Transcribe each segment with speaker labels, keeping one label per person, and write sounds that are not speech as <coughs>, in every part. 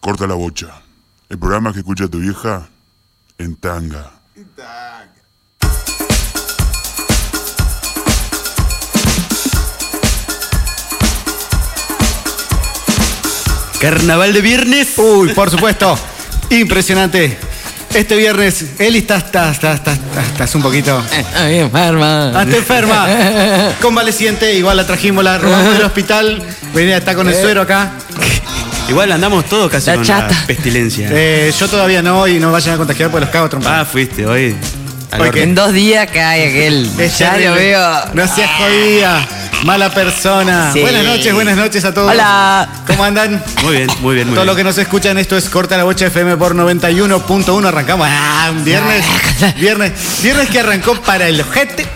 Speaker 1: Corta la bocha. El programa que escucha tu vieja en tanga.
Speaker 2: Carnaval de viernes.
Speaker 3: Uy, por supuesto. Impresionante. Este viernes, Eli, estás, estás, estás, estás, estás- estás un poquito.
Speaker 4: Ay, Ah, enferma.
Speaker 3: Hasta enferma. <laughs> Convaleciente, igual la trajimos, la robamos del hospital. Venía, está con el
Speaker 4: Eh.
Speaker 3: suero acá.
Speaker 2: Igual andamos todos casi
Speaker 4: La
Speaker 2: con la
Speaker 4: chata.
Speaker 2: pestilencia.
Speaker 3: Eh, yo todavía no, y no vayan a contagiar por los cabos trompados.
Speaker 2: Ah, fuiste hoy. al
Speaker 3: Hoy
Speaker 2: horno.
Speaker 3: que-
Speaker 4: En dos días cae aquel.
Speaker 3: <laughs> Es
Speaker 4: Ah, ya lo
Speaker 3: terrible.
Speaker 4: veo.
Speaker 3: No seas jodida. Mala persona.
Speaker 4: Sí.
Speaker 3: Buenas noches, buenas noches a todos.
Speaker 4: Hola.
Speaker 3: ¿Cómo andan?
Speaker 2: Muy bien, muy bien, muy
Speaker 3: Todo
Speaker 2: bien.
Speaker 3: lo que nos escuchan, esto es Corta la Bocha FM por 91.1. Arrancamos. Ah, un
Speaker 2: <laughs>
Speaker 3: viernes. Viernes. Viernes que arrancó para el ojete.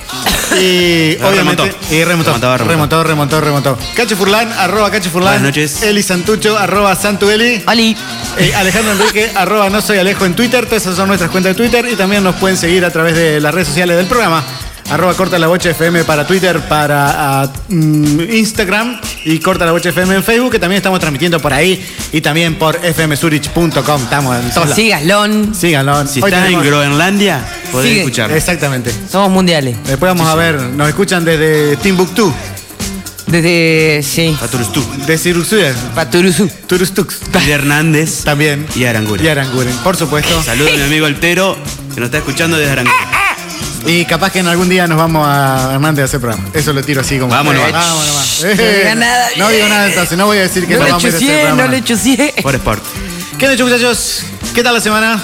Speaker 3: Y
Speaker 2: Remontó.
Speaker 3: obviamente. Y remontó.
Speaker 2: Remontó,
Speaker 3: Remontó,
Speaker 2: remontó.
Speaker 3: remontó, remontó. Cacho Furlan, arroba Cacho Furlan.
Speaker 2: Buenas noches.
Speaker 3: Eli Santucho, arroba Santu Eli.
Speaker 4: Oli.
Speaker 3: Eh, Alejandro Enrique, <laughs> arroba no soy Alejo en Twitter, todas esas son nuestras cuentas de Twitter y también nos pueden seguir a través de las redes sociales del programa. Arroba corta la bocha FM para Twitter, para ah, mm, Instagram y corta la bocha FM en Facebook, que también estamos transmitiendo por ahí y también por fmsurich.com. Estamos en todos lados.
Speaker 4: Sí, Gaslón.
Speaker 3: Síganlo.
Speaker 2: Si
Speaker 3: Hoy
Speaker 2: estás en
Speaker 3: tenemos-
Speaker 2: Groenlandia, podés
Speaker 4: Sigue.
Speaker 2: escuchar.
Speaker 3: Exactamente.
Speaker 4: Somos mundiales.
Speaker 3: Después vamos a ver, nos escuchan desde Timbuktu,
Speaker 4: Desde. Sí.
Speaker 2: Faturustú.
Speaker 3: de Ciruxuya,
Speaker 4: Paturuzú.
Speaker 3: Turustux
Speaker 2: Y Hernández.
Speaker 3: también.
Speaker 2: Y Aranguren.
Speaker 3: Y Aranguren, por supuesto.
Speaker 2: Saludos a mi amigo Altero, que nos está escuchando desde Aranguren.
Speaker 3: Y capaz que en algún día nos vamos a Hernández a hacer programa. Eso lo tiro así como.
Speaker 2: Vámonos.
Speaker 3: Eh, vámonos, vámonos. Eh,
Speaker 4: No diga nada,
Speaker 3: No digo
Speaker 4: bien.
Speaker 3: nada entonces, no voy a decir que
Speaker 4: No
Speaker 3: nos
Speaker 4: le
Speaker 3: vamos a ir a hacer
Speaker 4: chusié,
Speaker 3: programa.
Speaker 4: no le chusié.
Speaker 2: Por Sport.
Speaker 3: ¿Qué han hecho, muchachos? ¿Qué tal la semana?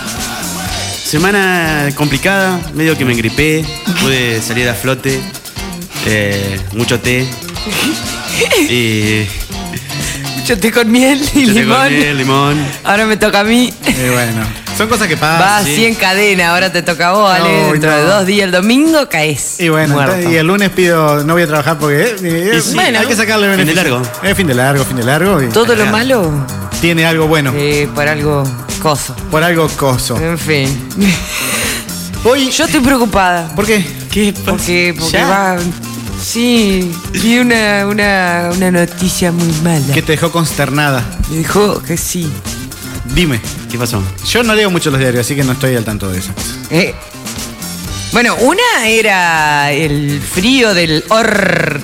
Speaker 4: <laughs>
Speaker 2: Semana complicada, medio que me engripé, pude salir a flote, eh, mucho té. Y
Speaker 4: Yo te con miel <laughs> y
Speaker 2: yo
Speaker 4: limón.
Speaker 2: tengo miel, limón.
Speaker 4: Ahora me toca a mí.
Speaker 3: Eh, bueno, son cosas que
Speaker 4: Va
Speaker 3: pasan.
Speaker 4: así en cadena, ahora te toca a vos, Ale.
Speaker 3: Ah, No,
Speaker 4: Dentro
Speaker 3: no.
Speaker 4: de dos días, el domingo, caes.
Speaker 3: Y bueno,
Speaker 4: Muerto.
Speaker 3: entonces- y el lunes pido, no voy a trabajar porque. eh, eh,
Speaker 2: Y sí,
Speaker 3: bueno, hay que sacarle
Speaker 2: fin de
Speaker 3: beneficio.
Speaker 2: largo.
Speaker 3: Eh, fin de largo, fin de largo. y
Speaker 4: Todo lo
Speaker 2: Claro.
Speaker 4: malo
Speaker 3: Tiene algo bueno,
Speaker 4: eh, por algo coso.
Speaker 3: por algo coso. <laughs>
Speaker 4: En fin.
Speaker 3: Hoy.
Speaker 4: Yo estoy preocupada.
Speaker 3: ¿Por qué?
Speaker 2: ¿Qué pasa?
Speaker 4: Porque, porque
Speaker 2: Ya.
Speaker 4: va. Sí, vi una, una, una noticia muy mala.
Speaker 3: Que te dejó consternada.
Speaker 4: Me dijo que sí.
Speaker 3: Dime.
Speaker 2: ¿Qué pasó?
Speaker 3: Yo no leo mucho los diarios, así que no estoy al tanto de eso.
Speaker 4: Eh, Bueno, una era el frío del hor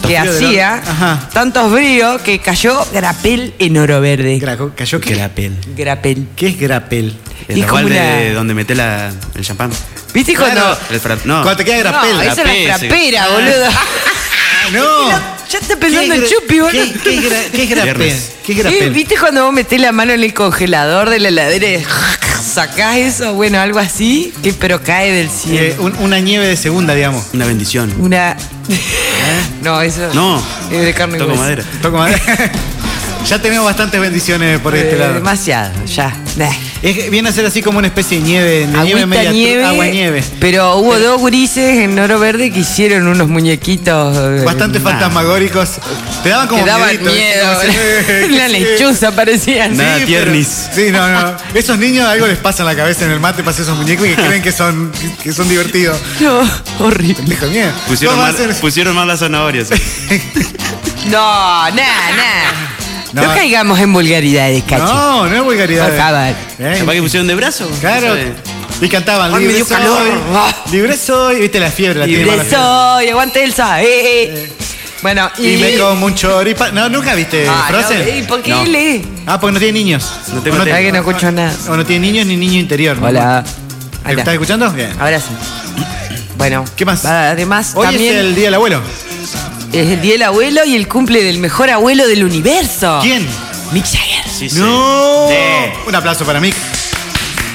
Speaker 4: que
Speaker 3: Frío del
Speaker 4: hacía,
Speaker 3: hor- ajá.
Speaker 4: tantos frío que cayó grapel en oro verde.
Speaker 3: Graco- ¿Cayó qué?
Speaker 2: Grapel.
Speaker 4: grapel.
Speaker 3: ¿Qué es grapel?
Speaker 2: El
Speaker 4: Es como
Speaker 2: balde
Speaker 4: una-
Speaker 2: de donde meté la, el champán.
Speaker 4: ¿Viste cuando.?
Speaker 3: Claro.
Speaker 2: El fra- No.
Speaker 3: Cuando te queda
Speaker 4: No,
Speaker 3: grapel.
Speaker 4: esa
Speaker 2: grapel,
Speaker 4: es la
Speaker 2: sí.
Speaker 4: trapera, boludo.
Speaker 3: No.
Speaker 4: <laughs> ya está pensando en chupi, boludo.
Speaker 3: Ah. ¿Qué, qué, gra- qué grapel?
Speaker 2: Viernes.
Speaker 3: ¿Qué
Speaker 4: Eh,
Speaker 3: grapel?
Speaker 4: ¿Viste cuando vos metés la mano en el congelador de la heladera y <laughs> sacás eso? Bueno, algo así, que pero cae del cielo.
Speaker 3: Eh, un- una nieve de segunda, digamos.
Speaker 2: Una bendición.
Speaker 3: Eh,
Speaker 4: Una. No, eso.
Speaker 2: No.
Speaker 4: Es de carne y
Speaker 2: Toco
Speaker 4: hueso.
Speaker 2: madera.
Speaker 3: Toco madera. ya tenemos bastantes bendiciones por
Speaker 4: Eh,
Speaker 3: este lado.
Speaker 4: demasiado, ya. Nah.
Speaker 3: Es que viene a ser así como una especie de nieve, de nieve
Speaker 4: Agüita,
Speaker 3: media
Speaker 4: nieve,
Speaker 3: agua nieve.
Speaker 4: Pero hubo dos gurises en Oro Verde que hicieron unos muñequitos. eh,
Speaker 3: Bastante
Speaker 2: Nah.
Speaker 3: fantasmagóricos. Te daban
Speaker 4: Que
Speaker 3: como
Speaker 4: daban
Speaker 3: miedito, ¿viste?
Speaker 4: miedo. <laughs>
Speaker 3: Como <laughs> así,
Speaker 4: Una
Speaker 3: sí.
Speaker 4: lechuza parecían.
Speaker 2: Nada
Speaker 3: pero-
Speaker 2: tiernis.
Speaker 3: sí, no, no. Esos niños algo les pasa en la cabeza en el mate, pasa esos muñecos y que creen que son, que son divertidos.
Speaker 4: No, horrible.
Speaker 3: Pendejo de miedo.
Speaker 2: Pusieron
Speaker 3: Todos
Speaker 2: mal,
Speaker 3: hacen-
Speaker 2: pusieron mal las zanahorias. eh.
Speaker 3: <laughs>
Speaker 4: No, nada, nada.
Speaker 3: No.
Speaker 4: No. caigamos en vulgaridades, cacho.
Speaker 3: No, no es vulgaridad.
Speaker 4: Por favor.
Speaker 3: Eh,
Speaker 2: Capaz que pusieron de brazo.
Speaker 3: Claro.
Speaker 2: ¿sabe?
Speaker 3: Y cantaban.
Speaker 4: Ay, me
Speaker 3: libre
Speaker 4: dio
Speaker 3: soy,
Speaker 4: calor. Ah. <laughs>
Speaker 3: Libre soy. Viste la fiebre, la tiene
Speaker 4: Libre
Speaker 3: mala fiebre.
Speaker 4: soy, aguante el sa. eh, eh. Bueno, y.
Speaker 3: Y me como un choripa. No, nunca viste
Speaker 4: Ah, no,
Speaker 3: Frozen.
Speaker 4: ¿Y por qué
Speaker 2: No.
Speaker 4: le?
Speaker 3: Ah, porque no tiene niños.
Speaker 2: No tengo
Speaker 3: O
Speaker 2: tele.
Speaker 4: Ay, que no escucho nada.
Speaker 3: O no tiene niños ni niño interior. ¿no?
Speaker 4: Hola.
Speaker 3: ¿Me
Speaker 4: Hola.
Speaker 3: ¿Estás escuchando? Bien.
Speaker 4: Ahora sí. Bueno.
Speaker 3: ¿Qué más?
Speaker 4: Además,
Speaker 3: Hoy
Speaker 4: también
Speaker 3: es el día del abuelo.
Speaker 4: día del abuelo y el cumple del mejor abuelo del universo.
Speaker 3: ¿Quién?
Speaker 4: Mick Jagger.
Speaker 2: Sí, sí.
Speaker 3: ¡No!
Speaker 2: Sí.
Speaker 3: Un aplauso para Mick.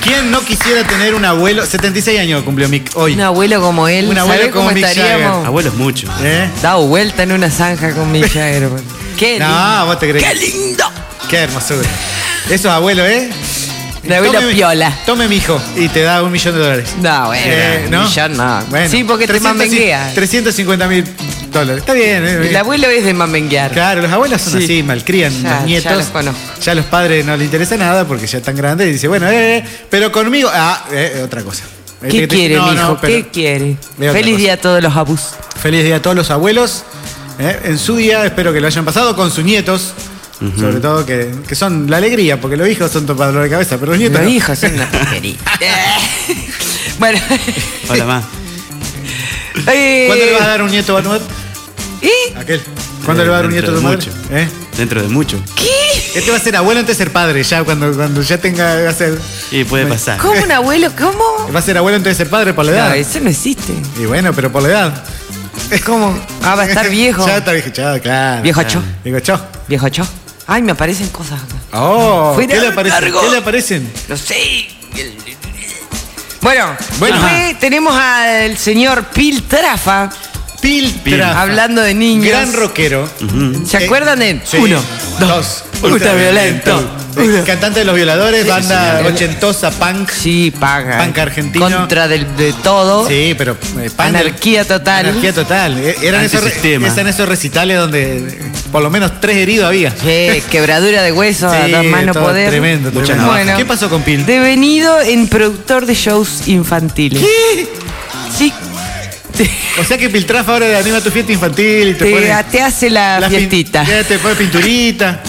Speaker 3: ¿Quién no quisiera tener un abuelo? 76 años cumplió Mick hoy.
Speaker 4: Un abuelo como él.
Speaker 3: Un abuelo
Speaker 4: ¿sabe
Speaker 3: como
Speaker 4: cómo
Speaker 3: Mick
Speaker 4: estaríamos?
Speaker 2: Abuelo es mucho.
Speaker 3: ¿Eh?
Speaker 4: Dado vuelta en una zanja con Mick Jagger. boludo. Qué lindo.
Speaker 3: <laughs> No, vos te crees.
Speaker 4: Qué lindo.
Speaker 3: Qué hermosura. Esos abuelos, ¿eh?
Speaker 4: Un abuelo
Speaker 3: Tome mi-
Speaker 4: piola.
Speaker 3: Tome mi hijo y te da un millón de dólares.
Speaker 4: No, bueno.
Speaker 3: Eh, ¿no?
Speaker 4: Yo no.
Speaker 3: Bueno,
Speaker 4: sí, porque te
Speaker 3: 300
Speaker 4: mamenguea.
Speaker 3: 350 mil dólares. Está bien, eh,
Speaker 4: El
Speaker 3: bien.
Speaker 4: abuelo es de mamenguear.
Speaker 3: Claro, los abuelos son
Speaker 4: Sí.
Speaker 3: así, malcrían
Speaker 4: Ya-
Speaker 3: los
Speaker 4: ya
Speaker 3: nietos.
Speaker 4: los conozco.
Speaker 3: Ya a los padres no les interesa nada porque ya están grandes y dice, bueno, eh, eh, pero conmigo. Ah, eh, otra cosa.
Speaker 4: ¿Qué
Speaker 3: Este que te-
Speaker 4: quiere,
Speaker 3: no,
Speaker 4: mijo?
Speaker 3: no, pero-
Speaker 4: ¿Qué quiere?
Speaker 3: Veo otra
Speaker 4: Feliz
Speaker 3: cosa.
Speaker 4: día a todos los abusos.
Speaker 3: Feliz día a todos los abuelos. eh, en su día, espero que lo hayan pasado con sus nietos. Sobre todo que, que son la alegría, porque los hijos son para dolor de cabeza, pero los nietos.
Speaker 4: Los
Speaker 3: no.
Speaker 4: hijos
Speaker 3: <laughs>
Speaker 4: son una porquería. <laughs> bueno.
Speaker 2: Hola, ma.
Speaker 4: eh,
Speaker 3: ¿Cuándo le vas a dar un nieto a tu madre?
Speaker 4: ¿eh?
Speaker 3: Aquel. ¿Cuándo
Speaker 2: Eh,
Speaker 3: le vas a dar un nieto
Speaker 2: dentro
Speaker 3: a tu
Speaker 2: de
Speaker 3: madre?
Speaker 2: mucho.
Speaker 3: ¿Eh?
Speaker 2: Dentro de mucho.
Speaker 4: ¿Qué?
Speaker 3: Este va a ser abuelo antes de ser padre, ya cuando, cuando ya tenga. Va a, ser,
Speaker 2: Y puede pasar.
Speaker 4: ¿Cómo un abuelo? ¿Cómo?
Speaker 3: va a ser abuelo antes de ser padre por la edad.
Speaker 4: No, eso no existe.
Speaker 3: Y bueno, pero por la edad.
Speaker 4: Es como. Ah, va a estar viejo.
Speaker 3: <laughs> ya está viejo, chao, claro.
Speaker 4: Viejo cho.
Speaker 3: Digo, chao.
Speaker 4: Viejo cho. Ay, me aparecen cosas acá.
Speaker 3: Oh,
Speaker 4: Fuera
Speaker 3: ¿qué le aparecen?
Speaker 4: largo.
Speaker 3: ¿Qué le aparecen?
Speaker 4: No sé. el- Bueno,
Speaker 3: Bueno.
Speaker 4: después tenemos al señor Piltrafa
Speaker 3: Piltra.
Speaker 4: hablando de niños.
Speaker 3: Gran rockero.
Speaker 4: ¿Se
Speaker 3: Eh,
Speaker 4: acuerdan de
Speaker 3: sí.
Speaker 4: uno?
Speaker 3: dos,
Speaker 4: ultraviolento, uno.
Speaker 3: Cantante de los violadores, banda ochentosa, punk.
Speaker 4: Sí, paga.
Speaker 3: Punk argentino.
Speaker 4: Contra del- de todo.
Speaker 3: Sí, pero eh, punk-
Speaker 4: Oh. Anarquía total.
Speaker 3: Anarquía total. Eh, Eran esos, re-
Speaker 2: Antisistema.
Speaker 3: eran esos recitales donde eh, por lo menos tres heridos había.
Speaker 4: Sí, quebradura de hueso, a
Speaker 3: Sí,
Speaker 4: dar más no
Speaker 3: todo
Speaker 4: poder.
Speaker 3: Tremendo,
Speaker 2: Muchas
Speaker 3: tremendo.
Speaker 2: navajas.
Speaker 4: Bueno.
Speaker 3: ¿Qué pasó con Pil?
Speaker 4: Devenido en productor de shows infantiles. Sí. Te,
Speaker 3: O sea que Piltrafa ahora anima tu fiesta infantil y te,
Speaker 4: te-
Speaker 3: pone
Speaker 4: te hace la,
Speaker 3: la pin-
Speaker 4: fiestita.
Speaker 3: Ya eh, te pone pinturita.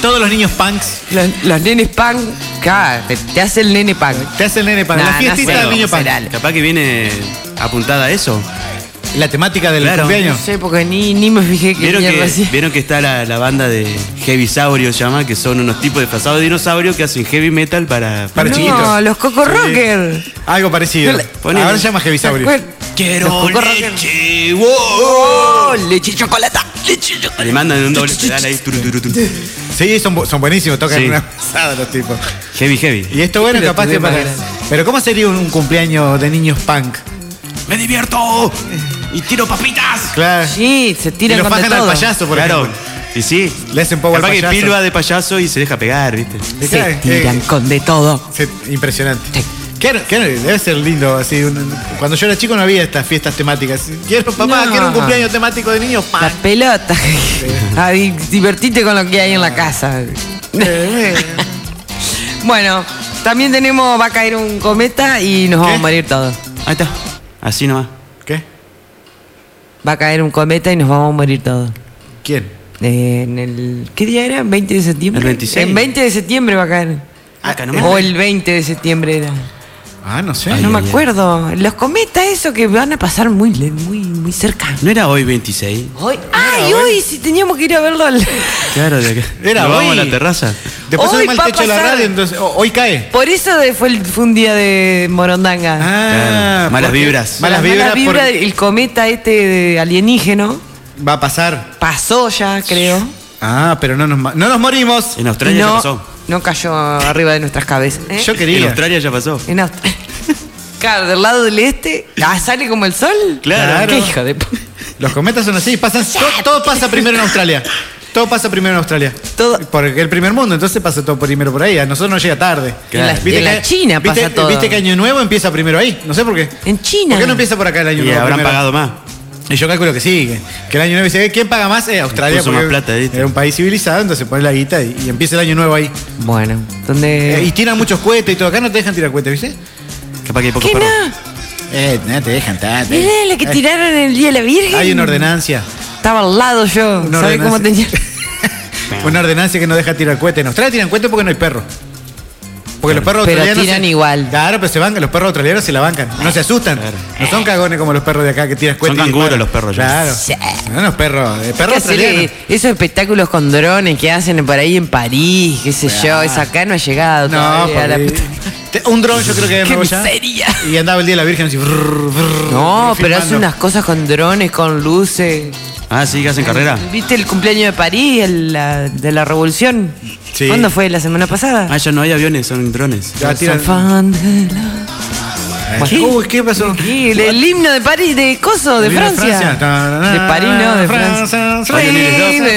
Speaker 3: Todos los niños punks.
Speaker 4: Los, los nenes pan, claro, te, te hace el nene pan.
Speaker 3: Te hace el nene punk.
Speaker 4: Nah,
Speaker 3: la
Speaker 4: no
Speaker 3: fiestita
Speaker 4: sé,
Speaker 3: del niño punk.
Speaker 4: será. Dale.
Speaker 2: Capaz que viene apuntada a eso.
Speaker 3: La temática del
Speaker 4: No
Speaker 2: Claro.
Speaker 3: cumpleaños.
Speaker 4: sé, porque ni, ni me fijé que
Speaker 2: ¿Vieron
Speaker 4: mierda
Speaker 2: que,
Speaker 4: hacía.
Speaker 2: vieron que está la, la banda de Heavisaurio, se llama, que son unos tipos disfrazados de dinosaurios que hacen heavy metal para...
Speaker 3: Para
Speaker 4: no,
Speaker 3: chiquitos.
Speaker 4: los Coco
Speaker 3: Sí.
Speaker 4: Rocker.
Speaker 3: Algo parecido.
Speaker 4: Ponele.
Speaker 3: Ahora se llama Heavisaurio.
Speaker 4: ¿Te acuer- Los Coco Rocker.
Speaker 2: leche, wow.
Speaker 4: ¡Oh! Leche y chocolate. Leche y chocolate.
Speaker 2: Le mandan un doble pedal ahí. turu, turu, turu.
Speaker 3: Sí, son, bu- son buenísimos, tocan
Speaker 2: Sí.
Speaker 3: una pasada los tipos.
Speaker 2: Heavy, heavy.
Speaker 3: Y esto bueno,
Speaker 4: Pero
Speaker 3: capaz que
Speaker 4: tuve más
Speaker 3: para.
Speaker 4: grande.
Speaker 3: Pero ¿cómo sería un, un cumpleaños de niños punk?
Speaker 2: ¡Me divierto! ¡Y tiro papitas!
Speaker 3: Claro.
Speaker 4: Sí, se
Speaker 3: y
Speaker 4: tiran
Speaker 3: los
Speaker 4: con de
Speaker 3: fajan al
Speaker 4: todo.
Speaker 3: payaso, por
Speaker 2: Claro.
Speaker 3: ejemplo.
Speaker 2: Y sí.
Speaker 3: Le hacen power
Speaker 2: Capaz
Speaker 3: al
Speaker 2: que
Speaker 3: payaso.
Speaker 2: Pil va de payaso y se deja pegar, ¿viste?
Speaker 4: Se
Speaker 3: Claro,
Speaker 4: tiran
Speaker 3: eh,
Speaker 4: con de todo.
Speaker 3: se- impresionante.
Speaker 4: Sí.
Speaker 3: Claro, claro, debe ser lindo así. un- cuando yo era chico no había estas fiestas temáticas. Quiero, papá,
Speaker 4: No.
Speaker 3: quiero un cumpleaños temático de niños
Speaker 4: La
Speaker 3: punk.
Speaker 4: pelota. Ay, divertite con lo que hay en la casa. <laughs> bueno, también tenemos, va a caer un cometa y nos vamos a morir todos.
Speaker 2: Ahí está. Así nomás.
Speaker 3: ¿Qué?
Speaker 4: Va a caer un cometa y nos vamos a morir todos.
Speaker 3: ¿Quién?
Speaker 4: Eh, En el, ¿Qué día era? ¿20 de septiembre?
Speaker 2: El 26.
Speaker 4: El 20 de septiembre va a caer.
Speaker 2: Acá
Speaker 4: O el 20 de septiembre era.
Speaker 3: Ah, no sé.
Speaker 2: Ay,
Speaker 4: no
Speaker 2: ay,
Speaker 4: me
Speaker 2: ay.
Speaker 4: acuerdo. Los cometas, eso que van a pasar muy, le- muy, muy cerca.
Speaker 2: ¿No era hoy 26?
Speaker 4: Hoy, ¡Ay, Ah, hoy! Si teníamos que ir a
Speaker 3: <laughs>
Speaker 4: verlo. al-
Speaker 2: Claro, de acá.
Speaker 3: Era
Speaker 2: Nos vamos
Speaker 3: hoy.
Speaker 2: a la terraza.
Speaker 3: Después
Speaker 4: Hoy
Speaker 3: se el
Speaker 4: va a
Speaker 3: techo de la
Speaker 4: pasar.
Speaker 3: radio, entonces. oh, hoy cae.
Speaker 4: Por eso de- fue, el- fue un día de Morondanga.
Speaker 3: Ah,
Speaker 2: Claro, malas
Speaker 3: porque-
Speaker 2: vibras.
Speaker 3: Malas
Speaker 4: Malas
Speaker 3: vibras.
Speaker 4: vibra,
Speaker 3: porque
Speaker 4: el cometa este de alienígeno
Speaker 3: Va a pasar.
Speaker 4: pasó ya, creo.
Speaker 3: Ah, pero no nos, ma- no nos morimos.
Speaker 2: En Australia
Speaker 4: no,
Speaker 2: ya pasó.
Speaker 4: no cayó arriba de nuestras cabezas. ¿eh?
Speaker 3: Yo
Speaker 2: En
Speaker 3: quería.
Speaker 2: Australia ya pasó.
Speaker 4: En Aust- <laughs> claro, del lado del este, ah, sale como el sol.
Speaker 3: Claro.
Speaker 4: Qué hijo de p-
Speaker 3: <laughs> Los cometas son así, pasan, to- todo, pasa primero en Australia. Todo pasa primero en Australia.
Speaker 4: Todo-
Speaker 3: Porque el primer mundo, entonces pasa todo primero por ahí. A nosotros nos llega tarde.
Speaker 4: En la- en la China
Speaker 3: viste-
Speaker 4: pasa todo.
Speaker 3: Viste que Año Nuevo empieza primero ahí. No sé por qué.
Speaker 4: En China.
Speaker 3: ¿Por qué no empieza por acá el Año
Speaker 2: Y
Speaker 3: Nuevo?
Speaker 2: habrán
Speaker 3: primero?
Speaker 2: pagado más.
Speaker 3: Y yo calculo que sí. Que, que el Año Nuevo dice, "Eh, ¿quién paga más? Eh, Australia.
Speaker 2: Puso
Speaker 3: porque
Speaker 2: más plata, ¿viste?
Speaker 3: Era un país civilizado, entonces pone la guita y, y empieza el Año Nuevo ahí.
Speaker 4: Bueno, donde
Speaker 3: Eh, y tiran muchos cohetes y todo. Acá no te dejan tirar cohetes, ¿viste?
Speaker 2: Capaz que hay pocos
Speaker 4: ¿Qué
Speaker 2: perros.
Speaker 4: no?
Speaker 3: Eh, no te dejan. tanto.
Speaker 4: Mirá la que tiraron el día de la Virgen.
Speaker 3: Eh. Hay una ordenancia.
Speaker 4: Estaba al lado yo.
Speaker 3: Una
Speaker 4: ¿Sabes cómo
Speaker 3: <laughs>
Speaker 4: tenía?
Speaker 3: ordenancia. Una ordenancia que no deja tirar cohetes. En Australia tiran cohetes porque no hay perros. Porque los perros
Speaker 4: Pero
Speaker 3: australianos.
Speaker 4: tiran
Speaker 3: se-
Speaker 4: igual.
Speaker 3: Claro, pero se bancan, los perros australianos se la bancan. No se asustan. No son cagones como los perros de acá que tiran cohetes. y
Speaker 2: canguros
Speaker 3: disparan.
Speaker 2: los perros ya.
Speaker 3: Claro.
Speaker 4: Sí.
Speaker 3: No, los perros. eh, perros
Speaker 4: Hay que hacer,
Speaker 3: australianos.
Speaker 4: eh, esos espectáculos con drones que hacen por ahí en París, qué sé yo, eso acá no ha llegado
Speaker 3: No,
Speaker 4: todavía, la
Speaker 3: porque-
Speaker 4: puta-
Speaker 3: Te- Un dron yo creo que
Speaker 4: ¡Qué
Speaker 3: me voy ya.
Speaker 4: miseria!
Speaker 3: Y andaba el día de la Virgen así. brrr, brrr,
Speaker 4: No, pero hace
Speaker 3: filmando.
Speaker 4: unas cosas con drones, con luces.
Speaker 2: Ah, sí, que hacen carrera.
Speaker 4: ¿Viste el cumpleaños de París, el, la- de la revolución?
Speaker 3: Sí.
Speaker 4: ¿Cuándo fue? ¿La semana pasada?
Speaker 2: Ah, ya no hay aviones, son drones.
Speaker 3: Ya
Speaker 4: Soy
Speaker 3: tiran-
Speaker 4: fan de la-
Speaker 3: ¿Qué? Uy, ¿qué pasó?
Speaker 4: ¿Qué? El, el himno de París, de Coso, de
Speaker 3: El himno de
Speaker 4: Francia.
Speaker 3: Francia. Ta, ta,
Speaker 4: De París, no, de Francia.
Speaker 3: Francia,
Speaker 4: Sí,
Speaker 3: Francia,
Speaker 4: de-
Speaker 3: Francia,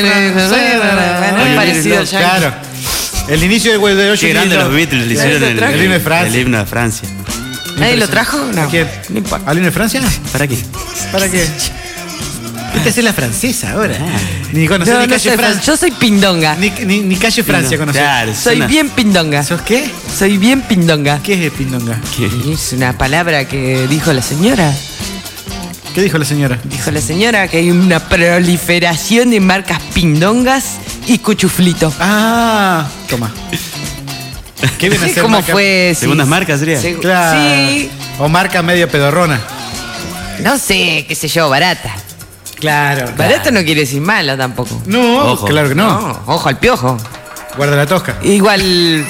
Speaker 4: de- No es
Speaker 2: Oye,
Speaker 4: parecido al yankee.
Speaker 3: Claro. El inicio de Güey de Ocho
Speaker 2: Qué grande
Speaker 3: Grito.
Speaker 2: los Beatles, le hicieron el,
Speaker 3: El himno de Francia.
Speaker 2: el himno de Francia.
Speaker 4: ¿Nadie lo trajo? No.
Speaker 3: ¿A quién?
Speaker 4: No importa.
Speaker 3: ¿Al himno de Francia?
Speaker 2: ¿Para qué?
Speaker 3: ¿Para
Speaker 4: <laughs>
Speaker 3: qué? Esta es la francesa ahora. Ni conocer
Speaker 4: No,
Speaker 3: ni
Speaker 4: no
Speaker 3: calle
Speaker 4: soy fan,
Speaker 3: Francia.
Speaker 4: yo soy pindonga.
Speaker 3: Ni, ni- ni calle Francia conocer.
Speaker 2: Claro,
Speaker 4: Soy
Speaker 2: suena-
Speaker 4: bien pindonga.
Speaker 3: ¿Sos qué?
Speaker 4: Soy bien pindonga.
Speaker 3: ¿Qué es pindonga?
Speaker 2: ¿Qué?
Speaker 4: Es una palabra que dijo la señora.
Speaker 3: ¿Qué dijo la señora?
Speaker 4: Dijo la señora que hay una proliferación de marcas pindongas y cuchuflito.
Speaker 3: Ah, toma. ¿Qué viene a
Speaker 4: Sí,
Speaker 3: ser
Speaker 4: ¿Cómo
Speaker 3: marca?
Speaker 4: fue? sí.
Speaker 2: Segundas marcas sería.
Speaker 4: Segu-
Speaker 3: Claro.
Speaker 4: Sí,
Speaker 3: O marca media pedorrona.
Speaker 4: no sé, qué sé yo, barata.
Speaker 3: Claro.
Speaker 4: Barata no quiere decir mala tampoco.
Speaker 3: No,
Speaker 2: Ojo.
Speaker 3: claro que no.
Speaker 4: No, ojo al piojo.
Speaker 3: Guarda la tosca.
Speaker 4: Igual,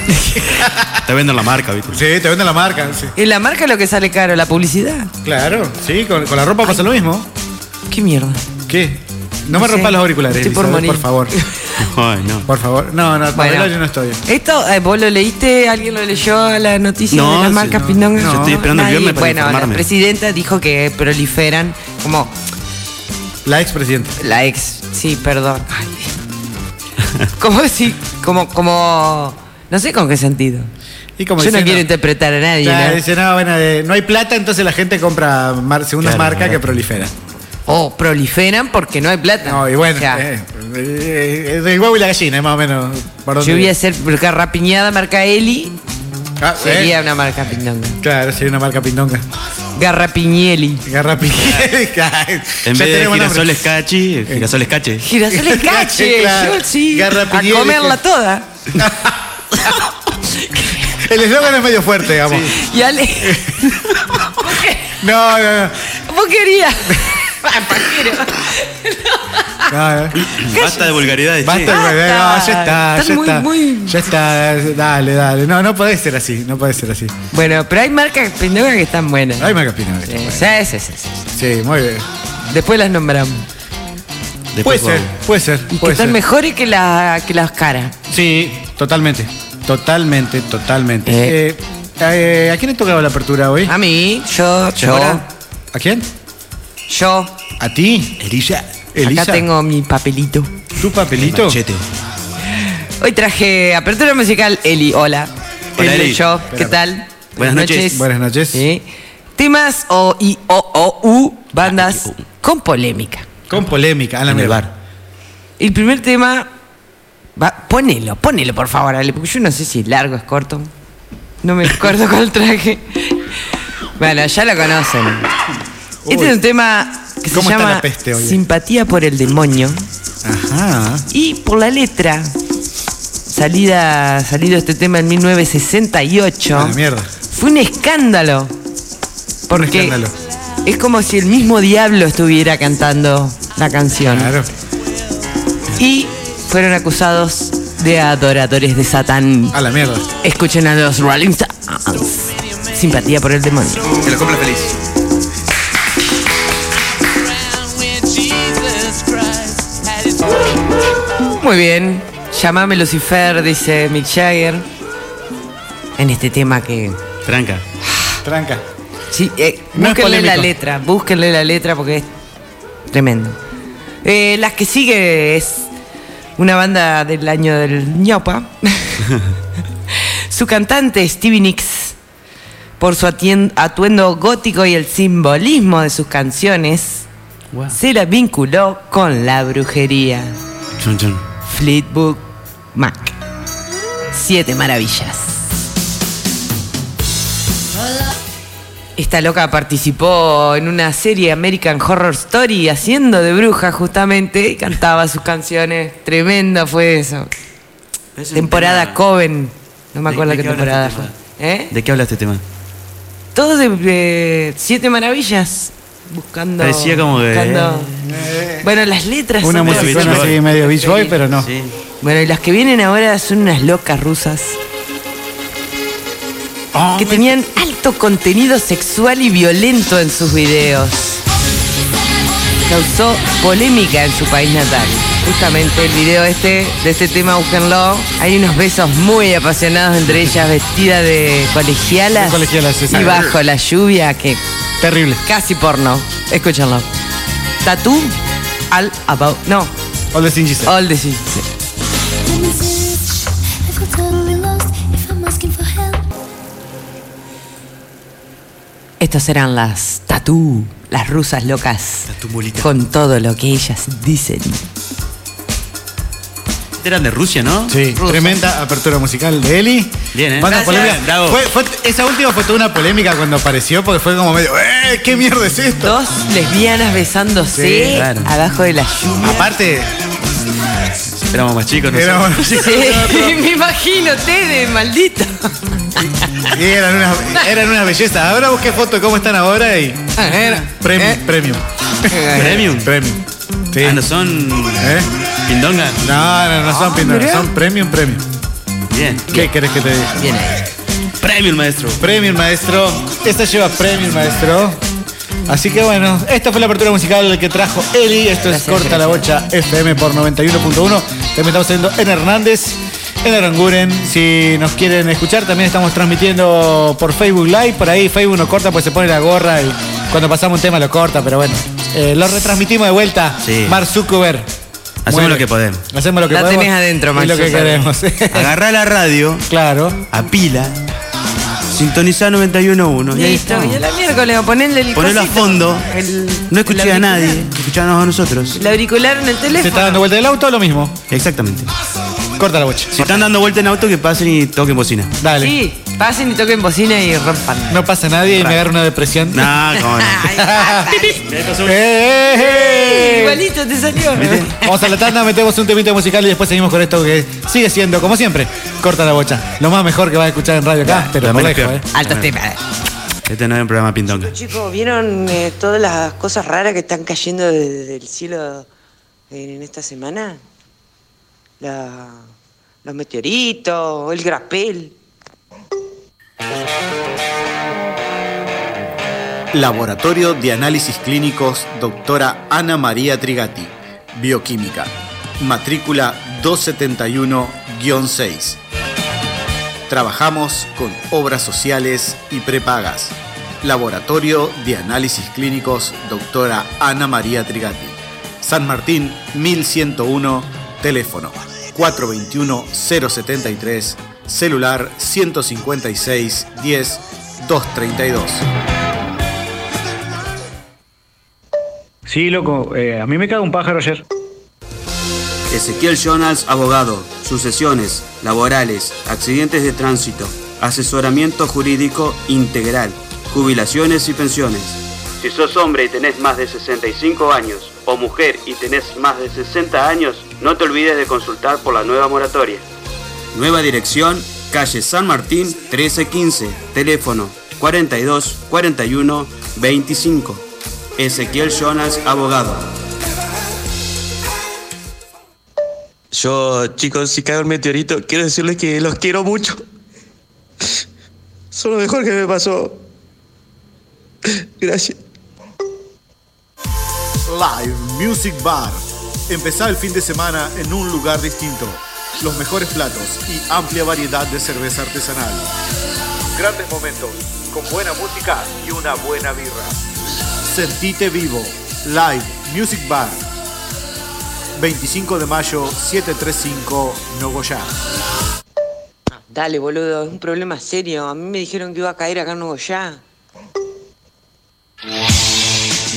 Speaker 2: Te venden la marca, ¿viste? <laughs>
Speaker 3: Sí, te venden la marca. Sí.
Speaker 4: en la marca lo que sale caro, la publicidad.
Speaker 3: Claro, sí, con, con la ropa pasa lo mismo.
Speaker 4: ¿Qué mierda?
Speaker 3: ¿Qué? No, me
Speaker 4: sé.
Speaker 3: rompas los auriculares,
Speaker 4: Estoy por
Speaker 3: Elizabeth, por,
Speaker 4: morir.
Speaker 3: favor.
Speaker 2: Ay, no.
Speaker 3: Por favor. No, no, para
Speaker 4: Bueno.
Speaker 3: yo no estoy.
Speaker 4: Esto, eh, vos lo leíste, alguien lo leyó a la noticia
Speaker 2: No,
Speaker 4: de las
Speaker 2: sí,
Speaker 4: marcas
Speaker 2: no.
Speaker 4: Pindonga.
Speaker 2: Yo estoy esperando el
Speaker 4: Nadie-
Speaker 2: viernes para
Speaker 4: Bueno, la
Speaker 2: informarme.
Speaker 4: presidenta dijo que proliferan como
Speaker 3: La expresidenta.
Speaker 4: la ex, sí, perdón.
Speaker 2: <laughs>
Speaker 4: Ay. Como si, como, como, no sé con qué sentido.
Speaker 3: Y como
Speaker 4: Yo no quiero ¿eh? interpretar a nadie.
Speaker 3: Claro,
Speaker 4: ¿no?
Speaker 3: dice, no, bueno, de- no hay plata, entonces la gente compra mar- segundas
Speaker 2: Claro,
Speaker 3: marcas
Speaker 2: claro.
Speaker 3: que proliferan.
Speaker 4: O proliferan porque no hay plata.
Speaker 3: No, y bueno,
Speaker 4: O sea,
Speaker 3: eh, eh, eh, del huevo y la gallina, es más o menos. por donde-
Speaker 4: yo voy a hacer marca rapiñada, marca Eli,
Speaker 3: Ah, eh,
Speaker 4: sería una marca pindonga.
Speaker 3: Claro, sería una marca pindonga.
Speaker 4: Garrapiñeli.
Speaker 3: Garra <laughs> pindonga.
Speaker 2: En vez de girasoles cachi, girasoles cache.
Speaker 3: <laughs>
Speaker 4: Girasoles cache,
Speaker 3: Claro.
Speaker 4: yo sí.
Speaker 3: Garrapiñeli.
Speaker 4: A comerla toda.
Speaker 3: El eslogan es medio fuerte, digamos.
Speaker 4: Y Ale.
Speaker 3: <laughs>
Speaker 4: ¿Vos qué-
Speaker 3: No, no, no.
Speaker 4: ¿Vos
Speaker 3: <laughs>
Speaker 4: querías? Pajero.
Speaker 3: no, eh. no.
Speaker 2: Basta de vulgaridades, che.
Speaker 3: Basta,
Speaker 4: Basta.
Speaker 3: de- no, ya está,
Speaker 4: Están
Speaker 3: ya
Speaker 4: muy,
Speaker 3: está.
Speaker 4: muy-
Speaker 3: Ya está, dale, dale. No, no puede ser así, no puede ser así.
Speaker 4: Bueno, pero hay marcas pindongas que están buenas. Eh,
Speaker 3: Ay, marca pindonga.
Speaker 4: Sí, sí, sí, sí.
Speaker 3: Sí, muy bien.
Speaker 4: Después las nombramos.
Speaker 3: Puede
Speaker 2: Después
Speaker 3: ser,
Speaker 2: vamos.
Speaker 3: puede ser,
Speaker 4: Y que
Speaker 3: puede
Speaker 4: están
Speaker 3: ser.
Speaker 4: mejores que, la, que las caras.
Speaker 3: Sí, totalmente. Totalmente, totalmente.
Speaker 4: Eh.
Speaker 3: Eh, eh, ¿A quién le tocaba la apertura hoy?
Speaker 4: A mí, yo, yo,
Speaker 2: ahora?
Speaker 3: ¿A quién?
Speaker 4: yo.
Speaker 3: ¿A ti? Elisa. Elisa.
Speaker 4: Acá tengo mi papelito.
Speaker 3: ¿Tu papelito?
Speaker 2: Machete.
Speaker 4: Hoy traje apertura musical Eli. Hola.
Speaker 2: Hola, Eli.
Speaker 4: Yo, ¿qué
Speaker 3: Espera.
Speaker 4: tal?
Speaker 2: Buenas noches.
Speaker 3: Buenas noches.
Speaker 4: Sí. Temas o y o o u bandas
Speaker 2: Ah,
Speaker 4: con polémica.
Speaker 3: Con polémica, a la
Speaker 2: En el
Speaker 3: mierda.
Speaker 2: bar.
Speaker 4: El primer tema. va- ponelo, ponelo por favor, Ale, porque yo no sé si es largo, es corto. No
Speaker 2: <laughs>
Speaker 4: me acuerdo cuál traje. Bueno, ya lo conocen. Este
Speaker 3: Uy.
Speaker 4: es un tema que se
Speaker 3: ¿Cómo está
Speaker 4: llama
Speaker 3: la peste hoy?
Speaker 4: Simpatía por el demonio.
Speaker 3: Ajá.
Speaker 4: Y por la letra. Salida, salido este tema en
Speaker 3: A
Speaker 4: 1968.
Speaker 3: la mierda.
Speaker 4: Fue un escándalo. Porque
Speaker 3: escándalo.
Speaker 4: es como si el mismo diablo estuviera cantando la canción.
Speaker 3: Claro.
Speaker 4: Y fueron acusados de adoradores de Satán.
Speaker 3: A la mierda.
Speaker 4: Escuchen a los Rolling Stones. Simpatía por el demonio.
Speaker 2: Que lo compra feliz.
Speaker 4: Muy bien. Llámame Lucifer, dice Mick Jagger. En este tema que.
Speaker 2: Tranca.
Speaker 3: Tranca.
Speaker 4: Sí, eh,
Speaker 3: No es
Speaker 4: búsquenle la
Speaker 3: polémico.
Speaker 4: letra, búsquenle la letra porque es tremendo. Eh, las que sigue es una banda del año
Speaker 3: <laughs>
Speaker 4: del ñopa. su cantante Stevie Nicks, por su atien- atuendo gótico y el simbolismo de sus canciones,
Speaker 3: Ah.
Speaker 2: Wow.
Speaker 4: se la vinculó con la brujería.
Speaker 2: Chun, chun.
Speaker 4: Fleetwood Mac. Siete maravillas. Esta loca participó en una serie American Horror Story haciendo de bruja justamente y cantaba sus canciones. Tremenda fue eso. temporada Coven. No me
Speaker 2: ¿De-
Speaker 4: acuerdo
Speaker 2: de
Speaker 4: qué
Speaker 2: qué habla
Speaker 4: temporada
Speaker 2: este
Speaker 4: fue.
Speaker 2: tema?
Speaker 4: ¿Eh?
Speaker 2: ¿De qué habla este tema?
Speaker 4: Todo de, de Siete Maravillas. Buscando.
Speaker 2: Parecía como eh, de-
Speaker 4: buscando- Bueno, las letras
Speaker 3: Una
Speaker 4: son de-
Speaker 2: medio
Speaker 3: música
Speaker 2: Beach
Speaker 3: así
Speaker 2: Boy.
Speaker 3: medio Beach Boy, pero no.
Speaker 2: Sí.
Speaker 4: bueno, y las que vienen ahora son unas locas rusas
Speaker 3: Oh,
Speaker 4: que
Speaker 3: me-
Speaker 4: tenían alto contenido sexual y violento en sus videos. Causó polémica en su país natal. Justamente el video este, de este tema, búsquenlo. Hay unos besos muy apasionados entre ellas, vestidas de colegialas,
Speaker 3: De colegialas, es
Speaker 4: y bajo la lluvia, que
Speaker 3: Terrible.
Speaker 4: casi porno. Escúchenlo. Tattoo, all about, no,
Speaker 3: All the Singies.
Speaker 4: all the shit. Estos eran las tatú, las rusas locas,
Speaker 2: Tatú bolita.
Speaker 4: con todo lo que ellas dicen.
Speaker 5: Este
Speaker 2: Eran de Rusia, ¿no?
Speaker 3: Sí,
Speaker 4: Ruso.
Speaker 3: tremenda apertura musical de Eli.
Speaker 2: Bien, ¿eh?
Speaker 3: Banda
Speaker 2: Gracias,
Speaker 3: polémica.
Speaker 2: bravo.
Speaker 3: Fue- fue- esa última fue toda una polémica cuando apareció porque fue como medio, ¡eh! ¿Qué mierda es esto?
Speaker 4: Dos lesbianas besándose
Speaker 2: Sí, claro.
Speaker 4: abajo de la lluvia.
Speaker 3: Aparte,
Speaker 5: Éramos más chicos, no sé.
Speaker 3: Éramos- <laughs>
Speaker 4: Sí, <laughs> me imagino, Tede, maldito.
Speaker 3: y eran unas, eran unas bellezas. Ahora busqué fotos de cómo están ahora y. Premium,
Speaker 4: Eh.
Speaker 3: premium.
Speaker 5: ¿Premium?
Speaker 3: Premium. Sí.
Speaker 5: Ah, no son.
Speaker 3: ¿Eh?
Speaker 5: Pindonga.
Speaker 3: No, no, no son
Speaker 4: Ah,
Speaker 3: pindongas,
Speaker 4: mirá.
Speaker 3: son premium, premium.
Speaker 5: Bien.
Speaker 3: ¿Qué querés que te diga?
Speaker 4: Bien ahí.
Speaker 5: Premium, maestro.
Speaker 3: Premium, maestro. Esta lleva premium, maestro. Así que bueno, esta fue la apertura musical que trajo Eli. Esto es
Speaker 4: Gracias,
Speaker 3: Corta la Bocha FM por 91.1. También estamos saliendo en Hernández, en Aranguren. Si nos quieren escuchar, también estamos transmitiendo por Facebook Live. Por ahí Facebook nos corta pues se pone la gorra y cuando pasamos un tema lo corta, pero bueno. eh, lo retransmitimos de vuelta.
Speaker 5: Sí.
Speaker 3: Mark Zuckerberg.
Speaker 5: Hacemos lo que podemos.
Speaker 3: Hacemos lo que
Speaker 4: La
Speaker 3: podemos.
Speaker 4: tenés adentro,
Speaker 3: y
Speaker 4: Mark
Speaker 3: lo que queremos. <laughs>
Speaker 4: Zuckerberg.
Speaker 5: Agarrá la radio,
Speaker 3: claro.
Speaker 5: apila, sintonizá 91.1 y ahí
Speaker 4: Listo,
Speaker 5: estamos.
Speaker 4: y a la miércoles, o ponerle el
Speaker 5: Ponelo a
Speaker 4: cosito,
Speaker 5: fondo.
Speaker 4: el-
Speaker 5: No escuché
Speaker 4: el
Speaker 5: a nadie,
Speaker 4: auricular.
Speaker 5: escuchábamos a nosotros.
Speaker 4: El auricular en el teléfono.
Speaker 3: Se está dando vuelta del auto, lo mismo.
Speaker 5: Exactamente.
Speaker 3: Corta la bocha.
Speaker 5: Si están dando vuelta en auto, que pasen y toquen bocina.
Speaker 3: Dale.
Speaker 4: Sí, pasen y toquen bocina y rompan.
Speaker 3: No pasa nadie y me agarra una depresión.
Speaker 5: No, cómo no.
Speaker 4: <laughs> Ay, pata.
Speaker 3: <laughs> ¡Eh, eh, eh!
Speaker 4: Igualito te salió.
Speaker 3: Vamos a la tanda, metemos un temito musical y después seguimos con esto que sigue siendo, como siempre, corta la bocha. Lo más mejor que vas a escuchar en radio acá, pero
Speaker 5: la
Speaker 3: por
Speaker 5: menos
Speaker 3: lejos,
Speaker 5: peor.
Speaker 3: eh.
Speaker 4: Alto tema.
Speaker 5: Este no es un programa pindonga.
Speaker 6: Chicos, ¿vieron eh, todas las cosas raras que están cayendo de- del cielo en esta semana? La- los meteoritos, el grapel.
Speaker 7: Laboratorio de Análisis Clínicos, doctora Ana María Trigatti, Bioquímica, matrícula 271-6. Trabajamos con obras sociales y prepagas. Laboratorio de Análisis Clínicos, doctora Ana María Trigatti, San Martín 1101, teléfono 421-073, celular 156 10 232.
Speaker 8: Sí, loco, eh, a mí me caga un pájaro ayer.
Speaker 2: Ezequiel Jonas, abogado, sucesiones, laborales, accidentes de tránsito, asesoramiento jurídico integral, jubilaciones y pensiones. Si sos hombre y tenés más de 65 años, o mujer y tenés más de 60 años, no te olvides de consultar por la nueva moratoria. Nueva dirección, calle San Martín 1315, teléfono 42 41 25. Ezequiel Jonas, abogado.
Speaker 9: Yo, chicos, si cae un meteorito, quiero decirles que los quiero mucho. Son lo mejor que me pasó. Gracias.
Speaker 7: Live Music Bar. Empezá el fin de semana en un lugar distinto. Los mejores platos y amplia variedad de cerveza artesanal. Grandes momentos, con buena música y una buena birra. Sentite vivo. Live Music Bar. 25 de mayo, 735, Nogoyá.
Speaker 6: Dale, boludo, es un problema serio. A mí me dijeron que iba a caer acá en Nogoyá.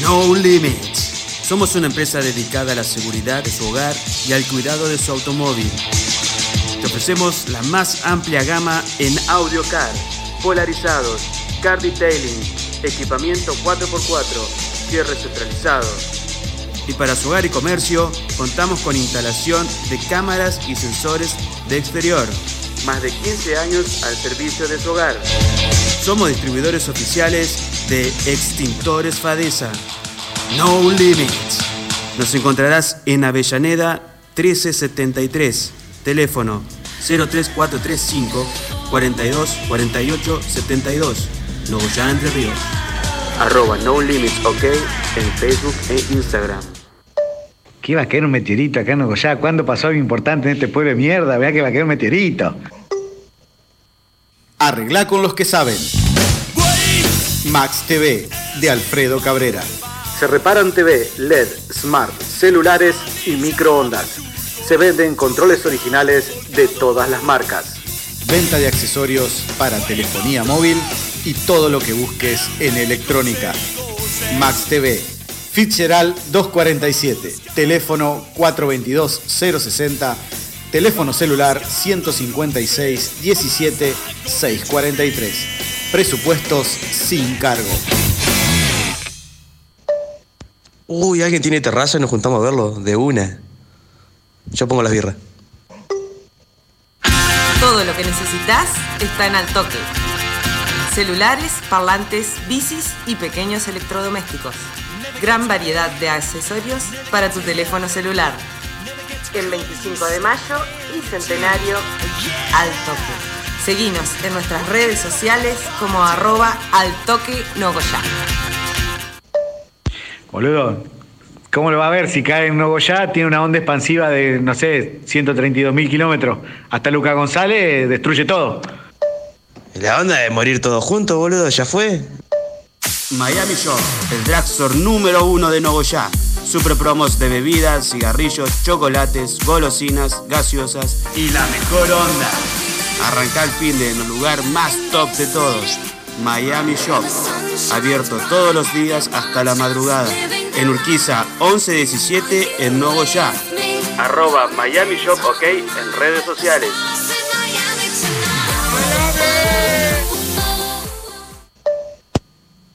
Speaker 2: No Limits. Somos una empresa dedicada a la seguridad de su hogar y al cuidado de su automóvil. Te ofrecemos la más amplia gama en audio car, polarizados, car detailing, equipamiento 4x4, cierre centralizado. Y para su hogar y comercio, contamos con instalación de cámaras y sensores de exterior. Más de 15 años al servicio de su hogar. Somos distribuidores oficiales de Extintores Fadesa. No Limits. Nos encontrarás en Avellaneda 1373. Teléfono 03435 42 48 72. Nogoyá Entre Ríos. Arroba No Limits OK en Facebook e Instagram.
Speaker 8: Que iba a caer un meteorito acá en Nogoyá. ¿Cuándo pasó algo importante en este pueblo de mierda? Vea que va a caer un meteorito.
Speaker 7: Arregla con los que saben. Max TV de Alfredo Cabrera. Se reparan TV, LED, E smart, celulares y microondas. Se venden controles originales de todas las marcas. Venta de accesorios para telefonía móvil y todo lo que busques en electrónica. Max TV. Fitzgerald 247. Teléfono 422-060. Teléfono celular 156-17-643. Presupuestos sin cargo.
Speaker 9: Uy, alguien tiene terraza y nos juntamos a verlo, de una. Yo pongo las birras.
Speaker 10: Todo lo que necesitas está en Al Toque. Celulares, parlantes, bicis y pequeños electrodomésticos. Gran variedad de accesorios para tu teléfono celular. En 25 de mayo y centenario Al Toque. Seguinos en nuestras redes sociales como arroba Al Toque Nogoyá.
Speaker 11: Boludo, ¿cómo lo va a ver si cae en Nogoyá? Tiene una onda expansiva de, no sé, 132 mil kilómetros. Hasta Luca González destruye todo.
Speaker 9: La onda de morir todos juntos, boludo, ya fue.
Speaker 12: Miami Shop, el drugstore número uno de Nogoyá. Super promos de bebidas, cigarrillos, chocolates, golosinas, gaseosas y la mejor onda. Arranca el fin de en el lugar más top de todos. Miami Shop, abierto todos los días hasta la madrugada. En Urquiza 1117 en Nogoyá. Arroba Miami Shop OK en redes sociales.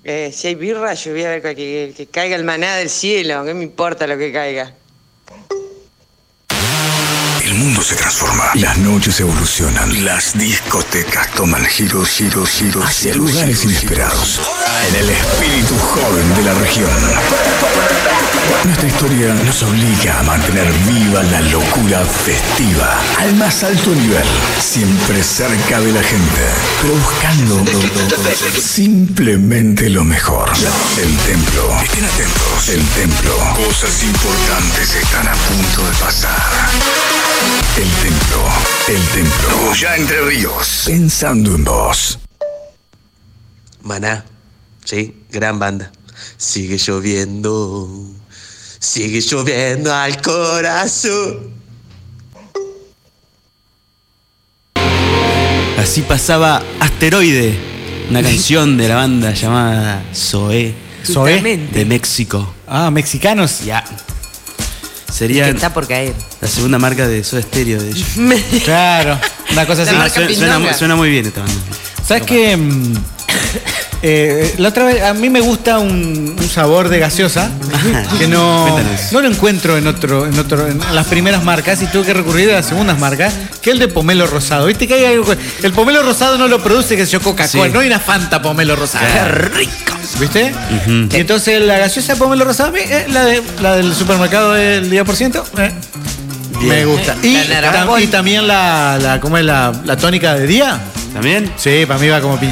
Speaker 6: Eh, si hay birra, yo voy a ver que, que- que caiga el maná del cielo. ¿Qué me importa lo que caiga?
Speaker 7: El mundo se transforma, las noches evolucionan, las discotecas toman giros, giros, giros hacia lugares inesperados. En el espíritu joven de la región. Nuestra historia nos obliga a mantener viva la locura festiva al más alto nivel, siempre cerca de la gente, pero buscando simplemente lo mejor. El templo. Estén atentos. El templo. Cosas importantes están a punto de pasar. El templo. El templo. Ya entre ríos. Pensando en vos.
Speaker 9: Maná, sí, gran banda. Sigue lloviendo, sigue lloviendo al corazón.
Speaker 2: Así pasaba Asteroide,
Speaker 12: <laughs>
Speaker 2: una canción de la banda llamada Zoé.
Speaker 4: Zoé.
Speaker 2: De México.
Speaker 3: Ah, mexicanos.
Speaker 2: Ya. Sería
Speaker 4: Que está por caer.
Speaker 2: la segunda marca de Soda Stereo, de ellos.
Speaker 3: Claro, una cosa así.
Speaker 2: Suena- suena, suena mu- suena muy bien esta banda.
Speaker 3: ¿Sabes qué? Mm, eh, la otra vez, a mí me gusta un, un sabor de gaseosa que no,
Speaker 2: <laughs> Cuéntanos.
Speaker 3: no lo encuentro en otro, en otro, en las primeras marcas y tuve que recurrir a las segundas marcas, que es el de pomelo rosado. ¿Viste que hay algo? que- El pomelo rosado no lo produce que yo Coca-Cola,
Speaker 2: Sí.
Speaker 3: no hay una Fanta pomelo rosado.
Speaker 2: Claro.
Speaker 3: Qué rico. ¿Viste? Y entonces la gaseosa pomelo rosado, me- eh, la, de- la del supermercado del 10%, eh, me gusta. Y,
Speaker 4: La naranja.
Speaker 3: tam- y también la, la- ¿cómo es la, la tónica de día?
Speaker 2: ¿También?
Speaker 3: Sí, para mí va como pi-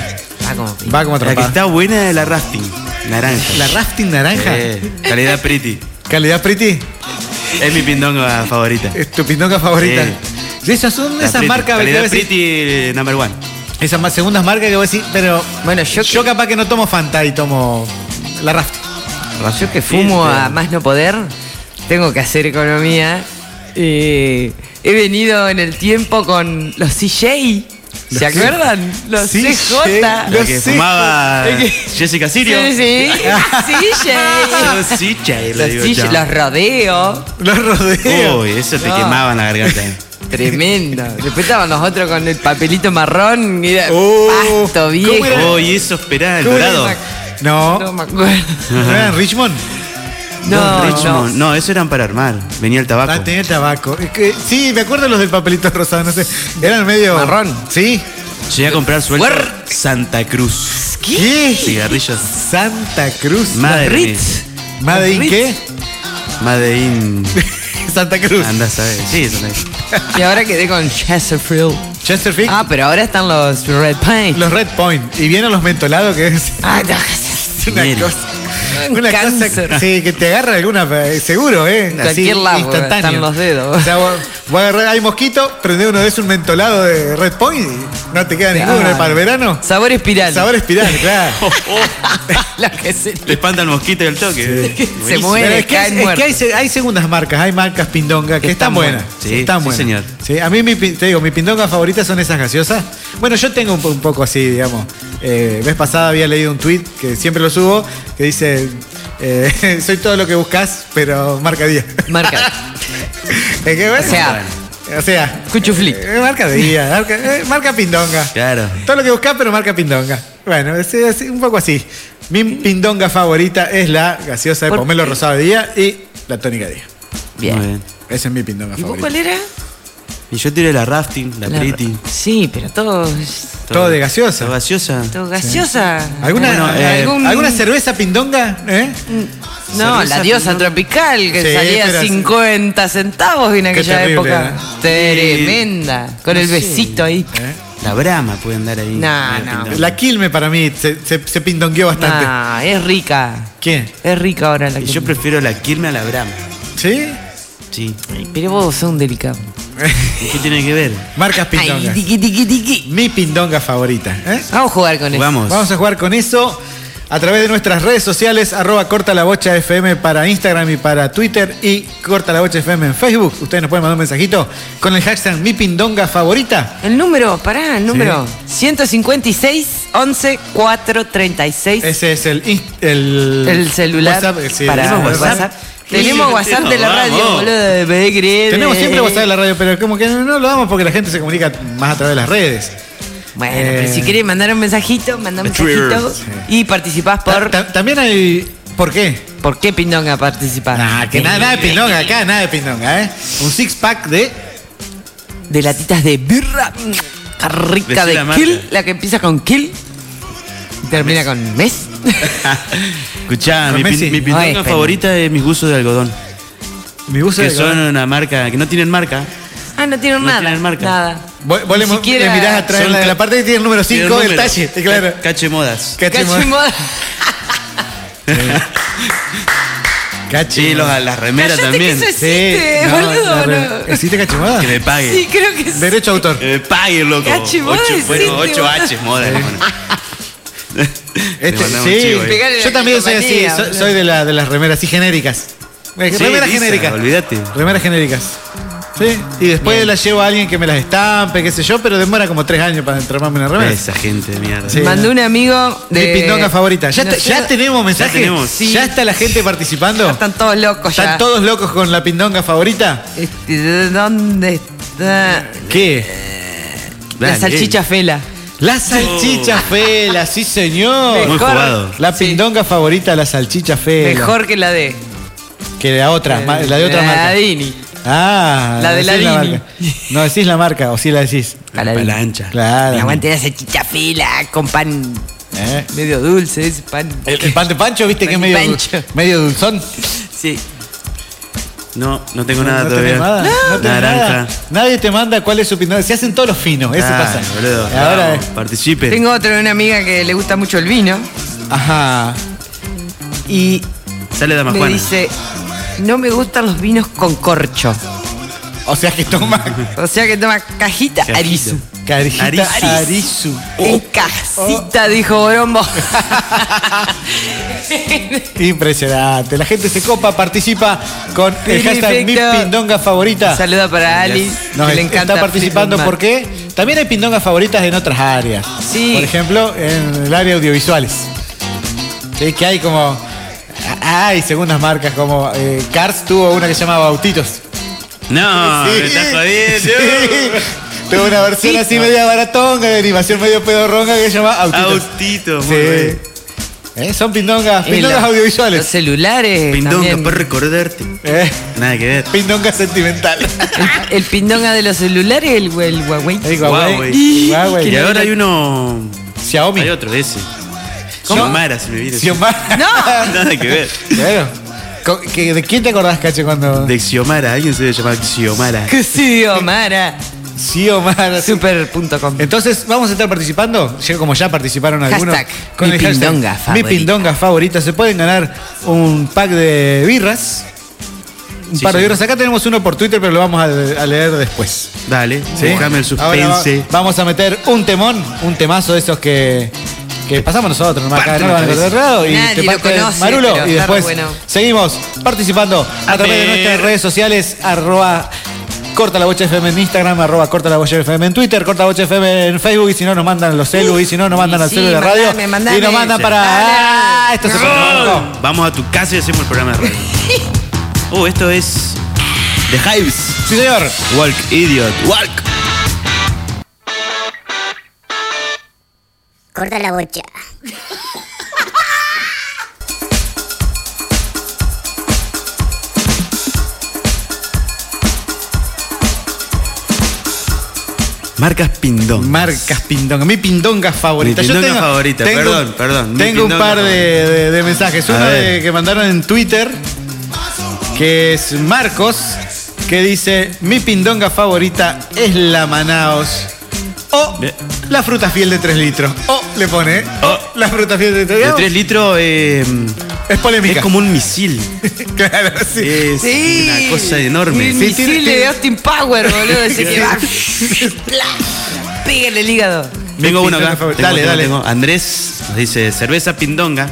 Speaker 4: Ah, como pi-
Speaker 3: va como
Speaker 2: La que
Speaker 3: atrapada.
Speaker 2: está buena es la rafting. Naranja.
Speaker 3: La rafting naranja.
Speaker 2: Eh,
Speaker 4: <laughs>
Speaker 2: calidad pretty.
Speaker 3: Calidad pretty.
Speaker 2: Es mi pindonga favorita.
Speaker 3: Es tu pindonga favorita.
Speaker 2: Sí.
Speaker 3: Y Esas son
Speaker 2: La
Speaker 3: esas
Speaker 2: pretty.
Speaker 3: marcas que
Speaker 2: Calidad
Speaker 3: vos decís-
Speaker 2: pretty eh, number one.
Speaker 3: esas más segundas marcas que voy a decir, pero
Speaker 4: Bueno, yo,
Speaker 3: yo
Speaker 4: que,
Speaker 3: capaz que no tomo Fanta y tomo la rafting.
Speaker 4: yo que fumo
Speaker 2: Sí,
Speaker 4: a
Speaker 2: sí.
Speaker 4: más no poder, tengo que hacer economía. Eh, he venido en el tiempo con los CJ. ¿Se
Speaker 3: Los
Speaker 4: acuerdan? Los
Speaker 3: CJ.
Speaker 4: CJ.
Speaker 2: La
Speaker 3: Los
Speaker 2: que
Speaker 3: sé.
Speaker 2: fumaba
Speaker 4: Es que-
Speaker 2: Jessica Sirio.
Speaker 4: Sí, sí. CJ.
Speaker 2: Yo sí, che, le
Speaker 4: Los,
Speaker 2: digo
Speaker 4: CJ,
Speaker 2: yo.
Speaker 4: los rodeo.
Speaker 3: Los rodeo.
Speaker 2: Uy, eso te
Speaker 4: No.
Speaker 2: quemaba en la garganta. eh.
Speaker 4: Tremendo. Después estaban los otros con el papelito marrón. y Era
Speaker 3: <laughs> Oh,
Speaker 4: pasto
Speaker 3: ¿cómo
Speaker 4: viejo.
Speaker 3: era?
Speaker 2: Uy, eso esperá, el
Speaker 3: ¿Cómo era
Speaker 2: dorado.
Speaker 4: esa-
Speaker 3: No.
Speaker 4: No
Speaker 3: ¿No
Speaker 4: me acuerdo.
Speaker 3: era en Richmond?
Speaker 4: No,
Speaker 2: Richmond.
Speaker 4: no.
Speaker 2: No, eso eran para armar. Venía el
Speaker 3: Ah,
Speaker 2: tabaco.
Speaker 3: tenía tabaco. Es que- sí, me acuerdo los del papelito rosado, no sé. Eran medio.
Speaker 4: Marrón.
Speaker 3: Sí.
Speaker 2: Llegué a comprar suelto
Speaker 4: Fuer-
Speaker 2: Santa Cruz.
Speaker 3: ¿Qué?
Speaker 2: Cigarrillos.
Speaker 3: Santa Cruz.
Speaker 2: Madre
Speaker 4: Ritz.
Speaker 3: Madre in
Speaker 4: Ritz.
Speaker 3: qué?
Speaker 4: <laughs>
Speaker 3: Ah,
Speaker 2: Made in.
Speaker 3: Santa Cruz.
Speaker 2: Anda, ¿sabes? Sí, eso es.
Speaker 4: Y ahora quedé con Chesterfield.
Speaker 3: Chesterfield.
Speaker 4: Ah, pero ahora están los Red Paint.
Speaker 3: Los Red Point. Y vienen los mentolados que es.
Speaker 4: Ah,
Speaker 3: <laughs>
Speaker 4: no.
Speaker 3: Una
Speaker 2: Miel.
Speaker 3: cosa. Una cosa
Speaker 4: Cáncer.
Speaker 3: sí, que te agarra alguna, eh, seguro, ¿eh?
Speaker 4: En cualquier lado, están los dedos.
Speaker 3: O sea, vos, vos agarrás- hay mosquito, prende uno de esos un mentolado de Red Point y no te queda ninguno
Speaker 4: Claro.
Speaker 3: para el verano.
Speaker 4: Sabor espiral.
Speaker 3: Sabor
Speaker 4: <laughs>
Speaker 3: espiral, claro.
Speaker 4: Lo que se,
Speaker 2: Te espanta el mosquito y el toque.
Speaker 4: se
Speaker 2: Buenísimo.
Speaker 3: Pero
Speaker 4: muere,
Speaker 3: es que,
Speaker 4: cae
Speaker 3: es- es que hay, se- hay segundas marcas, hay marcas pindonga que,
Speaker 4: Que
Speaker 3: están
Speaker 4: están
Speaker 3: buenas.
Speaker 4: buenas.
Speaker 2: Sí,
Speaker 3: están
Speaker 2: sí,
Speaker 3: buenas.
Speaker 2: señor.
Speaker 3: Sí, a mí, mi pin- te digo, mis pindongas favoritas son esas gaseosas. Bueno, yo tengo un, po- un poco así, digamos. Eh, vez pasada había leído un tweet que siempre lo subo, que dice: eh, <laughs> Soy todo lo que buscas, pero marca 10.
Speaker 4: Marca.
Speaker 3: <laughs> Ah. Es que, bueno,
Speaker 4: O sea,
Speaker 3: o sea,
Speaker 4: cuchuflí.
Speaker 3: eh, marca 10, marca, eh, marca pindonga.
Speaker 4: <laughs>
Speaker 2: Claro.
Speaker 3: Todo lo que buscas, pero marca pindonga. Bueno, es, es un poco así. Mi pindonga favorita es la gaseosa de
Speaker 4: ¿Por
Speaker 3: pomelo
Speaker 4: qué?
Speaker 3: rosado de día y la tónica de día.
Speaker 2: Muy
Speaker 4: Bien.
Speaker 2: bien.
Speaker 3: Ese es mi pindonga
Speaker 4: ¿Y vos
Speaker 3: favorito.
Speaker 4: cuál era?
Speaker 2: Y yo tiré la rafting, la,
Speaker 4: La-
Speaker 2: pretty.
Speaker 4: Sí, pero todo.
Speaker 3: Todo de gaseosa.
Speaker 2: Todo gaseosa.
Speaker 4: Todo gaseosa.
Speaker 3: ¿Alguna,
Speaker 4: Bueno,
Speaker 3: eh,
Speaker 4: algún-
Speaker 3: ¿Alguna cerveza pindonga? ¿Eh?
Speaker 4: No,
Speaker 3: cerveza
Speaker 4: la diosa
Speaker 3: pindonga?
Speaker 4: tropical que
Speaker 3: Sí,
Speaker 4: salía
Speaker 3: pero-
Speaker 4: 50 centavos en aquella
Speaker 2: terrible,
Speaker 4: época.
Speaker 2: ¿eh?
Speaker 4: Tremenda. Con
Speaker 2: No
Speaker 4: el
Speaker 2: sé.
Speaker 4: besito ahí.
Speaker 2: La brama puede andar ahí.
Speaker 4: No,
Speaker 2: medio
Speaker 4: no.
Speaker 2: pintón.
Speaker 3: ¿Eh? La Quilme para mí se, se, se pindongueó bastante.
Speaker 4: Ah, es rica.
Speaker 3: ¿Quién?
Speaker 4: Es rica ahora la
Speaker 2: Y yo prefiero la Quilme a la brama.
Speaker 3: ¿Sí? <laughs>
Speaker 2: Sí.
Speaker 4: Pero vos sos un delicado.
Speaker 2: ¿Y ¿Qué tiene que ver?
Speaker 3: Marcas
Speaker 4: Ay,
Speaker 3: pindongas.
Speaker 4: tiqui, tiqui, tiqui.
Speaker 3: Mi pindonga favorita. ¿eh?
Speaker 4: Vamos a jugar con eso.
Speaker 2: Vamos.
Speaker 3: Vamos a jugar con eso a través de nuestras redes sociales, arroba corta la bocha FM para Instagram y para Twitter y corta la bocha FM en Facebook. Ustedes nos pueden mandar un mensajito con el hashtag mi pindonga favorita.
Speaker 4: El número, pará, el número. 156 11 436.
Speaker 3: Ese es el, inst- el,
Speaker 4: el celular
Speaker 3: WhatsApp, eh, sí,
Speaker 4: para
Speaker 3: el
Speaker 2: ¿Tenemos WhatsApp?
Speaker 4: Tenemos
Speaker 2: Sí,
Speaker 4: WhatsApp de la
Speaker 2: vamos.
Speaker 4: radio, boludo. Me de creer.
Speaker 3: Tenemos siempre WhatsApp de la radio, pero como que no, no lo damos porque la gente se comunica más a través de las redes.
Speaker 4: Bueno,
Speaker 3: Eh,
Speaker 4: pero si querés mandar un mensajito, mandá un
Speaker 2: Twitter.
Speaker 4: mensajito y participás por.
Speaker 3: Ta- También hay. ¿Por qué?
Speaker 4: ¿Por qué Pindonga participar?
Speaker 3: Nah, que nada, nada de pindonga acá, nada de pindonga, ¿eh? Un six pack de.
Speaker 4: De latitas de birra. mm, Rica
Speaker 2: Decí
Speaker 4: de
Speaker 2: la marca.
Speaker 4: Kill, la que empieza con Kill. y Termina con mes.
Speaker 2: <laughs>
Speaker 3: <laughs>
Speaker 2: Escuchá,
Speaker 3: Con
Speaker 2: mi, pin-
Speaker 3: Messi.
Speaker 2: mi
Speaker 4: Ay,
Speaker 2: pindonga
Speaker 4: espera.
Speaker 2: favorita es mis buzos de algodón.
Speaker 3: Mi buzo
Speaker 2: Que
Speaker 3: de-
Speaker 2: son una marca, que no tienen marca.
Speaker 4: Ah, no tienen
Speaker 2: No
Speaker 4: nada.
Speaker 2: tienen marca.
Speaker 4: Nada.
Speaker 3: Vos, vos
Speaker 4: Ni
Speaker 3: le, mo-
Speaker 4: siquiera-
Speaker 3: le mirás atrás,
Speaker 2: son
Speaker 3: la,
Speaker 2: ca-
Speaker 3: la parte que tiene el número 5,
Speaker 2: Tienen
Speaker 3: el
Speaker 2: número.
Speaker 3: talle, claro.
Speaker 2: Ca- Cache modas.
Speaker 3: Cachimo- <laughs>
Speaker 4: Cachimoda.
Speaker 3: Cachimo-
Speaker 2: Sí, los- las remeras
Speaker 4: Cállate que
Speaker 2: también.
Speaker 4: eso
Speaker 2: Que,
Speaker 4: es- Existe, boludo,
Speaker 3: la re-
Speaker 4: boludo.
Speaker 3: ¿Existe cachimada?
Speaker 2: me pague.
Speaker 4: Sí, creo que sí.
Speaker 3: Derecho a autor.
Speaker 2: Que me pague, loco.
Speaker 4: Cachimoda
Speaker 2: Ocho-
Speaker 4: existe,
Speaker 2: bueno, 8
Speaker 4: boludo.
Speaker 2: H modas. bueno. Le
Speaker 3: Este-
Speaker 2: mandamos un
Speaker 3: sí,
Speaker 2: chivo ahí.
Speaker 4: Pegale la
Speaker 3: yo también soy así,
Speaker 4: calcomanía,
Speaker 3: soy,
Speaker 4: boludo.
Speaker 3: soy de, la, de las remeras así genéricas. Eh,
Speaker 2: Sí,
Speaker 3: remeras
Speaker 2: lisa,
Speaker 3: genéricas.
Speaker 2: olvídate.
Speaker 3: Remeras genéricas. Sí, y después las llevo a alguien que me las estampe, qué sé yo, pero demora como tres años para entramarme una remera.
Speaker 2: Esa gente de mierda.
Speaker 3: Sí.
Speaker 4: Mandó un amigo de.
Speaker 3: Mi pindonga favorita. ¿Ya,
Speaker 4: No
Speaker 3: está-
Speaker 4: sé,
Speaker 3: ya tenemos mensajes?
Speaker 2: tenemos.
Speaker 4: Sí.
Speaker 3: ¿Ya está la gente participando?
Speaker 4: Están todos locos ya.
Speaker 3: ¿Están todos locos con la pindonga favorita?
Speaker 4: Este, ¿de ¿Dónde está?
Speaker 3: ¿Qué?
Speaker 4: La
Speaker 2: Dale.
Speaker 4: salchicha fela.
Speaker 3: La salchicha fela, sí señor.
Speaker 2: Muy jugado.
Speaker 3: La pindonga favorita, la salchicha fela.
Speaker 4: Mejor que la de.
Speaker 3: Que la otra, ma- la de otra
Speaker 4: La
Speaker 3: marca.
Speaker 4: de Dini.
Speaker 3: Ah,
Speaker 4: La de
Speaker 3: decís
Speaker 4: Ladini.
Speaker 3: marca. No decís la marca, o sí la decís.
Speaker 4: La de Dini.
Speaker 2: Palancha.
Speaker 4: Me
Speaker 3: Claro.
Speaker 4: aguante la salchicha fela con pan
Speaker 3: Eh.
Speaker 4: medio dulce, ese pan.
Speaker 3: El, el pan de Pancho, viste que es
Speaker 4: Pan de
Speaker 3: medio,
Speaker 4: Pancho.
Speaker 3: medio dulzón.
Speaker 4: <laughs> Sí.
Speaker 2: No, no tengo nada
Speaker 3: no
Speaker 2: todavía.
Speaker 3: tenés nada. no tenés
Speaker 2: Naranja.
Speaker 3: nada. Nadie te manda cuál es su opinión. Se hacen todos los finos, eso
Speaker 2: Ah,
Speaker 3: pasa.
Speaker 2: boludo,
Speaker 3: Ahora,
Speaker 2: vamos, participe.
Speaker 4: Tengo otro de una amiga que le gusta mucho el vino
Speaker 3: ajá.
Speaker 4: y
Speaker 2: Sale Dama
Speaker 4: me
Speaker 2: Juana.
Speaker 4: dice, no me gustan los vinos con corcho.
Speaker 3: O sea que
Speaker 2: <laughs>
Speaker 3: toma
Speaker 4: O sea que toma cajita,
Speaker 2: Cajita.
Speaker 4: arisu.
Speaker 3: carita
Speaker 2: Arisu.
Speaker 3: Arisu.
Speaker 4: En casita, dijo
Speaker 3: <laughs>
Speaker 4: Borombo.
Speaker 3: Impresionante. La gente se copa, participa con el hashtag mi
Speaker 4: Perfecto.
Speaker 3: pindonga favorita.
Speaker 4: Un saludo para Ali,
Speaker 3: Nos
Speaker 4: que le encanta.
Speaker 3: está participando
Speaker 4: Fleetwood Mac.
Speaker 3: porque también hay pindongas favoritas en otras áreas.
Speaker 4: Sí.
Speaker 3: Por ejemplo, en el área audiovisuales. Sí, que hay como. Hay segundas marcas como. eh, Cars tuvo una que se llama Bautitos.
Speaker 2: No,
Speaker 3: Sí.
Speaker 2: Ah, me estás jodiendo.
Speaker 3: Sí. Tuvo una versión así media baratonga, de animación medio pedorronga que se llama Autitos.
Speaker 2: Autito, muy
Speaker 3: Sí.
Speaker 2: bien.
Speaker 3: Eh, Son pindongas,
Speaker 4: Y la-
Speaker 3: pindongas
Speaker 4: Los
Speaker 3: audiovisuales.
Speaker 4: celulares.
Speaker 2: Pindonga,
Speaker 4: también.
Speaker 2: por recordarte.
Speaker 3: Eh,
Speaker 2: Nada que ver.
Speaker 3: pindongas sentimentales.
Speaker 4: El, el pindonga de los celulares, el, el Huawei.
Speaker 3: Ahí,
Speaker 2: Huawei.
Speaker 3: Huawei.
Speaker 2: Y ahora hay uno.
Speaker 3: Xiaomi.
Speaker 2: Hay otro de ese.
Speaker 3: ¿Cómo?
Speaker 2: Xiomara, se me viene.
Speaker 3: Xiomara. <laughs>
Speaker 4: No.
Speaker 2: <laughs> Nada que ver.
Speaker 3: Claro. Co- que- ¿De quién te acordás, Cacho, cuando...?
Speaker 2: De Xiomara, alguien se debe llamar Xiomara.
Speaker 4: Que sí, Omara.
Speaker 3: Xiomara. sí.
Speaker 4: Super.com.
Speaker 3: Entonces, vamos a estar participando, ya- como ya participaron algunos.
Speaker 4: Hashtag, mi pindonga favorita.
Speaker 3: Mi pindonga favorita. Se pueden ganar un pack de birras. Un
Speaker 2: Sí,
Speaker 3: par de
Speaker 2: sí.
Speaker 3: birras. Acá tenemos uno por Twitter, pero lo vamos a, a leer después.
Speaker 2: Dale,
Speaker 3: ¿sí?
Speaker 2: buscame el
Speaker 3: Ahora va-
Speaker 2: suspense.
Speaker 3: vamos a meter un temón, un temazo de esos que... Que pasamos nosotros, nomás acá
Speaker 2: Parte
Speaker 3: no lo van a
Speaker 2: nuestra
Speaker 3: encontrar raro, y
Speaker 4: Nadie
Speaker 3: te
Speaker 4: lo
Speaker 3: parte
Speaker 4: conoce, pero
Speaker 3: Marulo y
Speaker 4: está re
Speaker 3: después
Speaker 4: bueno.
Speaker 3: seguimos participando a,
Speaker 2: A
Speaker 3: través de
Speaker 2: ver.
Speaker 3: nuestras redes sociales arroba corta la bocha FM en Instagram, arroba corta la bocha FM en Twitter, corta la bocha FM en Facebook y si no nos mandan los celu y si no nos mandan
Speaker 4: Y
Speaker 3: al
Speaker 4: sí,
Speaker 3: celu de radio
Speaker 4: mandame, mandame.
Speaker 3: y nos mandan
Speaker 4: Sí.
Speaker 3: para
Speaker 4: Dale.
Speaker 3: ah, esto se
Speaker 2: ¡Gol! Vamos a tu casa y hacemos el
Speaker 3: <laughs>
Speaker 2: programa de radio. Uh, esto es. The Hives.
Speaker 3: Sí, señor.
Speaker 2: Walk, idiot. Walk.
Speaker 13: Corta la bocha.
Speaker 2: Marcas Pindón.
Speaker 3: Marcas Pindonga. Mi pindonga favorita.
Speaker 2: Mi pindonga
Speaker 3: Yo tengo,
Speaker 2: favorita,
Speaker 3: tengo-
Speaker 2: perdón, perdón. Mi
Speaker 3: Tengo un
Speaker 2: pindonga
Speaker 3: par de,
Speaker 2: favorita.
Speaker 3: de- de mensajes.
Speaker 2: A
Speaker 3: Uno
Speaker 2: ver.
Speaker 3: de- que mandaron en Twitter, que es Marcos, que dice: Mi pindonga favorita es la Manaos. O la fruta fiel de 3 litros. O le pone. O la fruta fiel de 3
Speaker 2: De
Speaker 3: litros.
Speaker 2: 3 litros eh,
Speaker 3: es polémica.
Speaker 2: es como un misil.
Speaker 3: <laughs> claro, sí.
Speaker 2: Es
Speaker 4: Sí.
Speaker 2: una cosa enorme.
Speaker 4: El misil de Austin Power, boludo.
Speaker 3: <laughs>
Speaker 4: Ese que va. <laughs> Pla, Pega en el hígado.
Speaker 2: Vengo
Speaker 3: Mi
Speaker 2: uno acá.
Speaker 3: pindonga favorita.
Speaker 2: Tengo,
Speaker 3: Dale,
Speaker 2: tengo,
Speaker 3: dale.
Speaker 2: tengo. Andrés nos dice cerveza pindonga,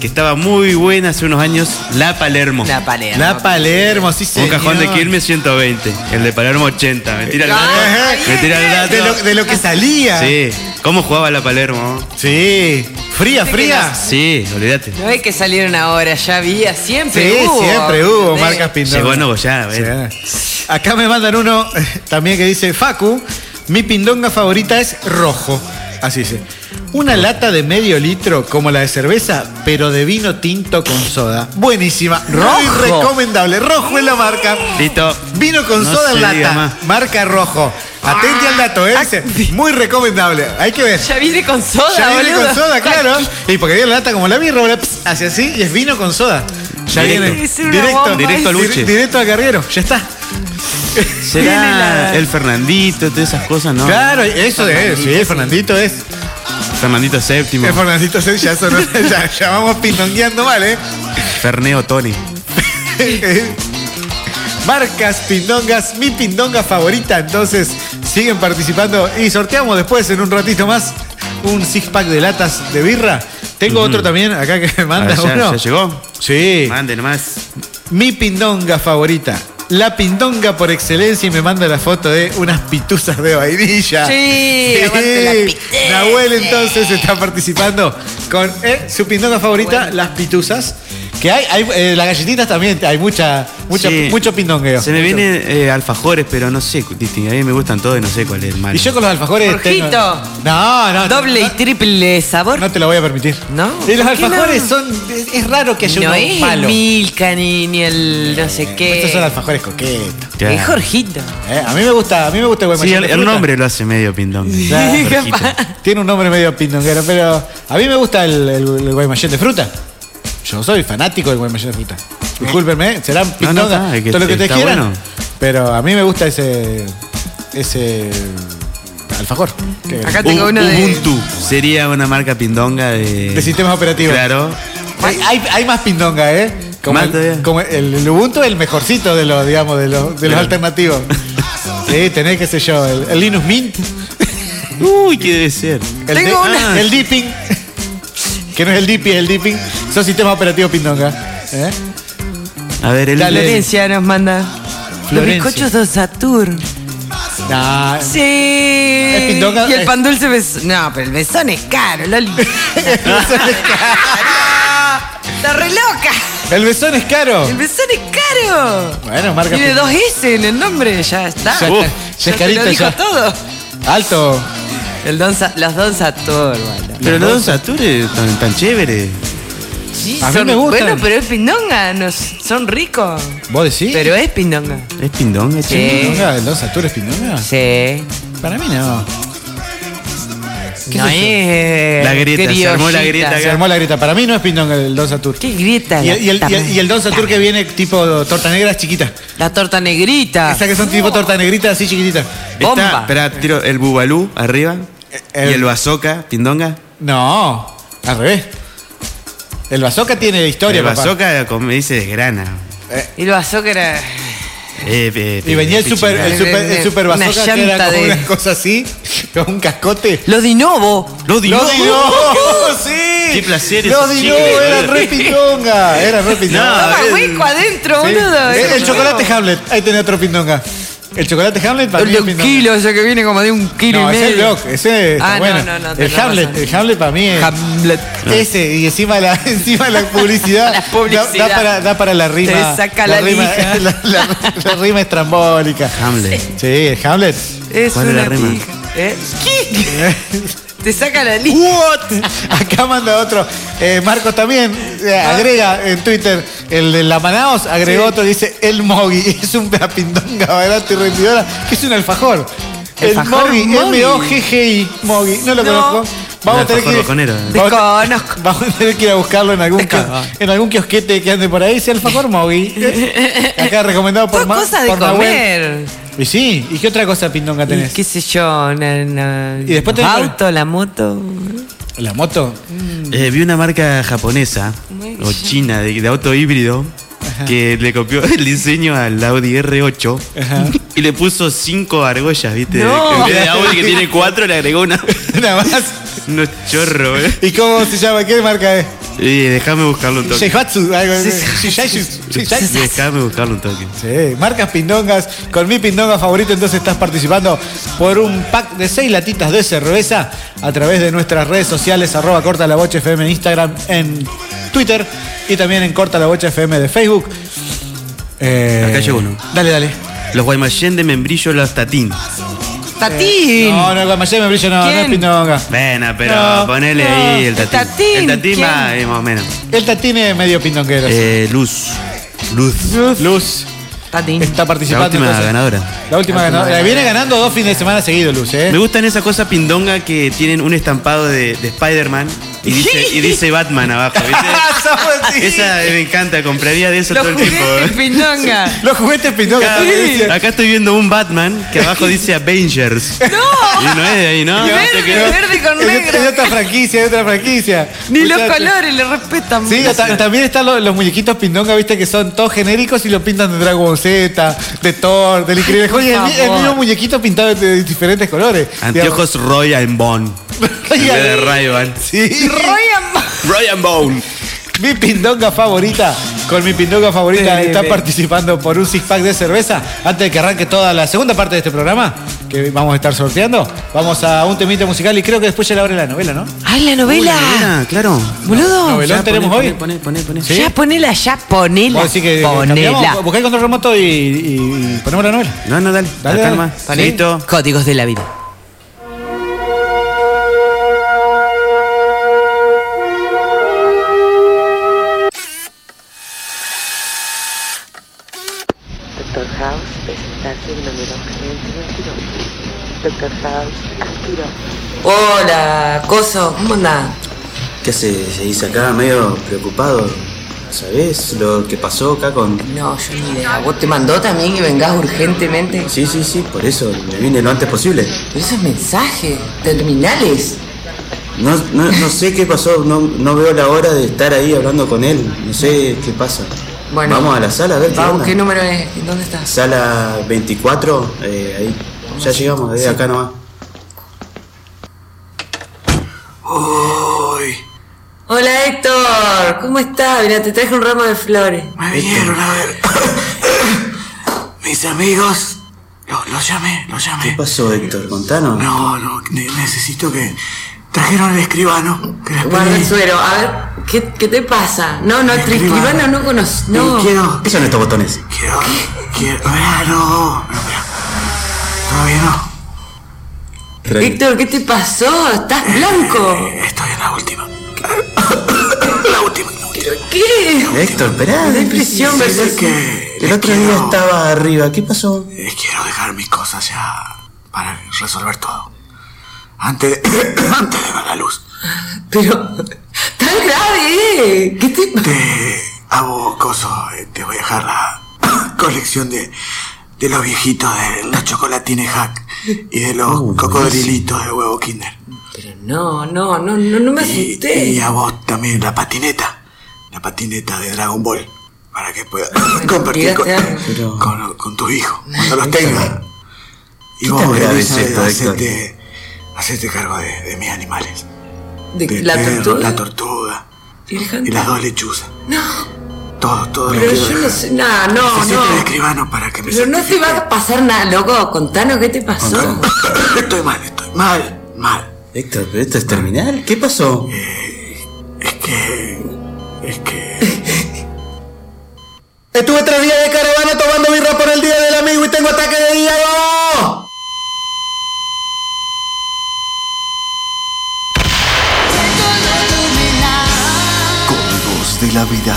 Speaker 2: que estaba muy buena hace unos años, la Palermo.
Speaker 4: La palera.
Speaker 3: Oh. La Palermo, sí,
Speaker 2: Un
Speaker 3: señor.
Speaker 2: cajón de Quilmes 120, el de Palermo 80. Me tira el
Speaker 3: Ah,
Speaker 2: dato. Me tira el dato.
Speaker 3: De lo, de lo que salía.
Speaker 2: Sí, ¿cómo jugaba la Palermo?
Speaker 3: Sí. Fría,
Speaker 4: Dice que
Speaker 3: fría.
Speaker 4: las-
Speaker 2: Sí, olvídate.
Speaker 4: No es que salieron ahora, ya había, siempre
Speaker 3: Sí,
Speaker 4: hubo.
Speaker 3: siempre hubo
Speaker 4: Sí.
Speaker 3: marcas pindongas.
Speaker 2: Llegó a Nuevo ya, ¿ves?
Speaker 3: Sí. Acá me mandan uno <laughs> eh, también que dice, Facu, mi pindonga favorita es rojo. Así dice. Una lata de medio litro como la de cerveza, pero de vino tinto con soda. Buenísima. Muy
Speaker 4: Rojo.
Speaker 3: recomendable. Rojo es la marca.
Speaker 2: Listo.
Speaker 3: Vino con
Speaker 2: No
Speaker 3: soda en
Speaker 2: se diga
Speaker 3: lata.
Speaker 2: más.
Speaker 3: Marca rojo. Atente al dato, ¿eh? Dice, Muy recomendable. Hay que ver.
Speaker 4: Ya viene con soda,
Speaker 3: Ya viene
Speaker 4: boludo.
Speaker 3: con soda, claro. Y porque viene la lata como la birra, boludo, pss, hacia así y es vino con soda. Ya
Speaker 2: Directo.
Speaker 3: viene.
Speaker 4: Es una
Speaker 3: Directo,
Speaker 4: bomba.
Speaker 2: Directo al
Speaker 3: Dir-
Speaker 2: buche.
Speaker 3: Directo al carguero, ya está.
Speaker 2: Será
Speaker 4: la-
Speaker 2: el Fernandito, todas esas cosas, ¿no?
Speaker 3: Claro, eso es. Sí, el Fernandito es.
Speaker 2: Fernandito séptimo,
Speaker 3: El Fernandito es, ya,
Speaker 2: <laughs>
Speaker 3: sonó- ya, ya vamos pindongueando mal, ¿eh? <laughs>
Speaker 2: Ferneo Tony.
Speaker 3: Marcas pindongas, mi pindonga favorita. Entonces, siguen participando y sorteamos después, en un ratito más, un six pack de latas de birra. Tengo otro también acá que me manda
Speaker 2: Ah, ya,
Speaker 3: uno.
Speaker 2: ya llegó.
Speaker 3: Sí.
Speaker 2: Mande nomás.
Speaker 3: Mi pindonga favorita. La pindonga por excelencia y me manda la foto de unas pituzas de vainilla.
Speaker 4: Sí, aguante la pitez.
Speaker 3: Nahuel entonces está participando con eh, su pindonga favorita, las pituzas. Que hay, hay eh, las galletitas también, hay mucha, mucha,
Speaker 2: Sí.
Speaker 3: mucho pindongueo.
Speaker 2: Se me vienen eh, alfajores, pero no sé, distingue. A mí me gustan todos y no sé cuál es el malo.
Speaker 3: Y yo con los alfajores. tengo-
Speaker 4: Jorgito.
Speaker 3: No, no.
Speaker 4: Doble y
Speaker 3: no,
Speaker 4: triple sabor.
Speaker 3: no te lo voy a permitir.
Speaker 4: No,
Speaker 3: Y los
Speaker 4: ¿por qué
Speaker 3: alfajores
Speaker 4: no?
Speaker 3: son. Es, es raro que haya
Speaker 4: No
Speaker 3: uno
Speaker 4: es el
Speaker 3: malo.
Speaker 4: Milka ni, ni el no sé
Speaker 3: Estos son
Speaker 4: qué.
Speaker 3: alfajores coquetos.
Speaker 2: Ya.
Speaker 4: Es Jorgito.
Speaker 3: eh. A mí me gusta, a mí me gusta el buen
Speaker 2: Sí,
Speaker 3: machete
Speaker 2: el,
Speaker 3: de
Speaker 2: el
Speaker 3: fruta.
Speaker 2: nombre lo hace medio pindón.
Speaker 3: <laughs> Claro.
Speaker 4: <laughs>
Speaker 2: Jorgito.
Speaker 3: Tiene un nombre medio pindonguero, pero a mí me gusta el, el, el guaymallén de fruta. Yo soy fanático del guaymallén de fruta. Discúlpenme, serán
Speaker 2: Eh, No, no,
Speaker 3: pindongas,
Speaker 2: está, es que
Speaker 3: todo lo que te
Speaker 2: está
Speaker 3: quieran.
Speaker 2: bueno.
Speaker 3: Pero a mí me gusta ese. ese. alfajor. que-
Speaker 4: Acá tengo
Speaker 2: U-
Speaker 4: uno de.
Speaker 2: Ubuntu sería una marca pindonga de.
Speaker 3: de sistemas operativos.
Speaker 2: Claro.
Speaker 3: Hay, hay- hay más pindonga, ¿eh? Como,
Speaker 2: Más
Speaker 3: el,
Speaker 2: todavía.
Speaker 3: como el, el Ubuntu es el mejorcito de los, digamos, de los, de los alternativos. Sí, tenés, qué sé yo, el, el Linux Mint,
Speaker 2: Uy, ¿qué debe ser?
Speaker 3: el,
Speaker 4: Tengo
Speaker 3: de- ah,
Speaker 4: una-
Speaker 2: Ah.
Speaker 3: el Dipping, que no es el Dipping, es el Dipping, son sistemas operativos pindonga. ¿eh?
Speaker 2: A ver, el.
Speaker 3: Dale.
Speaker 4: Florencia nos manda. Los
Speaker 3: Florencia.
Speaker 4: bizcochos de Saturn.
Speaker 3: Nah,
Speaker 4: Sí.
Speaker 3: pindonga,
Speaker 4: Y el
Speaker 3: es-
Speaker 4: pan dulce mes- No, pero el mesón es
Speaker 3: <laughs>
Speaker 4: caro, Loli. Está re loca.
Speaker 3: el besón es caro.
Speaker 4: El mesón es caro.
Speaker 3: Bueno, marca
Speaker 4: Tiene
Speaker 3: pindonga.
Speaker 4: dos S en el nombre, ya está.
Speaker 3: Ya está, ya es
Speaker 4: ya te
Speaker 3: carito,
Speaker 4: lo dijo
Speaker 3: ya.
Speaker 4: todo.
Speaker 3: Alto.
Speaker 4: El don Sa- los Don Saturn, bueno.
Speaker 2: Pero los dos Saturnes tan, tan chéveres.
Speaker 4: Sí,
Speaker 3: A mí
Speaker 4: son-
Speaker 3: me gustan.
Speaker 4: Bueno, pero es pindonga, nos- son ricos.
Speaker 3: ¿Vos decís?
Speaker 4: Pero es pindonga.
Speaker 2: Es pindonga, che.
Speaker 4: Sí.
Speaker 3: ¿Pindonga? ¿El Don Satur es pindonga?
Speaker 4: Sí.
Speaker 3: Para mí no.
Speaker 4: No es.
Speaker 2: La grieta, se armó la grieta
Speaker 3: Se
Speaker 2: acá.
Speaker 3: armó la grieta. Para mí no es pindonga el Don Satur.
Speaker 4: ¿Qué grieta?
Speaker 3: Y
Speaker 4: la
Speaker 3: el, y el-
Speaker 4: puta
Speaker 3: y el-
Speaker 4: madre?
Speaker 3: y el Don Satur que viene tipo torta negra es chiquita.
Speaker 4: La torta negrita.
Speaker 3: Esa que son tipo torta negrita así chiquitita.
Speaker 4: Ah. Bomba.
Speaker 2: espera, tiro el bubalú arriba.
Speaker 3: el-
Speaker 2: y el bazoca, pindonga.
Speaker 3: No, al revés. El bazooka tiene historia,
Speaker 2: el
Speaker 3: papá.
Speaker 2: bazoca, como me dice, desgrana.
Speaker 4: Y lo azúcar era.
Speaker 2: Eh, eh,
Speaker 3: Y venía el super, el super, el super
Speaker 4: Una
Speaker 3: bazooka que era
Speaker 4: llanta
Speaker 3: como
Speaker 4: de-
Speaker 3: una cosa así, con un cascote.
Speaker 4: Los dinobo.
Speaker 2: ¡Lo digo!
Speaker 3: ¡Los Dinobo! <laughs> ¡Sí!
Speaker 2: Qué placer
Speaker 3: ¡Los
Speaker 2: esos
Speaker 3: Dinobo!
Speaker 2: chicles,
Speaker 3: Era
Speaker 2: boludo.
Speaker 3: re pindonga. Era
Speaker 4: <laughs>
Speaker 3: re
Speaker 2: No,
Speaker 3: pindonga.
Speaker 4: Toma
Speaker 2: el-
Speaker 4: hueco adentro,
Speaker 3: Ah, eh. Sí. Eh,
Speaker 4: boludo.
Speaker 3: El,
Speaker 4: Eso
Speaker 3: el
Speaker 4: no
Speaker 3: chocolate
Speaker 4: veo.
Speaker 3: Hamlet. Ahí tenía otro pindonga. El chocolate Hamlet para
Speaker 4: El
Speaker 3: mí
Speaker 4: de
Speaker 3: es
Speaker 4: un
Speaker 3: pindonga.
Speaker 4: kilo, ese que viene como de un kilo
Speaker 3: No,
Speaker 4: y
Speaker 3: ese es el
Speaker 4: medio.
Speaker 3: block, ese está
Speaker 4: Ah, no,
Speaker 3: bueno.
Speaker 4: no, no, tenés
Speaker 3: el Hamlet,
Speaker 4: razón.
Speaker 3: el Hamlet para mí es.
Speaker 4: Hamlet.
Speaker 3: Ese, y encima la, <laughs> encima la publicidad.
Speaker 4: <laughs> La publicidad.
Speaker 3: Da, da para, da para la rima.
Speaker 4: Te saca la
Speaker 3: rima,
Speaker 4: lija.
Speaker 3: <laughs> La, la- la rima estrambólica.
Speaker 2: Hamlet.
Speaker 3: Sí, el Hamlet.
Speaker 4: Es
Speaker 2: ¿Cuál es
Speaker 4: una
Speaker 2: la rima?
Speaker 4: pija. ¿Eh? ¿Qué? Te saca la lija.
Speaker 3: What? Acá manda otro. Eh, Marcos también eh,
Speaker 14: Ah.
Speaker 3: agrega en Twitter el de la Manaos, <laughs> agregó otro, dice el Mogi. Es una pindonga barata y rendidora, que es un alfajor. El
Speaker 14: Alfajor
Speaker 3: Mogi,
Speaker 14: Mogi.
Speaker 3: M-O-G-G-I, Mogi. No lo
Speaker 14: No.
Speaker 3: conozco. Vamos a,
Speaker 9: Un
Speaker 3: tener que
Speaker 9: alfajor
Speaker 3: ir,
Speaker 2: E.
Speaker 9: boconero.
Speaker 3: vamos a- vamos a tener que ir a buscarlo en algún, kios- en algún kiosquete que ande por ahí. Si
Speaker 14: <laughs>
Speaker 3: alfajor Mogi. Acá recomendado por,
Speaker 14: Son
Speaker 3: Ma-
Speaker 14: cosas de
Speaker 3: por Nahuel.
Speaker 14: comer.
Speaker 3: Y sí, ¿y qué otra cosa pindonga tenés?
Speaker 14: Y qué sé yo, na- na-
Speaker 3: Y después
Speaker 14: los
Speaker 3: tenés-
Speaker 14: autos, la moto.
Speaker 3: ¿La moto? <laughs>
Speaker 9: Eh, vi una marca japonesa o china de, de auto híbrido que le copió el diseño al Audi R8 y le puso cinco argollas, ¿viste?
Speaker 3: No. <laughs>
Speaker 9: En vez de Audi que tiene cuatro, le agregó una.
Speaker 3: Nada más.
Speaker 9: Unos chorros, ¿eh?
Speaker 3: ¿Y cómo se llama? ¿Qué marca es?
Speaker 9: Y déjame buscarlo un toque.
Speaker 3: Shihatsu. algo-
Speaker 9: Sí.
Speaker 3: Shihatsu, Shihatsu.
Speaker 9: Déjame buscarlo un toque.
Speaker 3: Sí, marcas pindongas. Con mi pindonga favorito, entonces estás participando por un pack de seis latitas de cerveza a través de nuestras redes sociales, arroba corta la bocha FM en Instagram, en Twitter y también en corta la bocha FM de Facebook. Eh,
Speaker 9: Acá llegó uno.
Speaker 3: Dale, dale.
Speaker 9: Los Guaymallén de Membrillo Los Tatín.
Speaker 14: ¡Tatín!
Speaker 3: No, no, Guaymallén me brillo, no, no es
Speaker 14: ¿Quién?
Speaker 3: pindonga.
Speaker 9: Bueno, pero
Speaker 3: No,
Speaker 9: ponele
Speaker 3: no.
Speaker 9: ahí el
Speaker 3: El
Speaker 9: Tatín.
Speaker 3: Tatín,
Speaker 9: El Tatín
Speaker 3: ¿quién?
Speaker 9: va eh, más o menos.
Speaker 3: El tatín es medio pindonguero.
Speaker 9: Eh, luz. Luz.
Speaker 3: Luz. Tatín. Está
Speaker 9: La
Speaker 3: participando.
Speaker 9: última
Speaker 3: entonces.
Speaker 9: ganadora.
Speaker 3: La última ganadora. Viene ganando dos fines de semana seguidos, Luz, ¿eh?
Speaker 9: Me
Speaker 3: <laughs>
Speaker 9: gustan esas cosas pindonga que tienen un estampado de, de Spider-Man y dice,
Speaker 3: <laughs>
Speaker 9: y dice Batman abajo,
Speaker 3: Ah,
Speaker 9: <laughs> ¿viste? Esa eh, me encanta, compraría de eso todo el tiempo.
Speaker 3: ¿eh?
Speaker 14: juguetes <laughs> pindonga.
Speaker 3: Los juguetes pindonga.
Speaker 9: Acá, acá estoy viendo un Batman que abajo dice Avengers.
Speaker 14: ¡No!
Speaker 9: Y no es de ahí, ¿no?
Speaker 14: Verde, verde con
Speaker 3: Es de-
Speaker 14: negro.
Speaker 3: Es de otra franquicia, es de otra franquicia.
Speaker 14: Ni los
Speaker 3: Muchachos.
Speaker 14: colores le respetan.
Speaker 3: Sí, ta- también están los, los muñequitos pindonga, viste, que son todos genéricos y los pintan de Dragon Ball Z, de Thor, del Increíble
Speaker 14: Ay, por
Speaker 3: Hulk. Y el, mi- el
Speaker 14: favor.
Speaker 3: mismo muñequito pintado de, de diferentes colores.
Speaker 9: Anteojos Roy and Bone. En vez de Ray Ban.
Speaker 3: Sí.
Speaker 9: Roy and Bone.
Speaker 3: Mi pindonga favorita, con mi pindonga favorita,
Speaker 14: Sí,
Speaker 3: está
Speaker 14: sí.
Speaker 3: participando por un six pack de cerveza. Antes de que arranque toda la segunda parte de este programa, que vamos a estar sorteando, vamos a un temita musical y creo que después ya le abre la novela, ¿no?
Speaker 14: ¡Ay, la
Speaker 9: Uy,
Speaker 14: novela!
Speaker 9: la novela, Ah, claro.
Speaker 14: Boludo.
Speaker 3: Novelón
Speaker 9: Ya,
Speaker 3: tenemos
Speaker 9: poné,
Speaker 3: hoy.
Speaker 9: poné, poné, poné.
Speaker 3: ¿Sí?
Speaker 14: Ya ponela, ya ponela.
Speaker 3: Vos decís que
Speaker 14: ponela.
Speaker 3: cambiamos, buscá el control remoto y, y- y ponemos la novela.
Speaker 9: No, no, dale.
Speaker 3: Dale,
Speaker 9: Acá
Speaker 3: dale.
Speaker 9: nomás.
Speaker 14: Poné
Speaker 9: Listo.
Speaker 14: Códigos de la vida.
Speaker 6: Doctor House, presentante de número 2022. Doctor House, aspiró.
Speaker 4: Hola, Coso, ¿cómo andás?
Speaker 2: ¿Qué hace? Se dice acá medio preocupado. ¿Sabés lo que pasó acá con.?
Speaker 4: No, yo ni idea. ¿Vos te mandó también que vengas urgentemente?
Speaker 2: Sí, sí, sí, por eso me vine lo antes posible.
Speaker 4: Pero esos mensajes, terminales.
Speaker 2: No, no, no sé qué pasó, no, no veo la hora de estar ahí hablando con él. No sé qué pasa.
Speaker 4: Bueno.
Speaker 2: Vamos a la sala a ver qué
Speaker 4: Vamos,
Speaker 2: onda.
Speaker 4: ¿qué número es? ¿Dónde estás?
Speaker 2: Sala 24, eh, ahí. Ya llegamos, de acá nomás.
Speaker 4: Hola, Héctor. ¿Cómo estás? Mira, te traje un ramo de flores.
Speaker 7: Me
Speaker 2: Este.
Speaker 7: vinieron a ver. <coughs> Mis amigos. Los lo llamé, los
Speaker 2: ¿Qué
Speaker 7: llamé.
Speaker 2: pasó, Héctor? Contanos.
Speaker 7: No, no, ne- necesito que. Trajeron al escribano. Que les
Speaker 4: Guarda
Speaker 7: pedí. Eh,
Speaker 4: el suero. A ver, ¿qué, qué te pasa? No,
Speaker 7: <laughs>
Speaker 4: no,
Speaker 7: Escribano.
Speaker 4: Tristibano no conoces. No.
Speaker 2: Eh, Quiero... ¿Qué son estos botones?
Speaker 7: Quiero. Quiero. Ah, no. no, espera. Todavía no.
Speaker 4: Héctor, ¿qué te pasó? ¿Estás
Speaker 7: <laughs>
Speaker 4: blanco?
Speaker 7: Eh, Estoy en la última. <coughs> La última. la última.
Speaker 4: ¿Qué?
Speaker 2: Héctor, esperá.
Speaker 4: Depresión versus...
Speaker 7: Es que.
Speaker 2: El otro día estaba arriba. ¿Qué pasó?
Speaker 7: eh, quiero dejar mis cosas ya. Para resolver todo. Antes. <coughs> antes de ver la luz.
Speaker 4: Pero... ¡Tan grave! ¿eh? ¿Qué te pasa?
Speaker 7: Te hago coso, eh, te voy a dejar la colección de, de los viejitos, de los chocolatines hack y de los
Speaker 2: Oh,
Speaker 7: cocodrilitos de huevo kinder.
Speaker 4: Pero no, no, no, no, no me
Speaker 7: Y,
Speaker 4: asusté.
Speaker 7: y a vos también la patineta, la patineta de Dragon Ball, para que puedas <laughs> compartir con,
Speaker 4: tiraste algo.
Speaker 2: Pero-
Speaker 7: con, con tus hijos cuando los tengas. Y
Speaker 2: ¿Qué
Speaker 7: vos,
Speaker 2: tan grave
Speaker 7: Elisa,
Speaker 2: es esto, Héctor?
Speaker 7: hacete, hacete cargo de, de mis animales.
Speaker 4: De,
Speaker 7: Del
Speaker 4: la
Speaker 7: perro,
Speaker 4: tortuga.
Speaker 7: la tortuga
Speaker 4: y el
Speaker 7: y
Speaker 4: jante.
Speaker 7: las dos lechuzas.
Speaker 4: No,
Speaker 7: Todo, todo lo
Speaker 4: pero
Speaker 7: quiero
Speaker 4: yo no
Speaker 7: dejar.
Speaker 4: sé. Nah, no,
Speaker 7: Necesito el
Speaker 4: no.
Speaker 7: escribano para que me
Speaker 4: Pero no te va a pasar nada, loco. Contanos qué te pasó.
Speaker 7: certifique. Estoy mal, estoy mal, mal.
Speaker 2: Héctor, pero esto es terminal. ¿Qué pasó?
Speaker 7: Es que. Es que.
Speaker 15: Estuve tres días de caravana tomando birra por el día del amigo y tengo ataque de hígado.
Speaker 16: Códigos de la vida.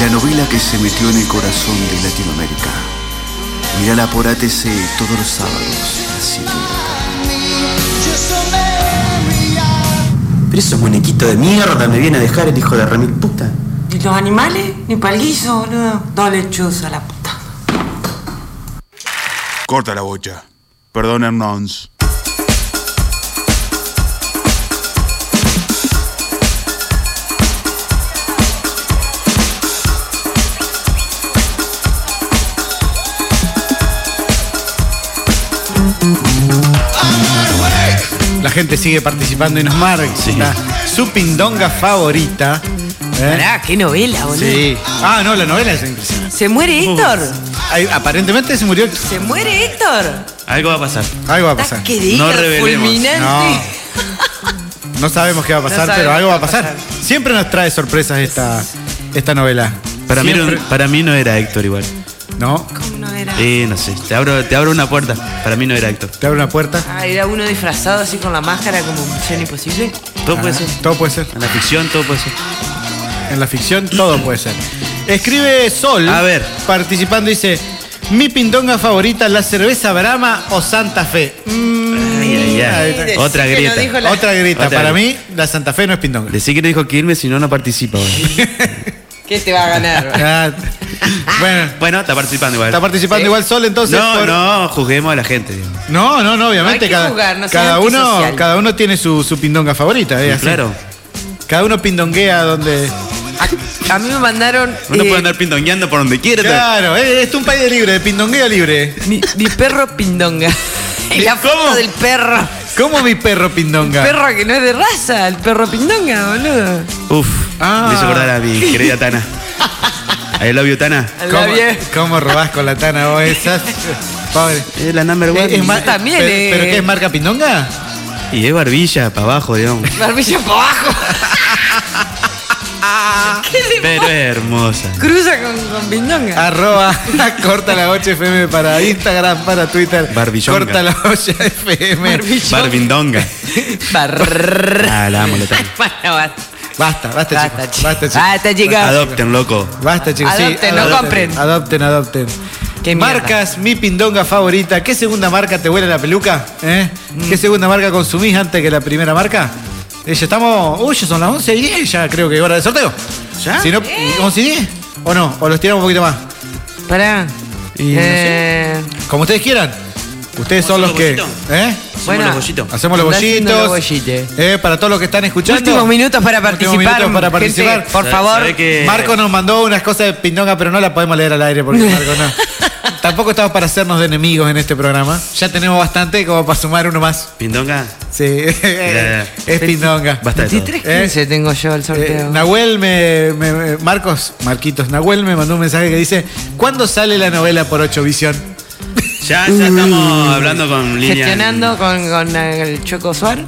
Speaker 16: La novela que se metió en el corazón de Latinoamérica.
Speaker 17: Mírala por ATC todos los sábados a las 7 de
Speaker 12: Pero esos muñequitos de mierda me viene a dejar el hijo de remil puta.
Speaker 10: ¿Y los animales? Ni pa'l guiso, boludo. Dos lechuzas, la puta.
Speaker 1: Corta la bocha. Perdona, Nons.
Speaker 3: La gente sigue participando y nos marca su pindonga favorita. ¿eh?
Speaker 4: Pará, qué novela, boludo.
Speaker 3: Sí. Ah, no, la novela es impresionante.
Speaker 4: ¿Se muere Héctor?
Speaker 3: Ay, aparentemente se murió.
Speaker 4: ¿Se muere Héctor?
Speaker 2: Algo va a pasar.
Speaker 3: Algo va a pasar.
Speaker 4: Que diga, fulminante. <laughs>
Speaker 3: No, no sabemos qué va a
Speaker 4: No
Speaker 3: pasar, pero
Speaker 4: sabemos
Speaker 3: algo va a
Speaker 4: qué va a
Speaker 3: pasar. Siempre nos trae sorpresas esta, esta novela.
Speaker 2: Para mí, no,
Speaker 3: Siempre.
Speaker 2: para mí no era Héctor igual.
Speaker 3: ¿No?
Speaker 4: No era.
Speaker 2: Eh, no sé. Te abro, te abro una puerta. Para mí no era Héctor.
Speaker 3: ¿Te abro una puerta?
Speaker 4: Ah, era uno disfrazado así con la máscara como Misión Imposible.
Speaker 2: Todo puede ser.
Speaker 3: Todo puede ser.
Speaker 2: En la ficción, todo puede ser.
Speaker 3: En la ficción todo puede ser. Escribe Sol. A ver. Participando dice, mi pindonga favorita, la cerveza Brahma o Santa Fe. Mm,
Speaker 2: ay, ay.
Speaker 3: ahí está.
Speaker 2: Otra Decí que no grieta. dijo la-
Speaker 3: Otra grieta.
Speaker 2: Otra
Speaker 3: Para mí,
Speaker 2: grieta.
Speaker 3: la Santa Fe no es pindonga.
Speaker 2: Decí que no dijo que irme, si no, no participa. boludo.
Speaker 4: ¿Qué te va a <laughs> ganar?
Speaker 3: Ah, bueno,
Speaker 2: Bueno, está participando igual.
Speaker 3: está participando igual Sol entonces.
Speaker 2: No,
Speaker 3: por-
Speaker 2: no, juzguemos a la gente. digo.
Speaker 3: No, no, no, obviamente.
Speaker 2: Hay que
Speaker 3: cada,
Speaker 2: jugar, no seas
Speaker 3: cada uno,
Speaker 2: antisocial.
Speaker 3: cada uno tiene su, su pindonga favorita. eh,
Speaker 2: Sí,
Speaker 3: así.
Speaker 2: claro.
Speaker 3: Cada uno pindonguea donde.
Speaker 4: A mí me mandaron.
Speaker 2: Uno
Speaker 4: eh,
Speaker 2: puede andar pindongueando por donde quiera.
Speaker 3: Claro, eh, es un país de libre, de pindonguea libre.
Speaker 4: Mi, mi perro pindonga. la foto del perro.
Speaker 3: ¿Cómo mi perro pindonga?
Speaker 4: Perro que no es de raza, el perro pindonga, boludo.
Speaker 2: Uf, me hizo acordar a mi querida <laughs> Tana. I love you, Tana.
Speaker 3: ¿Cómo, ¿Cómo robás con la tana vos
Speaker 4: <laughs>
Speaker 3: esas? Pobre.
Speaker 2: Es la number one.
Speaker 3: mar-
Speaker 4: Yo también,
Speaker 3: pero,
Speaker 4: eh.
Speaker 3: ¿pero qué es marca pindonga?
Speaker 4: <laughs>
Speaker 2: Y es barbilla para abajo, <laughs> digamos.
Speaker 4: Barbilla para abajo. ¿Qué le
Speaker 2: Pero es hermosa.
Speaker 4: cruza con, con
Speaker 3: Ah,
Speaker 4: pindonga?
Speaker 3: Arroba, <laughs> corta la 8 FM para Instagram, para Twitter.
Speaker 2: Barbillonga.
Speaker 3: Corta la 8 FM.
Speaker 2: Barbindonga.
Speaker 4: Barrrr.
Speaker 2: Ah, la amo, la Tana.
Speaker 4: <laughs> Bueno, basta.
Speaker 3: Basta, basta, chicos. Basta, chicos.
Speaker 4: Basta, chicas.
Speaker 2: Adopten, loco.
Speaker 3: Basta, chicos. sí,
Speaker 4: Adopten, no compren.
Speaker 3: Adopten, adopten.
Speaker 4: Qué mierda.
Speaker 3: Marcas, mi pindonga favorita. ¿Qué segunda marca te huele la peluca? ¿Eh?
Speaker 4: Mm.
Speaker 3: ¿Qué segunda marca consumís antes que la primera marca? Eh, Ya estamos. Uy, ya son las 11 y 10, ya creo que es hora de sorteo.
Speaker 2: ¿Ya?
Speaker 3: Si no,
Speaker 4: ¿Eh?
Speaker 3: 11 y 10. ¿O no? ¿O los tiramos un poquito más?
Speaker 4: Pará.
Speaker 3: Y no sé.
Speaker 4: Eh,
Speaker 3: Como ustedes quieran. Ustedes son los
Speaker 2: ¿Hacemos
Speaker 3: que.
Speaker 2: los
Speaker 3: ¿Eh?
Speaker 4: Bueno.
Speaker 2: los bollitos.
Speaker 3: Hacemos los
Speaker 4: Andá haciendo
Speaker 3: bollitos.
Speaker 4: los bollitos.
Speaker 3: Eh, para todos los que están escuchando.
Speaker 4: Últimos minutos para
Speaker 3: Últimos
Speaker 4: participar,
Speaker 3: minutos para
Speaker 4: gente,
Speaker 3: participar.
Speaker 4: por favor.
Speaker 2: ¿Sabe que-
Speaker 3: Marco nos mandó unas cosas de pindonga, pero no la podemos leer al aire porque Marco
Speaker 2: <laughs>
Speaker 3: no. Tampoco estamos para hacernos de enemigos en este programa. Ya tenemos bastante como para sumar uno más.
Speaker 2: Pindonga.
Speaker 3: Sí,
Speaker 2: Eh,
Speaker 3: es pindonga.
Speaker 2: Basta de todo.
Speaker 4: 23.15 tengo yo el
Speaker 3: Eh,
Speaker 4: sorteo.
Speaker 3: Nahuel me, me- me- Marcos, Marquitos, Nahuel me mandó un mensaje que dice: ¿Cuándo sale la novela por Ocho Visión?
Speaker 2: Ya, ya
Speaker 3: Mm.
Speaker 2: estamos hablando con Lilian.
Speaker 4: Gestionando con, con el Choco Suar.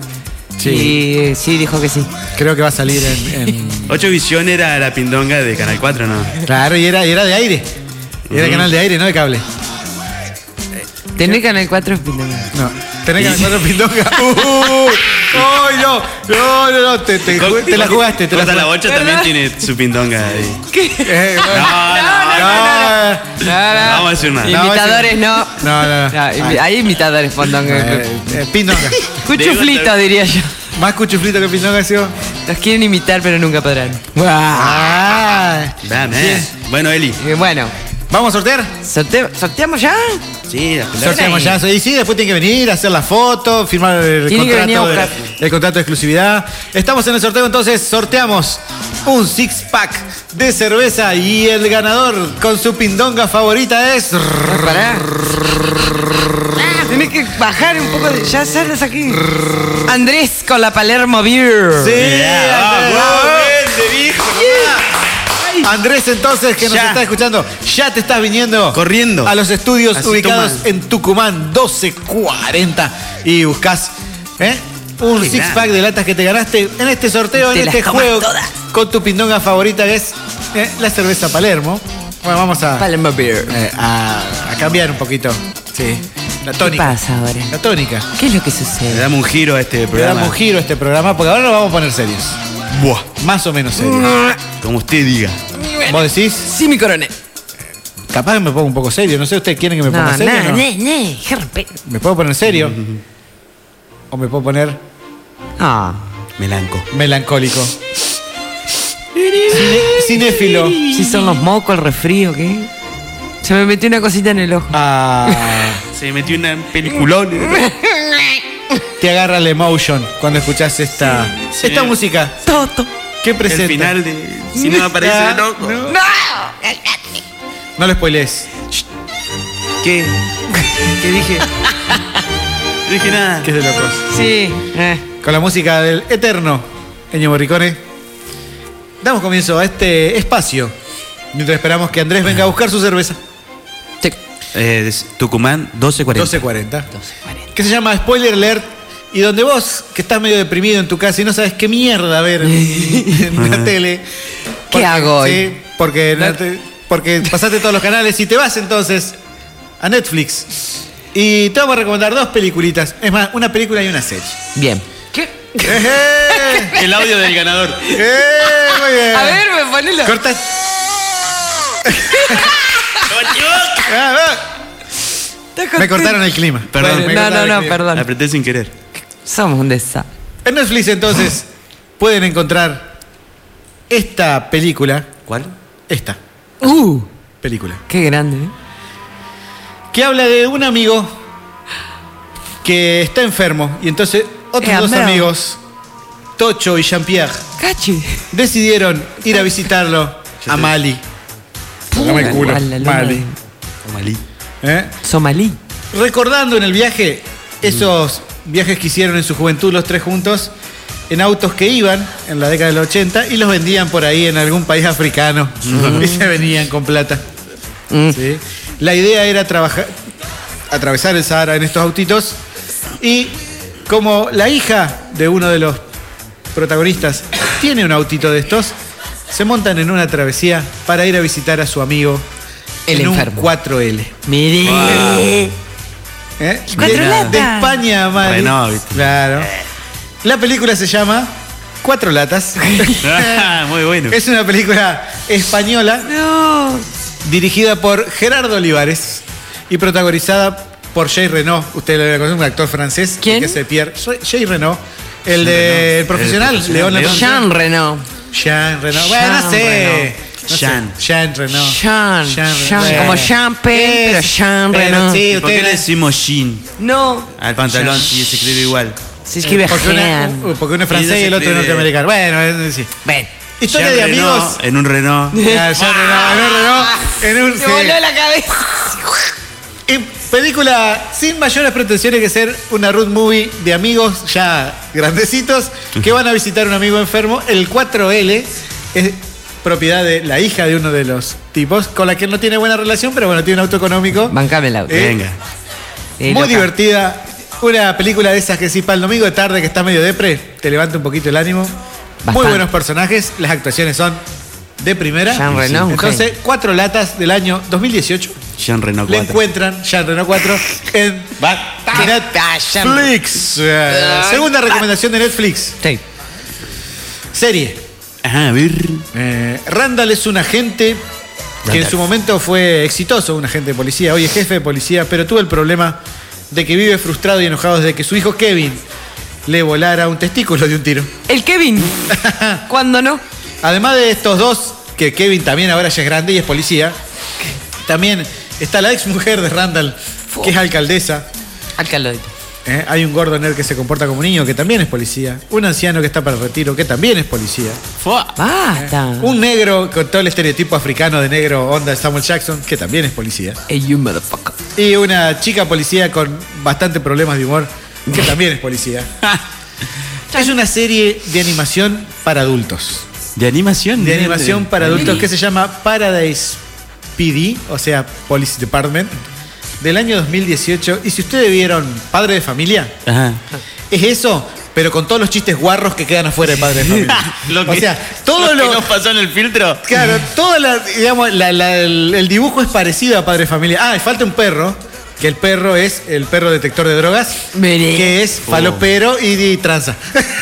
Speaker 3: Sí.
Speaker 4: Y eh, sí, dijo que sí.
Speaker 3: Creo que va a salir en- en
Speaker 2: <laughs> Ocho Visión era la pindonga de Canal 4, ¿no?
Speaker 3: Claro, y era, y era de aire. Y era
Speaker 2: Ujú.
Speaker 3: canal de aire, no de cable.
Speaker 4: Tenés Canal 4 pindonga.
Speaker 3: No. Tenés que canal
Speaker 2: <laughs>
Speaker 3: pindonga. ¡Uh! ¡Ay, no! No, no, no. Te, te ju- te la jugaste, te la
Speaker 2: Corta la
Speaker 3: jugaste.
Speaker 2: bocha también tiene su pindonga ahí.
Speaker 3: Eh,
Speaker 2: No,
Speaker 3: bueno.
Speaker 2: no, no.
Speaker 3: Ah,
Speaker 4: No, no.
Speaker 2: Vamos a decir nada.
Speaker 3: No,
Speaker 4: Imitadores no.
Speaker 3: No, no, no.
Speaker 4: No, imi- hay imitadores pindonga.
Speaker 3: Eh, eh, pindonga.
Speaker 4: Cuchuflito, diría yo.
Speaker 3: Más cuchuflito que pindonga, ¿sí? vos?
Speaker 4: Los quieren imitar, pero nunca podrán.
Speaker 3: Ah.
Speaker 2: Dame. Bueno, Eli.
Speaker 4: Eh, bueno,
Speaker 3: ¿Vamos a sortear?
Speaker 4: sorte- ¿sorteamos ya?
Speaker 2: Sí, la pelota.
Speaker 3: Sorteamos ya. Y sí, después tienen que venir, hacer la foto, firmar el
Speaker 4: Tienen que venir a
Speaker 3: contrato, de,
Speaker 4: buscar.
Speaker 3: el contrato de exclusividad. Estamos en el sorteo, entonces sorteamos un six pack de cerveza y el ganador con su pindonga favorita es.
Speaker 4: Pará. Ah, tenés que bajar un poco de. Ya sales aquí. Andrés con la Palermo Beer.
Speaker 3: Sí,
Speaker 2: Ah,
Speaker 3: Andrés.
Speaker 2: bueno, vende, viejo.
Speaker 3: Andrés, entonces, que nos
Speaker 2: Ya.
Speaker 3: está escuchando, ya te estás viniendo.
Speaker 2: Corriendo.
Speaker 3: A los estudios
Speaker 2: Así
Speaker 3: ubicados
Speaker 2: toman.
Speaker 3: en Tucumán, 1240. Y buscas un
Speaker 2: Qué
Speaker 3: six
Speaker 2: grande.
Speaker 3: pack de latas que te ganaste en este sorteo,
Speaker 4: Te
Speaker 3: en
Speaker 4: las
Speaker 3: este
Speaker 4: tomas
Speaker 3: juego.
Speaker 4: todas.
Speaker 3: Con tu pindonga favorita, que es eh, la cerveza Palermo. Bueno, vamos a,
Speaker 4: Palermo Beer.
Speaker 3: eh, a, a cambiar un poquito. Sí. La
Speaker 4: ¿Qué
Speaker 3: tónica.
Speaker 4: pasa ahora?
Speaker 3: La tónica.
Speaker 4: ¿Qué es lo que
Speaker 2: Le
Speaker 4: sucede?
Speaker 2: damos un giro a este
Speaker 3: Le damos
Speaker 2: programa.
Speaker 3: un giro a este programa porque ahora nos vamos a poner serios.
Speaker 2: Buah,
Speaker 3: Más o menos serios.
Speaker 2: como usted diga.
Speaker 3: ¿Vos decís?
Speaker 4: Sí, mi coroné.
Speaker 3: Capaz que me pongo un poco serio. No sé, ¿ustedes quieren que me ponga
Speaker 4: No,
Speaker 3: serio?
Speaker 4: no,
Speaker 3: no?
Speaker 4: ne, ne, jerpe.
Speaker 3: ¿Me puedo poner serio? ¿O me puedo poner
Speaker 2: Ah, melanco.
Speaker 3: melancólico? cinéfilo.
Speaker 4: Si son los mocos, el resfrío, ¿qué? Se me metió una cosita en el ojo.
Speaker 3: Ah.
Speaker 2: Se metió una peliculón.
Speaker 3: Te agarra la emotion cuando escuchás esta,
Speaker 2: Sí.
Speaker 3: esta música.
Speaker 4: Toto.
Speaker 3: ¿Qué presenta?
Speaker 2: El final de. Si no aparece
Speaker 3: Ah,
Speaker 2: el loco.
Speaker 3: No, no lo spoilees.
Speaker 2: ¿Qué? ¿Qué dije? No dije nada.
Speaker 3: Que es de locos.
Speaker 4: Sí. eh.
Speaker 3: Con la música del eterno Ennio Morricone. Damos comienzo a este espacio. Mientras esperamos que Andrés venga a buscar su cerveza.
Speaker 2: Eh, es Tucumán 1240.
Speaker 3: 12.40. Que se llama Spoiler Alert. Y donde vos, que estás medio deprimido en tu casa y no sabes qué mierda ver
Speaker 4: <laughs>
Speaker 3: en la tele. porque-
Speaker 4: Ah. hago hoy?
Speaker 3: Sí, porque, en la te- porque pasaste todos los canales y te vas entonces a Netflix. Y te vamos a recomendar dos peliculitas. Es más, una película y una
Speaker 4: <laughs>
Speaker 3: serie.
Speaker 4: Bien.
Speaker 2: El audio del ganador.
Speaker 3: ¡Eh! Muy bien.
Speaker 4: A ver, me ponelo. <laughs>
Speaker 3: Corta. Ah, ah. Me cortaron el clima.
Speaker 2: Perdón.
Speaker 3: Me
Speaker 4: No, no,
Speaker 3: cortaron el
Speaker 4: no,
Speaker 3: clima.
Speaker 4: perdón.
Speaker 2: Apreté sin querer.
Speaker 4: Somos un desastre.
Speaker 3: En Netflix entonces pueden encontrar esta película.
Speaker 2: ¿Cuál?
Speaker 3: Esta
Speaker 4: Uh,
Speaker 3: película.
Speaker 4: qué grande. ¿eh?
Speaker 3: Que habla de un amigo que está enfermo. Y entonces otros
Speaker 4: Eh,
Speaker 3: dos
Speaker 4: ameo.
Speaker 3: amigos, Tocho y Jean-Pierre,
Speaker 4: Cachi.
Speaker 3: decidieron ir a visitarlo a Mali. Dame el culo.
Speaker 4: Igual, la luna
Speaker 3: Mali.
Speaker 2: Somalí.
Speaker 3: ¿Eh?
Speaker 4: Somalí.
Speaker 3: Recordando en el viaje esos viajes que hicieron en su juventud los tres juntos en autos que iban en la década del 80 y los vendían por ahí en algún país africano y se venían con plata.
Speaker 4: Mm.
Speaker 3: ¿Sí? La idea era trabajar, atravesar el Sahara en estos autitos y como la hija de uno de los protagonistas tiene un autito de estos, se montan en una travesía para ir a visitar a su amigo
Speaker 4: El
Speaker 3: en
Speaker 4: enfermo.
Speaker 3: un 4L.
Speaker 4: Mire.
Speaker 3: ¿Eh?
Speaker 4: Cuatro
Speaker 3: de,
Speaker 4: latas.
Speaker 3: de España a Mali.
Speaker 2: Bueno, viste.
Speaker 3: Claro. La película se llama Cuatro latas.
Speaker 2: <laughs>
Speaker 3: Eh.
Speaker 2: Ah, <laughs> Muy bueno.
Speaker 3: es una película española
Speaker 4: No.
Speaker 3: dirigida por Gerardo Olivares y protagonizada por Jay Renault. Usted lo debe conocer, un actor francés.
Speaker 4: ¿Quién?
Speaker 3: Que se pierde. Jay Renault. El de El profesional,
Speaker 2: profesional,
Speaker 3: León la
Speaker 2: León.
Speaker 3: Profesional.
Speaker 4: Jean Reno.
Speaker 3: Jean Renault. Bueno, no
Speaker 4: Jean
Speaker 3: sé.
Speaker 4: Reno.
Speaker 3: No sé.
Speaker 2: Jean.
Speaker 3: Jean Renault.
Speaker 4: Jean. Jean,
Speaker 3: Reno.
Speaker 4: como Jean Pen,
Speaker 3: Es-
Speaker 4: pero Jean
Speaker 3: pero
Speaker 4: Reno.
Speaker 3: Sí,
Speaker 2: ¿Y ¿Por qué le
Speaker 3: ustedes
Speaker 2: decimos Shin?
Speaker 4: No.
Speaker 2: Al Ah, pantalón, sí, se escribe igual.
Speaker 4: Se escribe
Speaker 3: porque, una- Uh.
Speaker 4: Jean.
Speaker 3: porque uno es francés y el otro es norteamericano. Bueno, es decir.
Speaker 4: Ven.
Speaker 3: Historia de
Speaker 2: Jean Reno, <laughs>
Speaker 3: amigos.
Speaker 2: En un
Speaker 3: <laughs>
Speaker 2: Renault.
Speaker 3: Ya, Jean Reno, en un Renault, en un-
Speaker 4: Se voló
Speaker 3: sí.
Speaker 4: la cabeza.
Speaker 3: Y película sin mayores pretensiones que ser una road movie de amigos ya grandecitos que van a visitar a un amigo enfermo. El 4L es propiedad de la hija de uno de los tipos, con la que no tiene buena relación, pero bueno, tiene un auto económico.
Speaker 4: Bancame el auto.
Speaker 3: Eh,
Speaker 2: Venga.
Speaker 4: Eh,
Speaker 3: Muy
Speaker 4: loca.
Speaker 3: divertida. Una película de esas que si para el domingo de tarde que está medio depre, te levanta un poquito el ánimo. Muy
Speaker 4: Bastante.
Speaker 3: buenos personajes, las actuaciones son de primera.
Speaker 4: Jean
Speaker 3: Sí.
Speaker 4: Reno, un
Speaker 3: Entonces,
Speaker 4: genio.
Speaker 3: cuatro latas del año 2018
Speaker 2: Jean Renault
Speaker 3: le
Speaker 2: 4.
Speaker 3: encuentran Jean Reno 4 en Netflix. Eh, Segunda recomendación de Netflix.
Speaker 4: Sí.
Speaker 3: Serie.
Speaker 2: Ajá, Ah, a ver.
Speaker 3: Eh, Randall es un agente que en su momento fue exitoso, un agente de policía, hoy es jefe de policía, pero tuvo el problema de que vive frustrado y enojado desde que su hijo Kevin le volara un testículo de un tiro.
Speaker 4: El Kevin. ¿Cuándo no?
Speaker 3: Además de estos dos, que Kevin también ahora ya es grande y es policía, también está la ex mujer de Randall, que es alcaldesa.
Speaker 4: Alcaloide.
Speaker 3: ¿eh? Hay un gordo nerd que se comporta como un niño, que también es policía. Un anciano que está para el retiro, que también es policía.
Speaker 4: Basta.
Speaker 3: Eh,
Speaker 2: Ah.
Speaker 3: Un negro con todo el estereotipo africano de negro, onda Samuel Jackson, que también es policía.
Speaker 4: Hey, you motherfucker.
Speaker 3: Y una chica policía con bastante problemas de humor, que también es
Speaker 2: <laughs>
Speaker 3: policía. es una serie de animación para adultos.
Speaker 2: De animación.
Speaker 3: De
Speaker 2: mira,
Speaker 3: animación
Speaker 2: de-
Speaker 3: para adultos que se llama Paradise PD, o sea, Police Department, del año 2018. Y si ustedes vieron Padre de Familia,
Speaker 2: Ajá.
Speaker 3: es eso, pero con todos los chistes guarros que quedan afuera de
Speaker 2: <laughs>
Speaker 3: Padre de Familia.
Speaker 2: Lo
Speaker 3: o
Speaker 2: que-
Speaker 3: sea, todo
Speaker 2: lo
Speaker 3: lo...
Speaker 2: que nos pasó en el filtro.
Speaker 3: Claro, toda la, digamos, la- la- el, el dibujo es parecido a Padre de Familia. Ah, y falta un perro, que el perro es el perro detector de drogas,
Speaker 4: Veré.
Speaker 3: que es falopero y, y tranza. <laughs>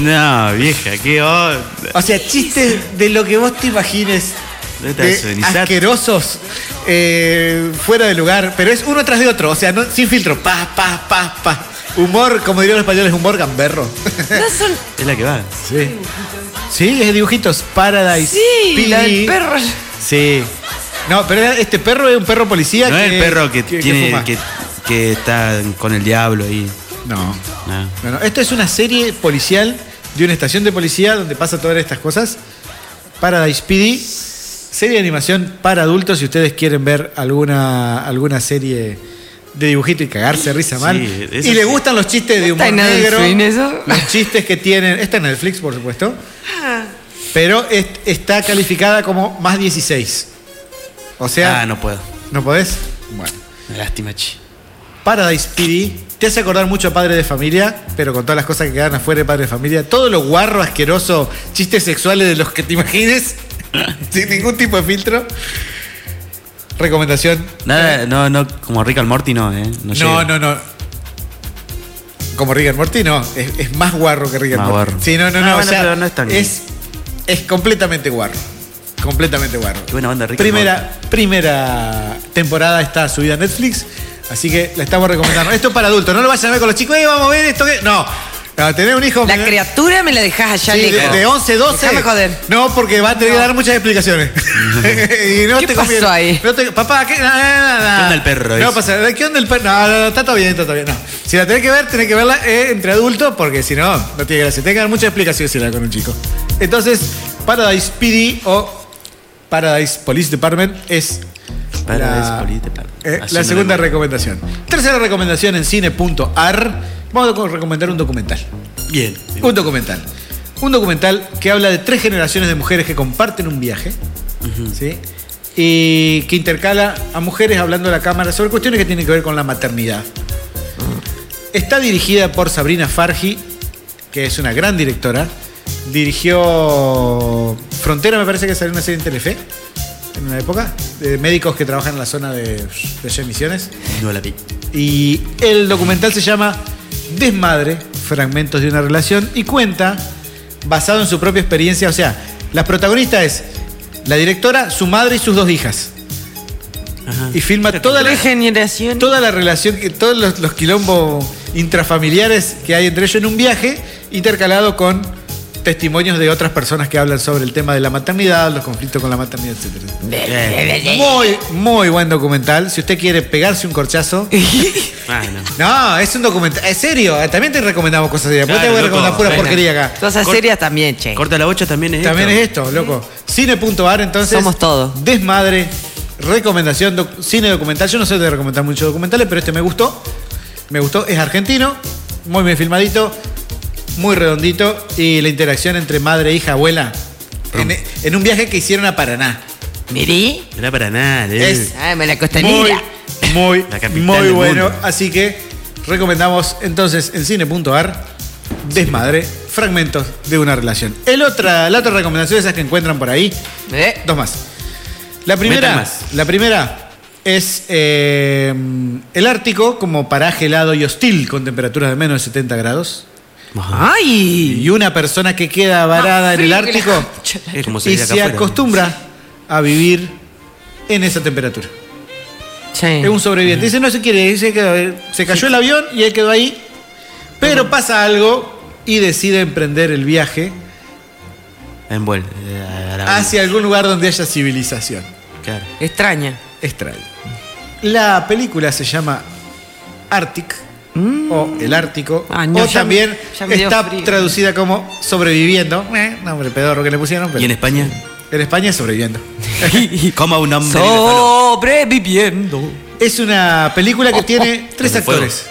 Speaker 2: No, vieja, qué onda.
Speaker 3: O sea, chistes de lo que vos te imagines.
Speaker 2: Está
Speaker 3: de
Speaker 2: eso, Nisat.
Speaker 3: asquerosos eh, fuera de lugar, pero es uno tras de otro, o sea, no- sin filtro, pa, pa, pa, pa. Humor, como dirían los españoles, humor gamberro. <laughs>
Speaker 4: No son.
Speaker 2: Es la que va.
Speaker 3: Sí. Sí, es de dibujitos. Paradise.
Speaker 4: Sí,
Speaker 3: Piggy.
Speaker 4: la del perro.
Speaker 3: Sí. No, pero era- este perro es un perro policía.
Speaker 2: No
Speaker 3: que,
Speaker 2: es el perro que, tiene
Speaker 3: fuma.
Speaker 2: que, que está con el diablo ahí.
Speaker 3: No. No, no, Esto es una serie policial de una estación de policía donde pasa todas estas cosas. Paradise PD, serie de animación para adultos. Si ustedes quieren ver alguna, alguna serie de dibujito y cagarse risa
Speaker 2: Sí,
Speaker 3: mal.
Speaker 2: eso
Speaker 3: Y le
Speaker 2: sí.
Speaker 3: gustan los chistes de
Speaker 4: ¿No está
Speaker 3: humor
Speaker 4: en
Speaker 3: negro.
Speaker 4: Netflix eso?
Speaker 3: Los chistes que tienen. Está en Netflix, por supuesto. Pero es- está calificada como más 16. O sea,
Speaker 2: ah, no puedo.
Speaker 3: ¿no podés? Bueno.
Speaker 2: Lástima, chi.
Speaker 3: Paradise PD te hace acordar mucho a Padre de Familia, pero con todas las cosas que quedan afuera de Padre de Familia, todo lo guarro, asqueroso, chistes sexuales de los que te imagines, <laughs> sin ningún tipo de filtro. Recomendación.
Speaker 2: Nada, no, no, como Rick al Morty no, ¿eh? No,
Speaker 3: Eh. No,
Speaker 2: llega.
Speaker 3: no, no. Como Rick and Morty, no. Es, es más guarro que Rick and
Speaker 2: Más
Speaker 3: Morty.
Speaker 2: guarro.
Speaker 3: Sí, no, no,
Speaker 2: Ah,
Speaker 3: no. o
Speaker 2: bueno,
Speaker 3: sea,
Speaker 2: pero no es tan-
Speaker 3: es, es completamente guarro. Completamente guarro.
Speaker 2: Qué buena banda, Rick and Morty.
Speaker 3: Primera, primera temporada está subida a Netflix, así que la estamos recomendando. Esto es para adultos, no lo vayan a ver con los chicos, "Eh, vamos a ver esto que. No. No, tener un hijo.
Speaker 4: La criatura me la dejás allá
Speaker 3: Sí, de,
Speaker 4: lejos.
Speaker 3: de 11, 12.
Speaker 4: Déjame joder.
Speaker 3: No, porque va a tener que dar muchas
Speaker 4: <laughs>
Speaker 3: explicaciones. <laughs> y no
Speaker 4: ¿Qué
Speaker 3: te
Speaker 4: pasó
Speaker 3: conviene.
Speaker 4: ahí?
Speaker 3: No te- papá, ¿qué, Na, na, na, na.
Speaker 2: ¿Qué onda el perro
Speaker 3: No
Speaker 2: ese?
Speaker 3: pasa, ¿qué onda el perro? No, no, no, está todo bien, está todo bien. No. Si la tenés que ver, tenés que verla eh, entre adultos, porque si no, no tiene gracia. Tengan muchas explicaciones si la ven con un chico. Entonces, Paradise PD o Paradise Police Department es
Speaker 2: Paradise
Speaker 3: la-
Speaker 2: Police Department.
Speaker 3: eh,
Speaker 2: Así
Speaker 3: la
Speaker 2: no
Speaker 3: segunda
Speaker 2: me-
Speaker 3: recomendación. Tercera recomendación en cine.ar. Vamos a recomendar un documental.
Speaker 2: Bien.
Speaker 3: Un documental. Un documental que habla de tres generaciones de mujeres que comparten un viaje. ¿sí? Y que intercala a mujeres hablando a la cámara sobre cuestiones que tienen que ver con la maternidad. Está dirigida por Sabrina Fargi, que es una gran directora. Dirigió Frontera, me parece que salió una serie en Telefe, en una época, de médicos que trabajan en la zona de, de allá en Misiones.
Speaker 2: No la vi.
Speaker 3: Y el documental se llama Desmadre, fragmentos de una relación, y cuenta, basado en su propia experiencia, o sea, la protagonista es la directora, su madre y sus dos hijas. Y filma toda la,
Speaker 4: generación.
Speaker 3: toda la relación, que- todos los, los quilombos intrafamiliares que hay entre ellos en un viaje, intercalado con testimonios de otras personas que hablan sobre el tema de la maternidad, los conflictos con la maternidad, etcétera. Muy, muy buen documental. Si usted quiere pegarse un corchazo.
Speaker 2: Ah, no.
Speaker 3: No, es un documental. Es serio. eh, También te recomendamos cosas serias. porque
Speaker 2: Claro,
Speaker 3: te voy a
Speaker 2: loco,
Speaker 3: recomendar pura
Speaker 2: bueno.
Speaker 3: porquería acá.
Speaker 4: Cosas
Speaker 2: Cor-
Speaker 4: serias también, che.
Speaker 2: Corta la 8 también es
Speaker 3: También
Speaker 2: esto.
Speaker 3: es esto, loco. Cine.ar, entonces.
Speaker 4: Somos todo.
Speaker 3: Desmadre. Recomendación, doc- cine documental. Yo no sé de recomendar muchos documentales, pero este me gustó. Me gustó. Es argentino. Muy bien filmadito. Muy redondito. Y la interacción entre madre, e hija, abuela. En, e, en un viaje que hicieron a Paraná.
Speaker 4: Mirí.
Speaker 2: No era para nada, eh.
Speaker 3: Es
Speaker 4: Ay, me la
Speaker 3: muy,
Speaker 4: costanera.
Speaker 3: muy,
Speaker 2: <laughs> La capital
Speaker 3: muy
Speaker 2: del
Speaker 3: bueno.
Speaker 2: mundo.
Speaker 3: Así que recomendamos entonces en cine.ar Desmadre, fragmentos de una relación. El otra, la otra recomendación es esas que encuentran por ahí.
Speaker 4: Eh,
Speaker 3: Dos más. La primera,
Speaker 2: Metan más.
Speaker 3: La primera es eh, el Ártico como paraje helado y hostil con temperaturas de menos de 70 grados.
Speaker 2: Ajá.
Speaker 4: Ay.
Speaker 3: Y una persona que queda varada en el
Speaker 4: Más frío Ah, que
Speaker 3: Ártico
Speaker 4: la
Speaker 2: Es como
Speaker 3: y
Speaker 2: salir acá
Speaker 3: se
Speaker 2: afuera.
Speaker 3: acostumbra a vivir en esa temperatura.
Speaker 4: Sí. Eh.
Speaker 3: Es un sobreviviente. Dice, no se quiere, dice que se cayó el avión y él quedó ahí. Pero pasa algo y decide emprender el viaje
Speaker 2: En vuelta. eh, a la-
Speaker 3: hacia algún lugar donde haya civilización.
Speaker 2: Claro.
Speaker 4: Extraña.
Speaker 3: Extraño. La película se llama Arctic o El Ártico.
Speaker 4: Mm. Ah, no,
Speaker 3: o
Speaker 4: ya me-
Speaker 3: también
Speaker 4: ya me dio
Speaker 3: está
Speaker 4: frío.
Speaker 3: traducida como Sobreviviendo. Eh, nombre pedorro que le pusieron. Pero
Speaker 2: ¿Y en España?
Speaker 3: en España es Sobreviviendo.
Speaker 2: <laughs> Como un hombre.
Speaker 4: Sobreviviendo.
Speaker 3: Es una película que tiene tres
Speaker 2: Oh, Desde el fuego.
Speaker 3: actores.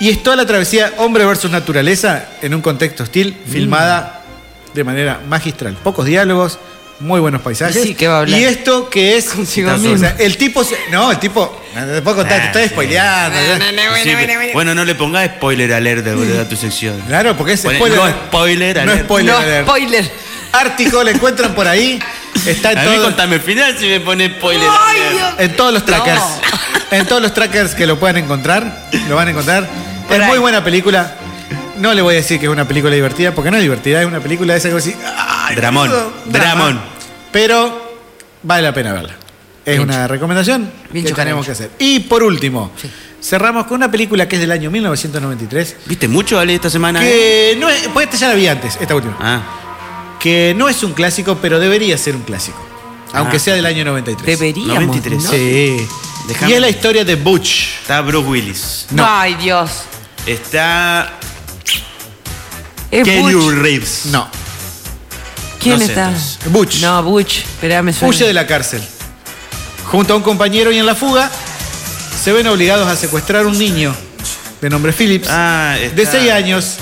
Speaker 3: Y es toda la travesía hombre versus naturaleza en un contexto hostil,
Speaker 2: Mm.
Speaker 3: filmada de manera magistral. Pocos diálogos, muy buenos paisajes.
Speaker 4: Sí, ¿qué va a hablar?
Speaker 3: Y esto que es.
Speaker 4: <laughs> Consigo
Speaker 3: O sea,
Speaker 4: mismo.
Speaker 3: el tipo. se- No, el tipo. No te puedo contar, te estoy spoileando.
Speaker 2: Ah, Sí, pero- bueno, no le pongas spoiler alerta, boludo, a tu sección.
Speaker 3: Claro, porque es
Speaker 2: Poné-
Speaker 3: spoiler.
Speaker 2: no spoiler
Speaker 3: No
Speaker 2: alert.
Speaker 3: spoiler.
Speaker 4: No,
Speaker 3: alert.
Speaker 4: spoiler.
Speaker 3: Ártico, lo encuentran por ahí. Está en
Speaker 2: A mí
Speaker 3: todo-
Speaker 2: contame el final si me pone spoiler alert.
Speaker 3: En todos los trackers. En todos los trackers que lo puedan encontrar, lo van a encontrar.
Speaker 4: Por
Speaker 3: es
Speaker 4: ahí.
Speaker 3: muy buena película. No le voy a decir que es una película divertida, porque "Ah, no es divertida, es una película de esa que vos decís, "Ay,
Speaker 2: Dramón,
Speaker 3: boludo,
Speaker 2: dramón".
Speaker 3: Pero Vale la pena verla. Es
Speaker 4: Bien
Speaker 3: una
Speaker 4: hecho.
Speaker 3: recomendación
Speaker 4: Bien
Speaker 3: que
Speaker 4: hecho,
Speaker 3: tenemos que
Speaker 4: Carrancho.
Speaker 3: hacer. Y por último, cerramos con una película que es del año 1993.
Speaker 2: ¿Viste mucho, Ale, esta
Speaker 4: Ah.
Speaker 2: semana? Ah,
Speaker 3: Que no es, pues esta ya la vi antes, esta última. Que no es un clásico, pero debería ser un clásico. Aunque
Speaker 2: Ah.
Speaker 3: sea del año 93.
Speaker 4: Deberíamos,
Speaker 2: 93. ¿no?
Speaker 3: Sí.
Speaker 2: Dejame.
Speaker 3: Y es la historia de Butch.
Speaker 2: Está Bruce Willis.
Speaker 4: Ay, Dios.
Speaker 2: Está
Speaker 4: Es
Speaker 2: Keanu
Speaker 4: Butch.
Speaker 2: Reeves.
Speaker 3: No.
Speaker 4: ¿Quién
Speaker 2: No sé,
Speaker 4: está?
Speaker 2: entonces.
Speaker 3: Butch.
Speaker 4: No, Butch. Esperá, me suena.
Speaker 3: Huye de la cárcel. Junto a un compañero y en la fuga, se ven obligados a secuestrar un niño de nombre Phillips,
Speaker 2: Ah,
Speaker 3: de 6 años,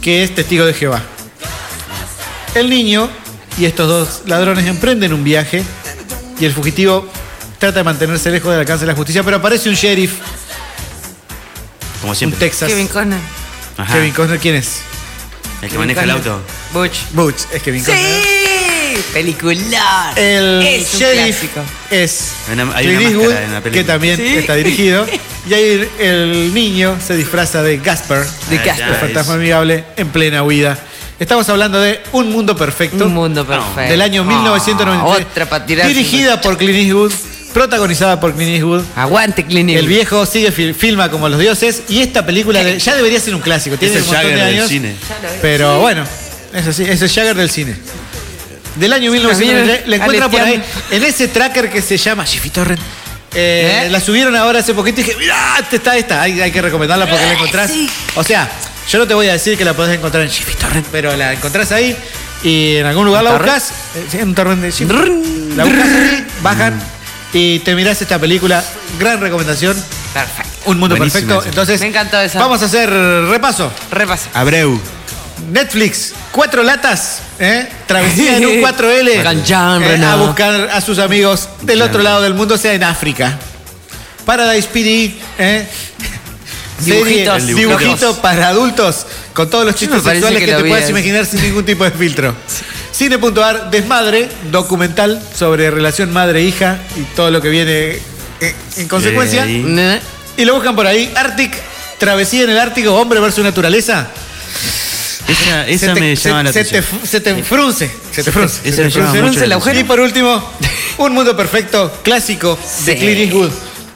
Speaker 3: que es testigo de Jehová. El niño y estos dos ladrones emprenden un viaje y el fugitivo trata de mantenerse lejos del alcance de la justicia, pero aparece un sheriff,
Speaker 2: Como siempre.
Speaker 3: un Texas.
Speaker 4: Kevin Costner.
Speaker 2: Ajá.
Speaker 3: Kevin Costner, ¿quién es?
Speaker 2: El que maneja el auto.
Speaker 4: Butch.
Speaker 3: Butch, es Kevin Costner.
Speaker 4: ¡Sí! Pelicular.
Speaker 3: El
Speaker 4: es un
Speaker 3: sheriff
Speaker 4: clásico.
Speaker 3: es
Speaker 2: Hay una- hay
Speaker 3: Clint
Speaker 2: una
Speaker 3: Eastwood,
Speaker 2: máscara en la película.
Speaker 3: que también
Speaker 2: Sí.
Speaker 3: está
Speaker 2: <laughs>
Speaker 3: dirigido. Y ahí el, el niño se disfraza de Gasper,
Speaker 4: De Ah, Gasper.
Speaker 3: el fantasma amigable, en plena huida. Estamos hablando de Un Mundo Perfecto.
Speaker 4: Un mundo perfecto.
Speaker 3: Del año
Speaker 4: Ah,
Speaker 3: 1993.
Speaker 4: otra para tirar.
Speaker 3: Dirigida por Clint Eastwood, protagonizada por Clint Eastwood.
Speaker 4: Aguante, Clint Eastwood.
Speaker 3: El viejo sigue fil- filma como los dioses y esta película de- ya debería ser un clásico. Tiene
Speaker 2: el
Speaker 3: un montón de
Speaker 2: Jagger del
Speaker 3: años,
Speaker 2: cine.
Speaker 3: Pero bueno, eso sí, es el Jagger del cine. Del año
Speaker 4: viene
Speaker 3: 1993, le encuentra por ahí,
Speaker 4: aleteando.
Speaker 3: en ese tracker que se llama Jiffy Torrent. Eh, La subieron ahora hace poquito y dije, mirá, te está esta. Hay, hay que recomendarla porque la encontrás. O sea, yo no te voy a decir que la podés encontrar en Jiffy Torrent, pero la encontrás ahí y en algún lugar la
Speaker 4: ¿Torrent?
Speaker 3: buscas. En un torrent de Jiffy. La buscas, bajan y te mirás esta película. Gran recomendación.
Speaker 4: Perfecto.
Speaker 3: Un mundo
Speaker 2: Buenísima
Speaker 3: perfecto.
Speaker 2: esa.
Speaker 3: Entonces,
Speaker 4: Me encantó esa.
Speaker 3: vamos a hacer repaso.
Speaker 4: Repasa.
Speaker 2: Abreu.
Speaker 3: Netflix, cuatro latas, ¿eh? travesía en
Speaker 4: <laughs>
Speaker 3: un 4L
Speaker 4: Con Jean
Speaker 3: eh, a
Speaker 4: Reno.
Speaker 3: buscar a sus amigos del otro lado del mundo, sea en África. Paradise PD,
Speaker 4: <laughs>
Speaker 3: ¿eh? Serie,
Speaker 4: Dibujitos.
Speaker 3: dibujito para adultos con todos los chistes
Speaker 4: me parece
Speaker 3: sexuales que,
Speaker 4: que lo
Speaker 3: te
Speaker 4: vi
Speaker 3: puedas
Speaker 4: eso.
Speaker 3: imaginar sin ningún tipo de
Speaker 4: <laughs>
Speaker 3: filtro. Cine.ar, desmadre, documental sobre relación madre-hija y todo lo que viene eh, en consecuencia.
Speaker 2: ahí.
Speaker 4: Ne-
Speaker 3: Y lo buscan por ahí. Arctic, travesía en el Ártico, hombre versus naturaleza.
Speaker 2: Esa, esa
Speaker 3: Se te-
Speaker 2: me
Speaker 3: se-
Speaker 2: llama la
Speaker 3: se
Speaker 2: atención.
Speaker 3: te fu- se te frunce. Se te frunce.
Speaker 2: Esa
Speaker 3: se
Speaker 2: me
Speaker 3: te
Speaker 2: llama
Speaker 3: frunce.
Speaker 2: mucho la
Speaker 3: el agujero. Y
Speaker 2: atención.
Speaker 3: por último, <laughs> Un Mundo Perfecto, clásico de
Speaker 4: Sí.
Speaker 3: Clint Eastwood.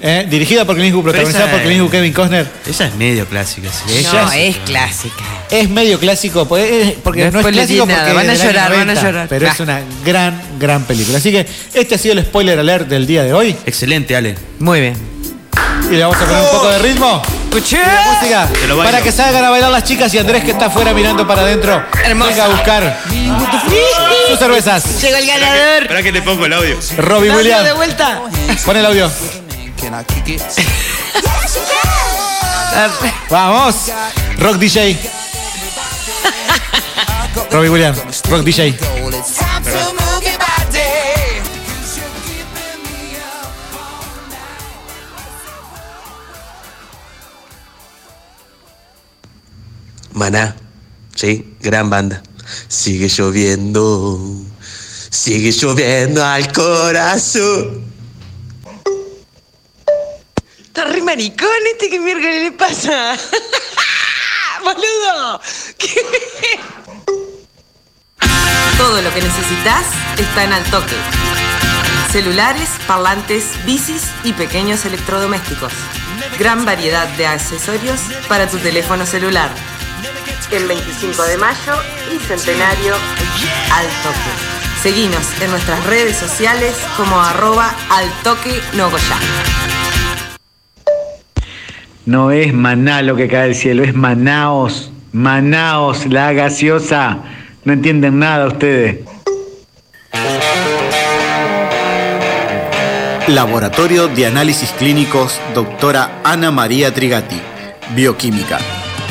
Speaker 3: eh, dirigida por Clint Eastwood,
Speaker 2: Pero
Speaker 3: protagonizada
Speaker 2: esa
Speaker 3: por Clint Eastwood, Kevin Costner.
Speaker 2: Esa es medio clásica. sí.
Speaker 4: No, es clásica.
Speaker 3: Es medio clásico, pues, eh, porque no
Speaker 4: Después
Speaker 3: es
Speaker 4: le
Speaker 3: clásico
Speaker 4: di nada,
Speaker 3: porque
Speaker 4: van a
Speaker 3: es del año
Speaker 4: llorar, van a
Speaker 3: 90,
Speaker 4: llorar.
Speaker 3: Pero es
Speaker 4: Ah.
Speaker 3: una gran, gran película. Así que este ha sido el spoiler alert del día de hoy.
Speaker 2: Excelente, Ale.
Speaker 4: Muy bien.
Speaker 3: Y le vamos a poner un poco de ritmo.
Speaker 4: Escuché.
Speaker 3: Música,
Speaker 2: Te lo bailo.
Speaker 3: para que salgan a bailar las chicas y Andrés que está afuera mirando para adentro.
Speaker 4: Hermosa.
Speaker 3: Venga a buscar sus cervezas.
Speaker 4: Llegó el ganador.
Speaker 2: Espera que le pongo el audio.
Speaker 3: Robbie
Speaker 4: Dando
Speaker 3: Williams.
Speaker 4: de vuelta.
Speaker 3: Pon el audio. Vamos. Rock
Speaker 18: <laughs>
Speaker 3: DJ. Robbie Williams. Rock DJ.
Speaker 9: Maná, sí, gran banda. Sigue lloviendo, sigue lloviendo al corazón.
Speaker 6: Está re maricón este, ¿qué mierda le pasa? ¡Ah, ¡Boludo! ¿Qué?
Speaker 10: Todo lo que necesitas está en Altoque. Celulares, parlantes, bicis y pequeños electrodomésticos. Gran variedad de accesorios para tu teléfono celular. El 25 de mayo y centenario Altoque. Seguinos en nuestras redes sociales como arroba Altoque Nogoyá.
Speaker 11: No es maná lo que cae del cielo, es Manaos. Manaos, la gaseosa. No entienden nada ustedes.
Speaker 19: Laboratorio de Análisis Clínicos, doctora Ana María Trigati, Bioquímica,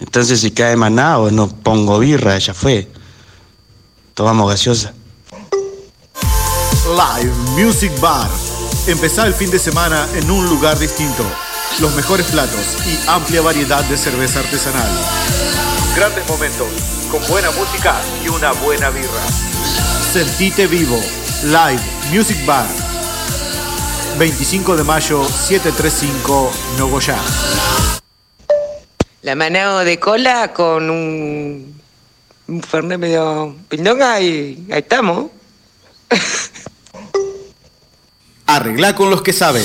Speaker 9: Entonces si cae maná o no pongo birra, ya fue. Tomamos gaseosa.
Speaker 19: Live Music Bar,
Speaker 20: Empezá el fin de semana en un lugar distinto. Los mejores platos y amplia variedad de cerveza artesanal. Grandes momentos, con buena música y una buena birra. Sentite vivo. Live Music Bar. 25 de mayo, 735 Nogoyá.
Speaker 6: La mano de cola con un, un fernet medio pindonga y ahí estamos.
Speaker 20: Arregla con los que saben.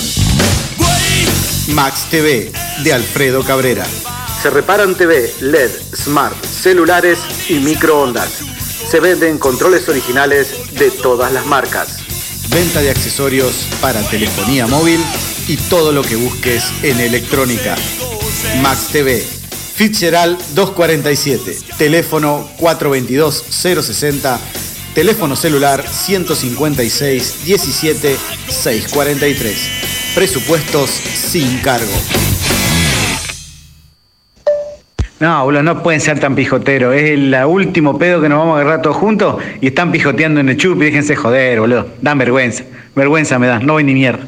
Speaker 20: Max TV de Alfredo Cabrera. Se reparan TV, LED, smart, celulares y microondas. Se venden controles originales de todas las marcas. Venta de accesorios para telefonía móvil y todo lo que busques en electrónica. Max TV. Fitzgerald 247. Teléfono 422-060. Teléfono celular 156 17 643. Presupuestos sin cargo.
Speaker 18: No, boludo, no pueden ser tan pijoteros. Es el último pedo que nos vamos a agarrar todos juntos y están pijoteando en el chupi. Déjense joder, boludo. Dan vergüenza. Vergüenza me dan. No voy ni mierda.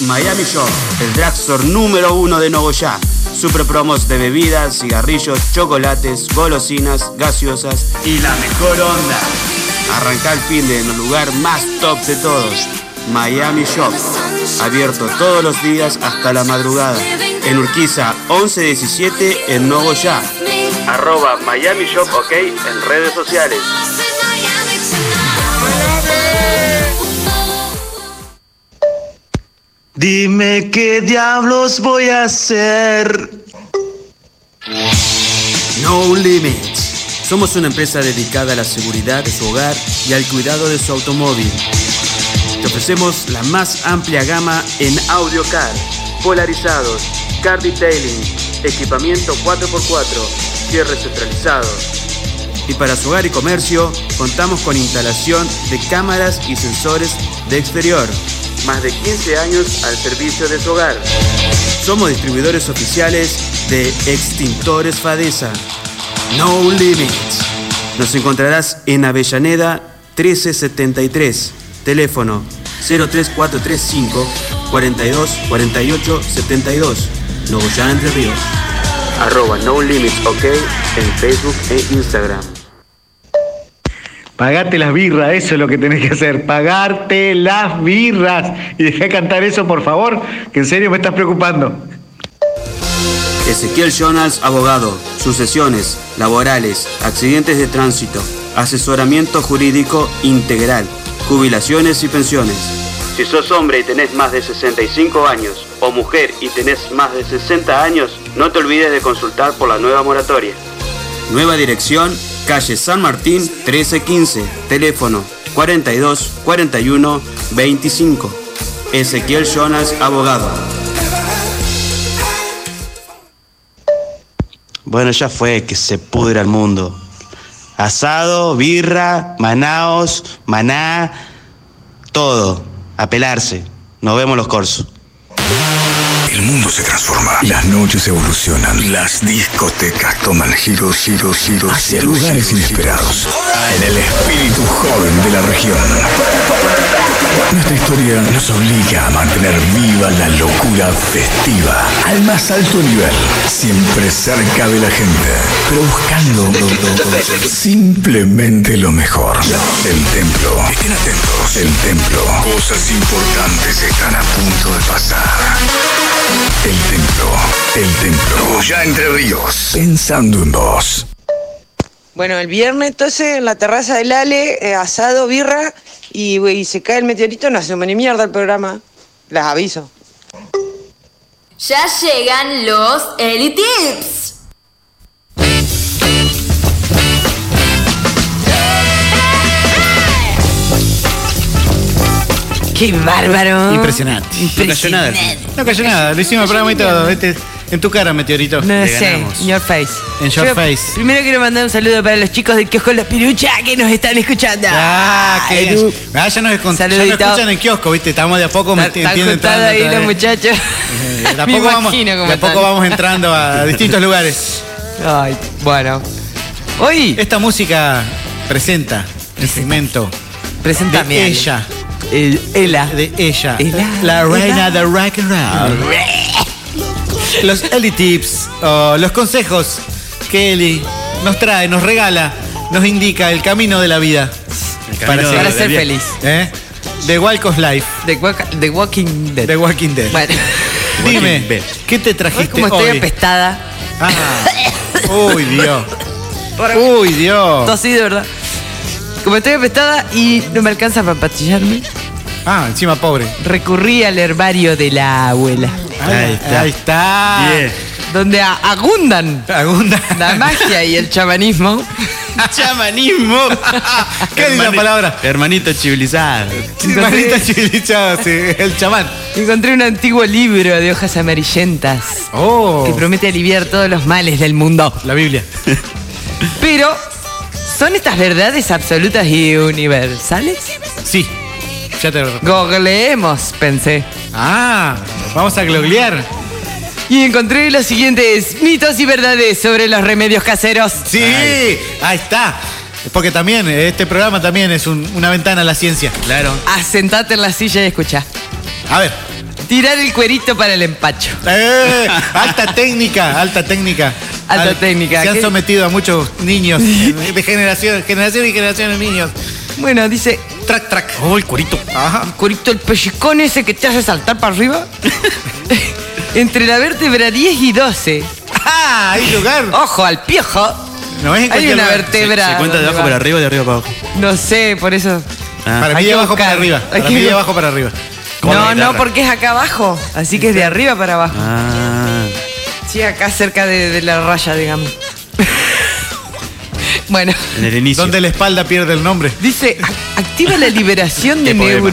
Speaker 2: Miami Shop, el drugstore número uno de Nogoyá. Super promos de bebidas, cigarrillos, chocolates, golosinas, gaseosas y la mejor onda. Arranca el fin de en el lugar más top de todos. Miami Shop, abierto todos los días hasta la madrugada. En Urquiza 1117 en Nogoyá. Arroba Miami Shop OK en redes sociales.
Speaker 9: Dime qué diablos voy a hacer.
Speaker 2: No Limits. Somos una empresa dedicada a la seguridad de su hogar y al cuidado de su automóvil. Te ofrecemos la más amplia gama en audio car, polarizados, car detailing, equipamiento 4x4, cierres centralizados. Y para su hogar y comercio, contamos con instalación de cámaras y sensores de exterior. Más de 15 años al servicio de su hogar. Somos distribuidores oficiales de Extintores Fadesa. No Limits. Nos encontrarás en Avellaneda 1373. Teléfono 03435 42 48 72. Nogoyá Entre Ríos. Arroba No Limits OK en Facebook e Instagram.
Speaker 18: Pagate las birras, eso es lo que tenés que hacer. Pagarte las birras. Y dejá cantar eso, por favor, que en serio me estás preocupando.
Speaker 2: Ezequiel Jonas, abogado, sucesiones, laborales, accidentes de tránsito, asesoramiento jurídico integral, jubilaciones y pensiones. Si sos hombre y tenés más de 65 años, o mujer y tenés más de 60 años, no te olvides de consultar por la nueva moratoria. Nueva dirección, calle San Martín 1315, teléfono 42 41 25. Ezequiel Jonas, abogado.
Speaker 9: Bueno, ya fue que se pudra el mundo. Asado, birra, manaos, maná, todo. A pelarse. Nos vemos los corsos.
Speaker 7: El mundo se transforma, las noches evolucionan, las discotecas toman giros, giros, giros hacia lugares inesperados. En el espíritu joven de la región. Nuestra historia nos obliga a mantener viva la locura festiva al más alto nivel, siempre cerca de la gente, pero buscando simplemente lo mejor. El templo. Estén atentos. El templo. Cosas importantes están a punto de pasar. El templo, el templo, ya entre ríos, pensando en vos.
Speaker 6: Bueno, el viernes entonces en la terraza del Ale, eh, asado, birra y, güey, se cae el meteorito, no hacemos ni mierda el programa. Las aviso.
Speaker 12: Ya llegan los Eli Tips.
Speaker 4: ¡Qué bárbaro!
Speaker 3: Ah, Impresionante.
Speaker 4: No cayó nada.
Speaker 3: No cayó nada, le hicimos el programa y todo. Este, en tu cara, meteorito.
Speaker 4: No
Speaker 3: Le
Speaker 4: sé,
Speaker 3: ganamos.
Speaker 4: in your face.
Speaker 3: En your
Speaker 4: Pero
Speaker 3: face.
Speaker 4: Primero quiero mandar un saludo para los chicos del kiosco Los Pirucha que nos están escuchando.
Speaker 3: Ah, qué bien. Ah, ya nos, escon- ya nos
Speaker 4: Saludito.
Speaker 3: escuchan en kiosco, ¿viste? Estamos de a poco
Speaker 4: Están-
Speaker 3: meti-
Speaker 4: Están
Speaker 3: entienden
Speaker 4: juntados ahí
Speaker 3: entrando
Speaker 4: los
Speaker 3: otra
Speaker 4: muchachos.
Speaker 3: vez. Eh, de a
Speaker 4: <laughs> Me
Speaker 3: poco vamos,
Speaker 4: imagino cómo
Speaker 3: de a poco
Speaker 4: están.
Speaker 3: vamos entrando a distintos lugares.
Speaker 4: Ay, bueno. Hoy.
Speaker 3: Eh, Esta música presenta el segmento.
Speaker 4: Presenta
Speaker 3: de ella.
Speaker 4: el- Ela.
Speaker 3: De ella.
Speaker 4: Ela.
Speaker 3: La reina
Speaker 4: Ela.
Speaker 3: de rock and roll. <laughs> Los Eli Tips, o los consejos que Eli nos trae, nos regala, nos indica el camino de la vida.
Speaker 4: camino de- Para ser feliz.
Speaker 3: ¿Eh? The Walk of Life.
Speaker 4: The, Walking Dead.
Speaker 3: The Walking Dead. <laughs>
Speaker 4: Bueno.
Speaker 3: Dime, ¿qué te trajiste
Speaker 4: Ay, como estoy
Speaker 3: hoy?
Speaker 4: apestada.
Speaker 3: Ah. Uy, Dios. Uy, Dios.
Speaker 4: Tosí, de verdad. Como estoy apestada y no me alcanza para empastillarme,
Speaker 3: Ah, encima pobre.
Speaker 4: recurrí al herbario de la abuela.
Speaker 3: Ahí está. Ahí está.
Speaker 4: Ah, Donde a- abundan
Speaker 3: Abundan. <laughs>
Speaker 4: la magia y el chamanismo.
Speaker 2: ¡Chamanismo!
Speaker 3: <laughs> ¿Qué dice la palabra?
Speaker 2: Hermanito civilizado.
Speaker 3: Hermanita civilizada, sí, el chamán.
Speaker 4: Encontré un antiguo libro de hojas amarillentas
Speaker 3: Oh.
Speaker 4: que promete aliviar todos los males del mundo.
Speaker 3: La Biblia.
Speaker 4: Pero, ¿son estas verdades absolutas y universales?
Speaker 3: Sí, ya te lo
Speaker 4: Googleemos, pensé.
Speaker 3: Ah, vamos a globlear.
Speaker 4: Y encontré los siguientes mitos y verdades sobre los remedios caseros.
Speaker 3: Sí, ahí está. Porque también, eh, este programa también es un- una ventana a la ciencia.
Speaker 2: Claro.
Speaker 4: Asentate en la silla y escucha.
Speaker 3: A ver.
Speaker 4: Tirar el cuerito para el empacho.
Speaker 3: Eh, alta técnica, alta técnica.
Speaker 4: Alta técnica,
Speaker 3: Se han
Speaker 4: ¿qué?
Speaker 3: sometido a muchos niños, eh, de generación, generación y generación de niños.
Speaker 4: Bueno, dice,
Speaker 3: Track, track.
Speaker 2: Oh, el curito.
Speaker 3: Ajá.
Speaker 4: el cuerito, el pellizcón ese que te hace saltar para
Speaker 2: <laughs>
Speaker 4: arriba. Entre la vértebra 10 y 12.
Speaker 3: ¡Ah! Hay lugar.
Speaker 4: Ojo al piojo.
Speaker 3: No es en
Speaker 4: Hay
Speaker 3: cualquier
Speaker 4: una
Speaker 3: lugar.
Speaker 4: vértebra.
Speaker 2: Se cuenta de
Speaker 4: donde
Speaker 2: abajo
Speaker 4: va.
Speaker 2: para arriba, de arriba para abajo.
Speaker 4: No sé, por eso.
Speaker 3: Para
Speaker 4: Hay
Speaker 3: mí de
Speaker 4: que
Speaker 3: abajo para
Speaker 4: buscar,
Speaker 3: arriba.
Speaker 4: hay
Speaker 3: Para
Speaker 4: que
Speaker 3: mí de
Speaker 4: bu-
Speaker 3: abajo para arriba.
Speaker 2: Como la
Speaker 4: No, no,
Speaker 2: guitarra.
Speaker 4: porque es acá abajo. Así que es de arriba para abajo.
Speaker 2: Ah.
Speaker 4: Sí, acá cerca de, de la raya, digamos. <laughs> bueno,
Speaker 2: En el inicio.
Speaker 3: Donde la espalda pierde el nombre.
Speaker 4: dice, "A- activa la liberación de
Speaker 2: <laughs> Qué poema.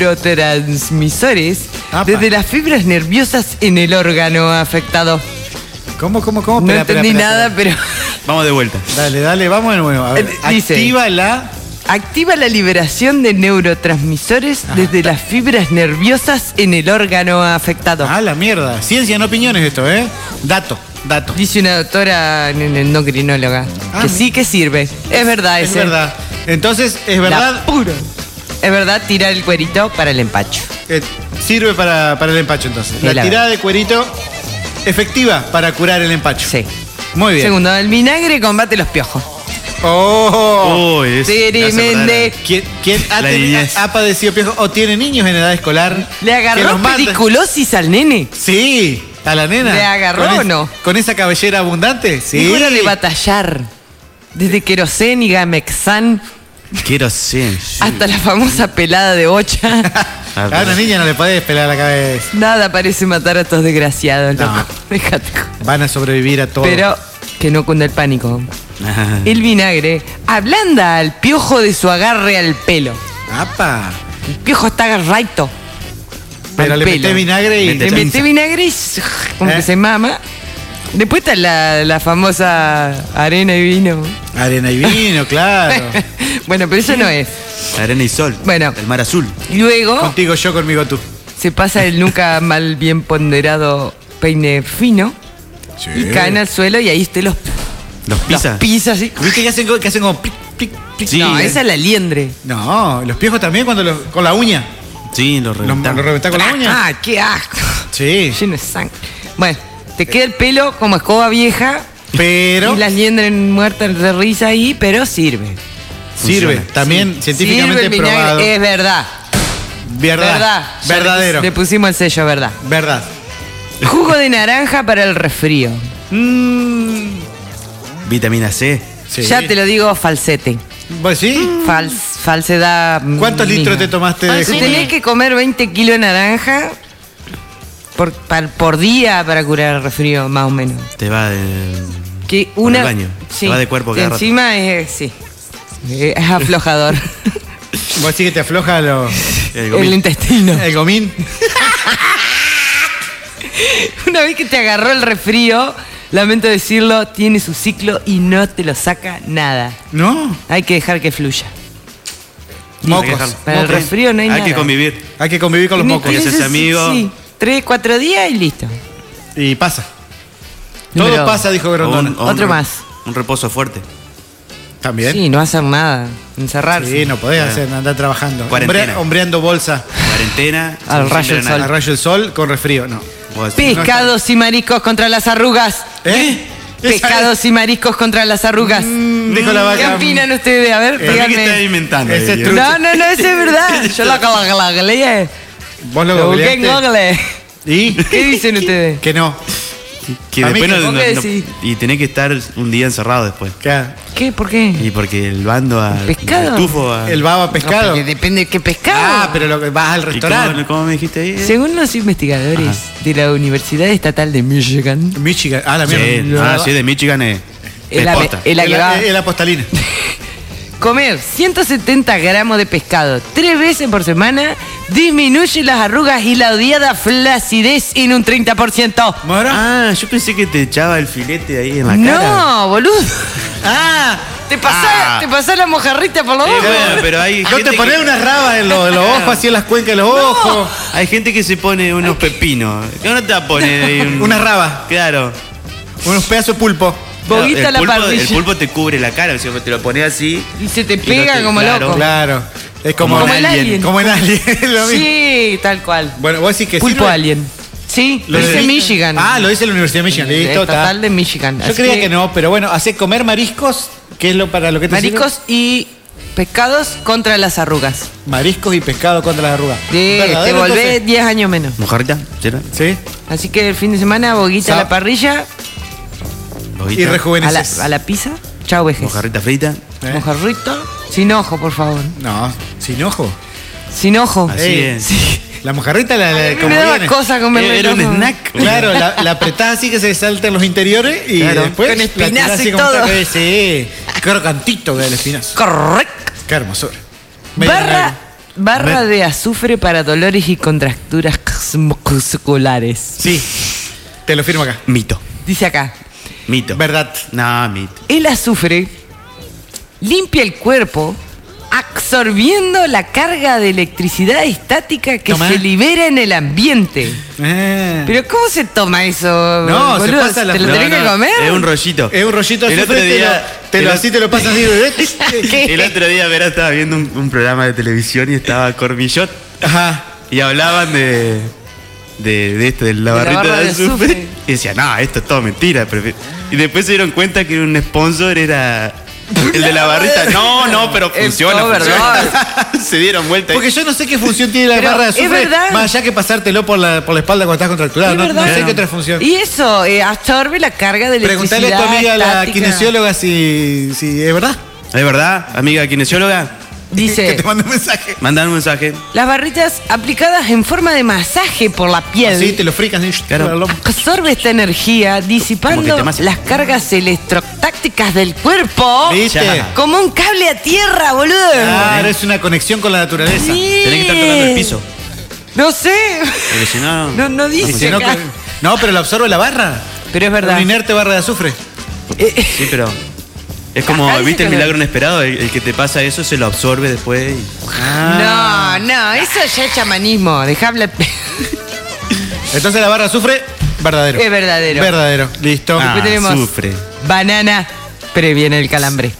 Speaker 4: neurotransmisores
Speaker 3: Apa.
Speaker 4: desde las fibras nerviosas en el órgano afectado.
Speaker 3: ¿Cómo, cómo, cómo?
Speaker 4: No
Speaker 3: Espera, espera,
Speaker 4: entendí
Speaker 3: espera,
Speaker 4: nada,
Speaker 3: espera.
Speaker 4: pero
Speaker 2: Vamos de vuelta.
Speaker 3: Dale, dale, vamos de nuevo. A ver,
Speaker 4: Eh, dice-
Speaker 3: activa la.
Speaker 4: activa la liberación de neurotransmisores desde las fibras nerviosas en el órgano afectado.
Speaker 3: Ah, la mierda. Ciencia, no opiniones esto, ¿eh? Dato, dato.
Speaker 4: Dice una doctora en- en- endocrinóloga
Speaker 3: Ah,
Speaker 4: que
Speaker 3: mira.
Speaker 4: sí que sirve. Es verdad,
Speaker 3: Es
Speaker 4: ese.
Speaker 3: verdad. Entonces, es
Speaker 4: La
Speaker 3: verdad,
Speaker 4: pura. Es verdad, tirar el cuerito para el empacho.
Speaker 3: eh, sirve para, para el empacho entonces.
Speaker 4: Sí,
Speaker 3: La,
Speaker 4: la
Speaker 3: tirada de cuerito, efectiva para curar el empacho.
Speaker 4: Sí.
Speaker 3: Muy bien.
Speaker 4: Segundo, el vinagre combate los piojos.
Speaker 3: Oh.
Speaker 4: Uh.
Speaker 2: Uy, es- me hace
Speaker 4: Tremende.
Speaker 2: acordar
Speaker 3: ¿Quién, quién ha,
Speaker 2: La
Speaker 3: tenido-
Speaker 2: niñez.
Speaker 3: ha padecido piojo o tiene niños en edad escolar?
Speaker 4: ¿Le
Speaker 3: que los
Speaker 4: agarró
Speaker 3: manda-
Speaker 4: pediculosis al nene?
Speaker 3: Sí, a la nena.
Speaker 4: ¿Le agarró
Speaker 3: Con
Speaker 4: o
Speaker 3: es-
Speaker 4: no?
Speaker 3: ¿Con esa cabellera abundante? Sí.
Speaker 4: Figura de batallar. Desde Querosén y Gamexán
Speaker 2: a- Quiero ser.
Speaker 4: hasta la famosa pelada de bocha.
Speaker 3: <laughs> A una niña no le podés pelar la cabeza.
Speaker 4: Nada parece matar a estos desgraciados,
Speaker 3: No.
Speaker 4: loco. Déjate.
Speaker 3: Van a sobrevivir a todo.
Speaker 4: Pero que no cunda el pánico.
Speaker 2: Ah.
Speaker 4: El vinagre ablanda al piojo de su agarre al pelo.
Speaker 3: ¡Apa!
Speaker 4: El piojo está agarraito.
Speaker 3: Pero
Speaker 4: al
Speaker 3: le
Speaker 4: pelo.
Speaker 3: metés vinagre y.
Speaker 4: Le meté vinagre y s- como
Speaker 3: ¿Eh?
Speaker 4: que se mama. Después está la, la famosa arena y vino.
Speaker 3: Arena y
Speaker 4: <laughs>
Speaker 3: vino, claro.
Speaker 4: bueno, pero eso no es.
Speaker 2: Arena y sol.
Speaker 4: Bueno.
Speaker 2: El mar azul.
Speaker 4: Luego
Speaker 3: Contigo yo, conmigo tú.
Speaker 4: se pasa el nunca mal bien ponderado peine fino y caen al suelo y ahí usted los,
Speaker 2: Los
Speaker 4: los
Speaker 2: pisa.
Speaker 4: pisa así.
Speaker 3: ¿Viste que hacen, co- que hacen como plic, plic, plic?
Speaker 2: Sí,
Speaker 4: no,
Speaker 2: eh.
Speaker 4: esa es la liendre.
Speaker 3: No, los piojos también cuando los, con la uña.
Speaker 2: Sí, los
Speaker 3: ¿Los
Speaker 2: reventamos.
Speaker 3: los reventás con la uña?
Speaker 4: Ah, qué asco.
Speaker 3: Sí.
Speaker 4: Lleno de sangre. Bueno, te queda el pelo como escoba vieja
Speaker 3: Pero
Speaker 4: y las liendres muertas de risa ahí, pero sirve.
Speaker 3: sirve.
Speaker 2: Funciona.
Speaker 3: También científicamente
Speaker 4: Sirve el vinagre,
Speaker 3: probado.
Speaker 4: Es verdad.
Speaker 3: verdad.
Speaker 4: Verdad. Ya
Speaker 3: Verdadero.
Speaker 4: Le, le pusimos el
Speaker 3: <laughs>
Speaker 4: sello, verdad.
Speaker 3: Verdad.
Speaker 4: Jugo de naranja para el resfrío.
Speaker 2: Vitamina C.
Speaker 3: Sí.
Speaker 4: Ya te lo digo falsete.
Speaker 3: ¿Vos sí?
Speaker 4: Fals- falsedad. mm,
Speaker 3: ¿Cuántos litros
Speaker 4: misma.
Speaker 3: te tomaste de
Speaker 4: Si
Speaker 3: jugo?
Speaker 4: Este, tenés que comer 20 kilos de naranja por, par- por día para curar el resfrío, más o menos.
Speaker 2: Te va de.
Speaker 4: Que
Speaker 2: Por
Speaker 4: una.
Speaker 2: el baño.
Speaker 4: Sí.
Speaker 2: Te va de cuerpo cada rato.
Speaker 4: Encima es. Sí. Eh, Es
Speaker 2: <laughs>
Speaker 4: aflojador.
Speaker 3: ¿Vos sí que te afloja
Speaker 4: <laughs>
Speaker 3: lo-
Speaker 2: El
Speaker 4: el
Speaker 2: gomín.
Speaker 4: intestino.
Speaker 3: el gomín?
Speaker 4: Una vez que te agarró el resfrío, lamento decirlo, tiene su ciclo y no te lo saca nada.
Speaker 3: No.
Speaker 4: Hay que dejar que fluya.
Speaker 3: Mocos.
Speaker 4: Para el
Speaker 2: Mocos.
Speaker 4: resfrío no hay nada.
Speaker 2: Hay que convivir.
Speaker 3: Hay que convivir con los
Speaker 4: Ni
Speaker 3: mocos.
Speaker 4: tienes-
Speaker 2: haces amigo.
Speaker 4: Sí, tres, cuatro días y listo.
Speaker 3: Y pasa. Todo
Speaker 4: Número-
Speaker 3: pasa, dijo Grondona.
Speaker 2: O un- o un
Speaker 4: Otro
Speaker 2: re-
Speaker 4: más.
Speaker 2: Un reposo fuerte.
Speaker 3: También.
Speaker 4: Sí, no hacer nada.
Speaker 3: Sí,
Speaker 4: Encerrarse.
Speaker 3: no podés hacer, andar trabajando.
Speaker 2: Cuarentena.
Speaker 3: Hombre- hombreando bolsa.
Speaker 2: cuarentena.
Speaker 4: Al
Speaker 2: sin
Speaker 4: rayo del
Speaker 2: ver a nadie.
Speaker 4: sol.
Speaker 3: Al rayo del sol con resfrío, no.
Speaker 4: Pescados y mariscos contra las arrugas.
Speaker 3: ¿Eh?
Speaker 4: Pescados y mariscos contra las arrugas.
Speaker 3: Mm, dijo la vaca.
Speaker 4: ¿Qué opinan ustedes? A ver,
Speaker 3: Para mí que
Speaker 4: díganme.
Speaker 3: está inventando, Ese es
Speaker 2: eh,
Speaker 3: diría. trucho.
Speaker 4: no, no, no, eso
Speaker 3: <laughs>
Speaker 4: es verdad. Yo lo googleé.
Speaker 3: ¿Vos lo
Speaker 4: Lo busqué en
Speaker 3: googleaste? <laughs>
Speaker 4: Google.
Speaker 3: ¿Y? <laughs>
Speaker 4: ¿Qué dicen ustedes?
Speaker 3: Que no.
Speaker 2: Que
Speaker 3: A mí
Speaker 2: después
Speaker 3: que-
Speaker 2: no-
Speaker 3: ¿Vos
Speaker 2: no-
Speaker 3: qué
Speaker 2: no-
Speaker 3: decís?
Speaker 2: y tenés que estar un día encerrado después.
Speaker 4: ¿Qué? ¿Por qué?
Speaker 2: Y porque el bando a.
Speaker 4: ¿Pescado?
Speaker 2: El tufo
Speaker 4: Ah.
Speaker 2: a.
Speaker 3: El baba pescado.
Speaker 4: porque depende de qué pescado.
Speaker 3: Ah, pero lo que vas al restaurante.
Speaker 2: ¿Cómo, cómo me dijiste ahí?
Speaker 4: Según los investigadores de la Universidad Estatal de Michigan,
Speaker 3: Michigan, ah, la
Speaker 2: Sí,
Speaker 3: mierda.
Speaker 2: ah, sí, de Michigan es.
Speaker 4: Es la-
Speaker 2: posta.
Speaker 4: es la que va.
Speaker 3: Es la postalina.
Speaker 4: comer 170 gramos de pescado tres veces por semana disminuye las arrugas y la odiada flacidez en un 30%.
Speaker 2: Ah, yo pensé que te echaba el filete ahí en la cara.
Speaker 4: No, boludo. Ah, te pasá,
Speaker 2: Ah.
Speaker 4: te pasá la mojarrita por los
Speaker 2: Eh,
Speaker 4: ojos.
Speaker 2: bueno, pero hay
Speaker 3: No
Speaker 2: gente
Speaker 3: te pones
Speaker 2: que-
Speaker 3: unas rabas en, lo- en los ojos, así en las cuencas de
Speaker 4: <laughs>
Speaker 3: los ojos.
Speaker 2: Hay gente que se pone unos pepinos. ¿Qué no te va a poner ahí un-
Speaker 3: Unas rabas.
Speaker 2: Claro.
Speaker 3: Unos pedazos de pulpo.
Speaker 2: Claro,
Speaker 4: Boguita
Speaker 2: el
Speaker 4: la
Speaker 2: pulpo,
Speaker 4: parrilla.
Speaker 2: El pulpo te cubre la cara, o sea, te lo pones así.
Speaker 4: Y se te
Speaker 2: no
Speaker 4: pega
Speaker 2: te-
Speaker 4: como
Speaker 2: claro.
Speaker 4: loco.
Speaker 3: Claro. Es como,
Speaker 4: Como el alien.
Speaker 3: Como el alien. <laughs> es lo mismo.
Speaker 4: Sí, tal cual.
Speaker 3: Bueno, vos decís que
Speaker 4: Pulpo
Speaker 3: sirve.
Speaker 4: alien. Sí,
Speaker 3: Lo
Speaker 4: lo dice
Speaker 3: de-
Speaker 4: Michigan.
Speaker 3: Ah, lo dice la Universidad de Michigan.
Speaker 4: El
Speaker 3: Listo, está.
Speaker 4: estatal de Michigan.
Speaker 3: Yo
Speaker 4: Así
Speaker 3: creía que... no, pero bueno, hace comer mariscos, que es lo para lo que te sirve?
Speaker 4: Mariscos y pescados contra las arrugas.
Speaker 3: Mariscos y pescado contra las arrugas.
Speaker 4: Sí, te
Speaker 3: ¿Verdadero,
Speaker 4: volvés
Speaker 3: entonces?
Speaker 4: 10 años menos.
Speaker 2: Mojarrita, ¿será?
Speaker 3: Sí.
Speaker 4: Así que el fin de semana, boguita a la parrilla,
Speaker 2: Bobita,
Speaker 3: Y
Speaker 4: a la,
Speaker 3: rejuveneces.
Speaker 4: a la pizza, chao vejez.
Speaker 2: Mojarrita frita.
Speaker 3: ¿Eh?
Speaker 4: Mojarrito, sin ojo, por favor.
Speaker 3: No, sin ojo.
Speaker 4: Sin ojo.
Speaker 2: Así
Speaker 3: Ey,
Speaker 2: es.
Speaker 3: La mojarrita la, la- como
Speaker 4: me daba
Speaker 3: viene.
Speaker 4: cosa comerlo
Speaker 2: Era
Speaker 4: el
Speaker 2: un
Speaker 4: ojo.
Speaker 2: snack.
Speaker 3: Claro, la, la apretás así que se salten los interiores y
Speaker 2: Claro.
Speaker 3: después
Speaker 4: Con
Speaker 3: la
Speaker 4: espinazo
Speaker 3: tirás así
Speaker 4: y
Speaker 3: como
Speaker 4: todo.
Speaker 3: está, que- sí, crocantito del espinazo.
Speaker 4: Correcto.
Speaker 3: Qué hermosura. Medio
Speaker 4: Barra,
Speaker 3: largo.
Speaker 4: barra de azufre para dolores y contracturas musculares.
Speaker 3: Sí, te lo firmo acá.
Speaker 2: Mito.
Speaker 4: Dice acá,
Speaker 2: Mito.
Speaker 3: Verdad.
Speaker 2: No, mito.
Speaker 4: el azufre limpia el cuerpo absorbiendo la carga de electricidad estática que
Speaker 3: Tomá.
Speaker 4: se libera en el ambiente.
Speaker 3: Ah.
Speaker 4: Pero ¿cómo se toma eso?
Speaker 3: No, se
Speaker 4: boludo?
Speaker 3: pasa la-
Speaker 4: ¿Te lo
Speaker 3: No,
Speaker 4: tenés que
Speaker 2: no,
Speaker 4: comer?
Speaker 2: Es un rollito.
Speaker 3: Es un rollito de
Speaker 2: El otro
Speaker 3: azufre, te
Speaker 2: día-
Speaker 3: lo- te
Speaker 2: el
Speaker 3: lo,
Speaker 2: o-
Speaker 3: así te lo pasas
Speaker 2: <laughs>
Speaker 3: así. ¿Qué?
Speaker 2: El otro día, Verá, estaba viendo un, un programa de televisión y estaba Cormillot
Speaker 3: <laughs> Ajá.
Speaker 2: y hablaban de. De, de esto, de la
Speaker 4: De la
Speaker 2: barrita
Speaker 4: barra
Speaker 2: de
Speaker 4: de
Speaker 2: azufre.
Speaker 4: azufre.
Speaker 2: <laughs> Y decía, no, esto es todo mentira. prefi-". Y después se dieron cuenta que un sponsor era el de la barrita. No, no, pero
Speaker 4: Es
Speaker 2: funciona.
Speaker 4: todo
Speaker 2: funciona". <laughs> se dieron vuelta.
Speaker 3: Porque yo no sé qué función tiene la
Speaker 4: Pero
Speaker 3: barra de
Speaker 4: es
Speaker 3: azufre.
Speaker 4: verdad.
Speaker 3: Más allá que pasártelo por la, por la espalda cuando estás contracturado.
Speaker 4: Es
Speaker 3: No, no
Speaker 4: verdad.
Speaker 3: sé qué otra función.
Speaker 4: Y eso, eh, absorbe la carga de electricidad
Speaker 3: Preguntale a tu amiga, la
Speaker 4: estática.
Speaker 3: kinesióloga, si, si es verdad.
Speaker 2: ¿Es verdad, amiga kinesióloga?
Speaker 3: Que
Speaker 4: Dice,
Speaker 3: te mande un mensaje.
Speaker 2: Mandan un mensaje.
Speaker 4: las barritas aplicadas en forma de masaje por la piel.
Speaker 3: Así te lo fricas. así,
Speaker 2: Claro.
Speaker 3: por el lomo.
Speaker 4: Absorbe esta energía
Speaker 2: Como que
Speaker 4: disipando
Speaker 2: te masa.
Speaker 4: las cargas electrotácticas del cuerpo
Speaker 3: ¿Viste?
Speaker 2: Ya.
Speaker 4: como un cable a tierra, boludo.
Speaker 3: Claro, es una conexión con la naturaleza.
Speaker 4: Sí.
Speaker 2: Ah, Tenés que estar tocando el piso.
Speaker 4: No sé.
Speaker 2: Porque si no.
Speaker 4: No, no dice
Speaker 3: Y si no,
Speaker 4: acá.
Speaker 3: que- no, pero la absorbe la barra.
Speaker 4: Pero es verdad.
Speaker 3: Un inerte barra de azufre.
Speaker 4: Eh, eh,
Speaker 2: Sí, pero. Es como,
Speaker 4: Acá dice
Speaker 2: ¿viste el
Speaker 4: que no.
Speaker 2: milagro inesperado? El, el que te pasa eso se lo absorbe después. y-
Speaker 4: No, no, eso ya es chamanismo. Dejá hablar. <laughs>
Speaker 3: Entonces la barra de azufre, verdadero.
Speaker 4: Es verdadero.
Speaker 3: Verdadero. Listo.
Speaker 2: Ah,
Speaker 4: Después tenemos-
Speaker 2: sufre.
Speaker 4: Banana previene el calambre.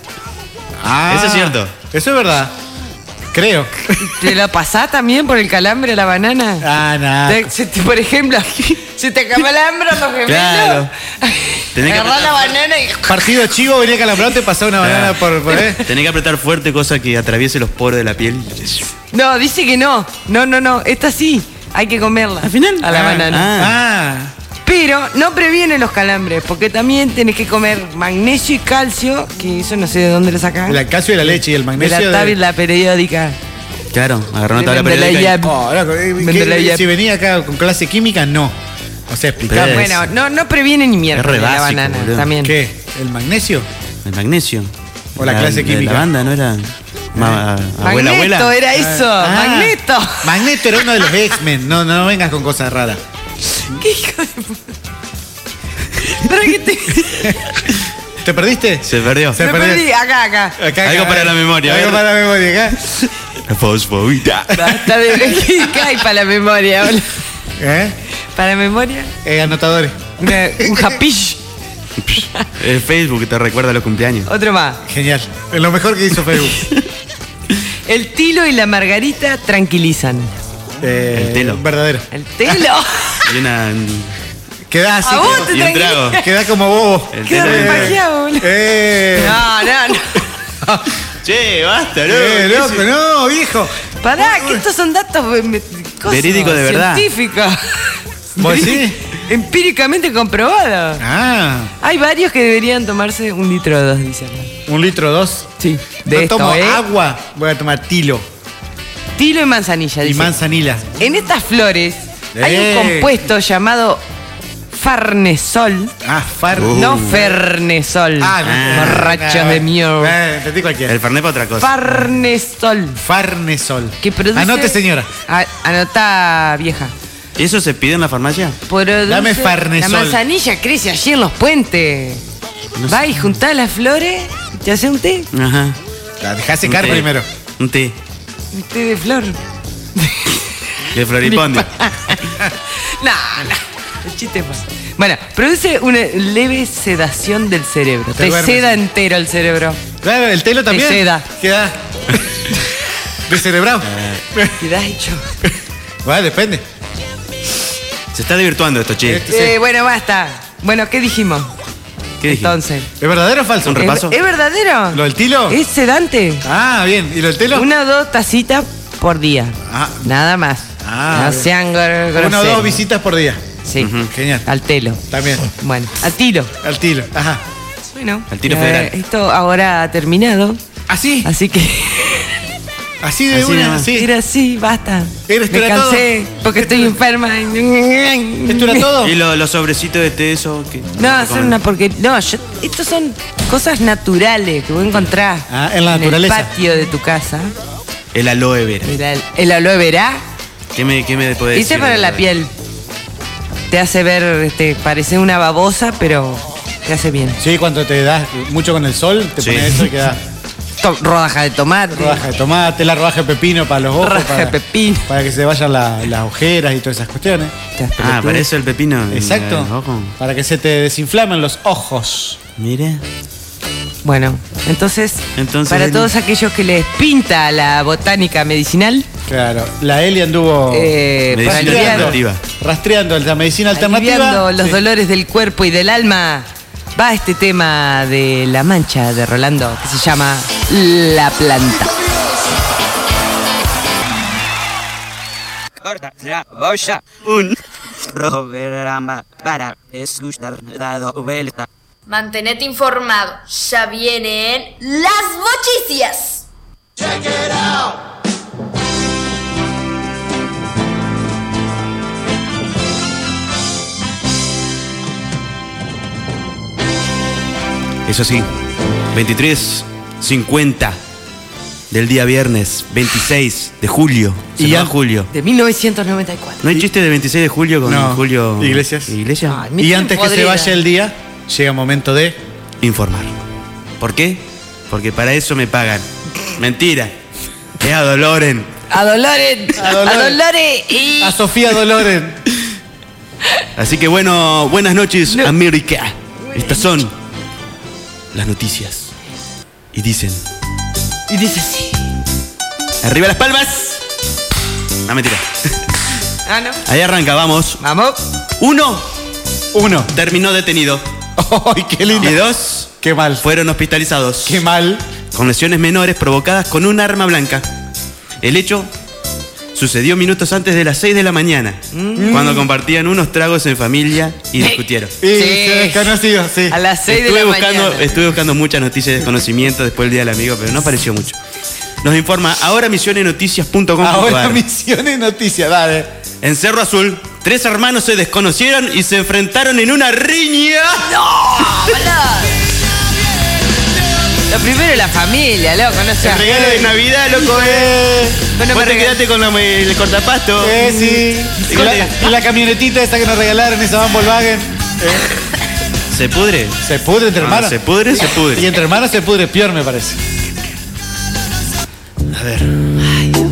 Speaker 3: Ah,
Speaker 2: Eso es cierto.
Speaker 3: Eso es verdad.
Speaker 4: <laughs>
Speaker 3: Creo.
Speaker 4: ¿Te la pasás también por el calambre a la banana?
Speaker 3: Ah, nada.
Speaker 4: Te- se te- por ejemplo, aquí, se te acalambran los gemelos.
Speaker 2: Claro. Tenés que
Speaker 4: Agarrá la banana y.
Speaker 3: Partido chivo, venía calambrón, te pasaba una
Speaker 2: Ah.
Speaker 3: banana por, por eh.
Speaker 2: Tenés que apretar fuerte, cosa que atraviese los poros de la piel.
Speaker 4: No, dice que no. No, no, no. Esta sí. Hay que comerla. Al final. A la
Speaker 3: Ah,
Speaker 4: banana.
Speaker 3: Ah.
Speaker 4: Pero no previene los calambres, porque también tenés que comer magnesio y calcio, que eso no sé de dónde lo sacás.
Speaker 3: El calcio y la leche y el
Speaker 4: de
Speaker 3: magnesio.
Speaker 4: la tabla periódica.
Speaker 2: Claro, agarró una
Speaker 4: Le
Speaker 2: tabla
Speaker 4: vende la
Speaker 2: periódica. y-
Speaker 4: llave.
Speaker 3: Oh, loco, eh,
Speaker 4: Vende la
Speaker 3: que-
Speaker 4: ya-
Speaker 3: si venía acá con clase química, no. O sea, explicame.
Speaker 2: Pero es-
Speaker 4: Bueno, no, no previene ni mierda
Speaker 2: re
Speaker 4: la
Speaker 2: básico,
Speaker 4: banana
Speaker 2: boludo.
Speaker 4: también.
Speaker 3: ¿Qué? ¿El magnesio?
Speaker 2: El magnesio.
Speaker 3: O la clase química. Eh.
Speaker 2: La banda, ¿no era? Ma- abuela,
Speaker 4: Magneto
Speaker 2: abuela.
Speaker 4: era eso,
Speaker 3: Ah.
Speaker 4: Oh, Magneto.
Speaker 3: Magneto era uno de los X-Men. No, no vengas con cosas raras.
Speaker 4: <laughs> ¿Qué hijo de puta? Pero que te...
Speaker 3: ¿Te perdiste?
Speaker 2: Se perdió.
Speaker 3: Se
Speaker 4: me
Speaker 3: perdió.
Speaker 4: perdí, acá, acá.
Speaker 3: Acá,
Speaker 2: Algo
Speaker 3: acá,
Speaker 2: para la memoria, a
Speaker 3: Algo
Speaker 2: ver.
Speaker 3: para la memoria. Acá.
Speaker 2: Fosfobita.
Speaker 4: Basta <laughs> de cae para la memoria, boludo.
Speaker 3: ¿Eh?
Speaker 4: Para la memoria,
Speaker 3: Eh, anotadores.
Speaker 4: una- un japish.
Speaker 2: El Facebook te recuerda los cumpleaños.
Speaker 4: Otro más.
Speaker 3: Genial. Es
Speaker 2: <laughs>
Speaker 3: lo mejor que hizo Facebook.
Speaker 4: El tilo y la margarita tranquilizan.
Speaker 3: eh,
Speaker 2: El telo.
Speaker 3: Verdadero.
Speaker 4: El telo.
Speaker 2: Y una.
Speaker 3: Queda así.
Speaker 4: A vos
Speaker 3: como-
Speaker 4: te Y un trago. tranquila.
Speaker 3: Queda como bobo.
Speaker 2: El
Speaker 4: Quedo
Speaker 2: telo.
Speaker 4: repajeado, boludo.
Speaker 3: Eh.
Speaker 4: No, no, no.
Speaker 2: Che, basta, loco.
Speaker 3: Eh,
Speaker 2: ¿qué
Speaker 3: loco,
Speaker 2: se-
Speaker 3: no, viejo.
Speaker 4: Pará, que estos son datos eh, me- cosas
Speaker 2: Verídico de verdad.
Speaker 4: científicos.
Speaker 3: ¿Vos sí?
Speaker 4: Empíricamente comprobados.
Speaker 3: Ah.
Speaker 4: Hay varios que deberían tomarse un litro o dos, dicen.
Speaker 3: ¿Un litro o dos?
Speaker 4: Sí. De
Speaker 3: no
Speaker 4: esto,
Speaker 3: tomo
Speaker 4: ¿eh?
Speaker 3: agua, voy a tomar tilo
Speaker 4: Tilo y manzanilla,
Speaker 3: y
Speaker 4: dicen.
Speaker 3: manzanilla.
Speaker 4: En estas flores hay
Speaker 3: Eh.
Speaker 4: un compuesto llamado farnesol.
Speaker 3: Ah, far.
Speaker 4: No
Speaker 2: Uh.
Speaker 4: fernesol.
Speaker 3: Ah, no.
Speaker 4: borrachos
Speaker 3: Ah,
Speaker 4: de mierda.
Speaker 3: Eh, entendí cualquiera.
Speaker 2: El Fernet para otra cosa.
Speaker 4: Farnesol.
Speaker 3: Farnesol.
Speaker 4: Que produce...
Speaker 3: Anote, señora.
Speaker 4: A- anotá, vieja.
Speaker 2: ¿Eso se pide en la farmacia?
Speaker 4: Produce-
Speaker 3: Dame
Speaker 4: La
Speaker 3: Farnesol.
Speaker 4: manzanilla crece allí en los puentes.
Speaker 2: No
Speaker 4: Va
Speaker 2: sé.
Speaker 4: y juntá las flores, te hace un té.
Speaker 2: Ajá.
Speaker 3: La dejá secar
Speaker 2: Un té.
Speaker 3: primero.
Speaker 2: Un té.
Speaker 4: Un té de flor.
Speaker 2: De floripondio.
Speaker 4: <laughs> Nah, nah. El chiste es más. Bueno, produce una leve sedación del cerebro. Te,
Speaker 3: duermes.
Speaker 4: seda entero el cerebro.
Speaker 3: Claro, el telo también.
Speaker 4: Te seda. <laughs>
Speaker 3: Queda. Descerebrado.
Speaker 2: Eh.
Speaker 4: Quedás hecho.
Speaker 3: Bueno, depende.
Speaker 2: Se está divirtuando esto, che.
Speaker 3: Este- Sí.
Speaker 4: Eh, bueno, basta. Bueno, ¿qué dijimos?
Speaker 2: ¿Qué dijiste?
Speaker 4: Entonces.
Speaker 3: ¿Es verdadero o falso? Eh,
Speaker 2: Un repaso.
Speaker 4: ¿Es, es verdadero?
Speaker 3: ¿Lo del tilo?
Speaker 4: ¿Es sedante?
Speaker 3: Ah, bien. ¿Y lo del telo?
Speaker 4: Una o dos tacitas por día.
Speaker 3: Ah.
Speaker 4: Nada más.
Speaker 3: Ah,
Speaker 4: no
Speaker 3: bien.
Speaker 4: sean gr- groseros.
Speaker 3: Una o dos visitas por día.
Speaker 4: Sí.
Speaker 3: Genial.
Speaker 4: Al telo.
Speaker 3: También.
Speaker 4: Bueno, al tiro.
Speaker 3: Al tilo. Ajá.
Speaker 4: Bueno.
Speaker 2: Al tiro
Speaker 4: eh,
Speaker 2: federal.
Speaker 4: Esto ahora ha terminado.
Speaker 3: Así.
Speaker 4: Así que.
Speaker 3: Así de
Speaker 2: Así
Speaker 3: una.
Speaker 2: nomás.
Speaker 3: Sí.
Speaker 4: Era así, basta.
Speaker 3: Era, esto
Speaker 4: Me
Speaker 3: era todo.
Speaker 4: cansé porque estoy enferma.
Speaker 3: ¿Esto
Speaker 4: ¿Esto
Speaker 3: era
Speaker 4: <laughs>
Speaker 3: todo?
Speaker 2: ¿Y lo- los sobrecitos de té, eso? que-
Speaker 4: No, son una porque No, yo- estos son cosas naturales que vos encontrás
Speaker 3: Ah, en la naturaleza.
Speaker 4: el patio de tu casa.
Speaker 2: El aloe vera.
Speaker 4: Mira, el- el aloe vera.
Speaker 2: ¿Qué me, qué me podés
Speaker 4: Dice
Speaker 2: decir?
Speaker 4: para
Speaker 2: del
Speaker 4: la
Speaker 2: aloe?
Speaker 4: piel. Te hace ver, este, parece una babosa, pero te hace bien.
Speaker 3: Sí, cuando te das mucho con el sol, te
Speaker 2: Sí.
Speaker 3: pones eso y queda
Speaker 4: To- rodaja de tomate.
Speaker 3: rodaja de tomate, la rodaja de pepino para los ojos.
Speaker 4: Rodaja
Speaker 3: para,
Speaker 4: de pepino.
Speaker 3: Para que se vayan la- las ojeras y todas esas cuestiones.
Speaker 4: Estás
Speaker 2: Ah,
Speaker 4: pelotudo.
Speaker 2: para eso el pepino. en-
Speaker 3: Exacto.
Speaker 2: en el ojo.
Speaker 3: Para que se te desinflamen los ojos.
Speaker 2: Mira.
Speaker 4: Bueno, entonces,
Speaker 2: Entonces,
Speaker 4: para
Speaker 2: Eli.
Speaker 4: todos aquellos que les pinta la botánica medicinal,
Speaker 3: Claro. La Eli anduvo
Speaker 4: eh,
Speaker 2: Medicina
Speaker 4: para aliviar,
Speaker 2: alternativa.
Speaker 3: rastreando la medicina alternativa.
Speaker 4: aliviando los
Speaker 3: Sí.
Speaker 4: dolores del cuerpo y del alma, va este tema de la mancha de Rolando que se llama La planta.
Speaker 21: la boya, un programa para escuchar dado vuelta.
Speaker 22: Mantenete informado. Ya vienen las bochicias.
Speaker 2: Eso sí, 23, 50 del día viernes, 26 de julio. Se
Speaker 3: Y
Speaker 2: nos va
Speaker 3: an-
Speaker 2: julio.
Speaker 4: De 1994.
Speaker 2: ¿No hay chiste de 26 de julio con
Speaker 3: No.
Speaker 2: Julio
Speaker 3: Iglesias.
Speaker 2: Iglesias?
Speaker 4: Ay, mi
Speaker 3: Y antes que se
Speaker 4: podrida.
Speaker 3: vaya el día, llega momento de.
Speaker 2: Informar. ¿Por qué? Porque para eso me pagan. Mentira. Es a Doloren.
Speaker 4: A Dolores,
Speaker 3: A
Speaker 4: a
Speaker 3: Dolores.
Speaker 4: Dolores, y
Speaker 3: A Sofía
Speaker 2: <laughs>
Speaker 3: Dolores.
Speaker 2: Así que bueno, buenas noches, América. Estas son las noticias. Y dicen,
Speaker 4: y dice así.
Speaker 2: arriba las palmas. No, mentira.
Speaker 4: Ah, no.
Speaker 2: Ahí arranca, vamos.
Speaker 4: Vamos.
Speaker 2: Uno
Speaker 3: Uno.
Speaker 2: terminó detenido.
Speaker 3: ¡Ay, qué lindo!
Speaker 2: Y dos
Speaker 3: ¡Qué mal!
Speaker 2: fueron hospitalizados.
Speaker 3: ¡Qué mal!
Speaker 2: con lesiones menores provocadas con un arma blanca. El hecho sucedió minutos antes de las 6 de la mañana, cuando compartían unos tragos en familia y discutieron.
Speaker 3: Y se desconocido, sí.
Speaker 4: A las 6 de
Speaker 2: Estuve
Speaker 4: la
Speaker 2: buscando,
Speaker 4: mañana.
Speaker 2: estuve buscando muchas noticias de desconocimiento después del Día del Amigo, pero no apareció mucho. Nos informa ahora misionenoticias.com.
Speaker 3: <laughs> Ahora misiones noticias, dale.
Speaker 2: En Cerro Azul, tres hermanos se desconocieron y se enfrentaron en una riña.
Speaker 4: Lo primero es la familia, loco, no seas.
Speaker 2: Regalo de <laughs> Navidad, loco, eh.
Speaker 4: Bueno,
Speaker 2: Vos
Speaker 4: me
Speaker 2: te
Speaker 4: regal-
Speaker 2: quedaste con la- el cortapasto.
Speaker 3: Eh, sí. Y la, y la camionetita esa que nos regalaron, esa Van Volkswagen.
Speaker 2: Eh. ¿Se pudre?
Speaker 3: Se pudre entre
Speaker 2: Ah,
Speaker 3: hermanos.
Speaker 2: se pudre, se pudre.
Speaker 3: Y entre hermanos se pudre peor, me parece.
Speaker 2: A ver. <laughs>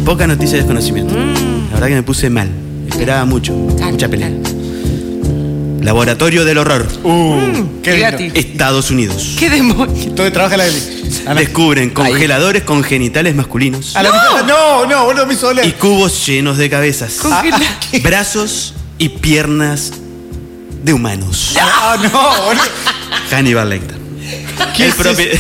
Speaker 2: Poca noticia de desconocimiento.
Speaker 4: Mm.
Speaker 2: La verdad que me puse mal. Esperaba mucho. Mucha pelea.
Speaker 4: Mm,
Speaker 2: Laboratorio del Horror.
Speaker 3: Uh, qué
Speaker 4: qué
Speaker 3: lindo.
Speaker 4: gratis.
Speaker 2: Estados Unidos.
Speaker 4: ¿Qué demonios?
Speaker 3: ¿Dónde trabaja la Eli?
Speaker 2: Descubren congeladores con genitales masculinos.
Speaker 3: A la mitad- no, no, boludo, me hizo doler.
Speaker 2: Y cubos llenos de cabezas.
Speaker 4: <laughs>
Speaker 3: Congela-
Speaker 2: Brazos y piernas de humanos.
Speaker 3: Ah, no, boludo.
Speaker 2: Hannibal Lecter.
Speaker 3: ¿Qué
Speaker 2: El,
Speaker 3: es
Speaker 2: propi-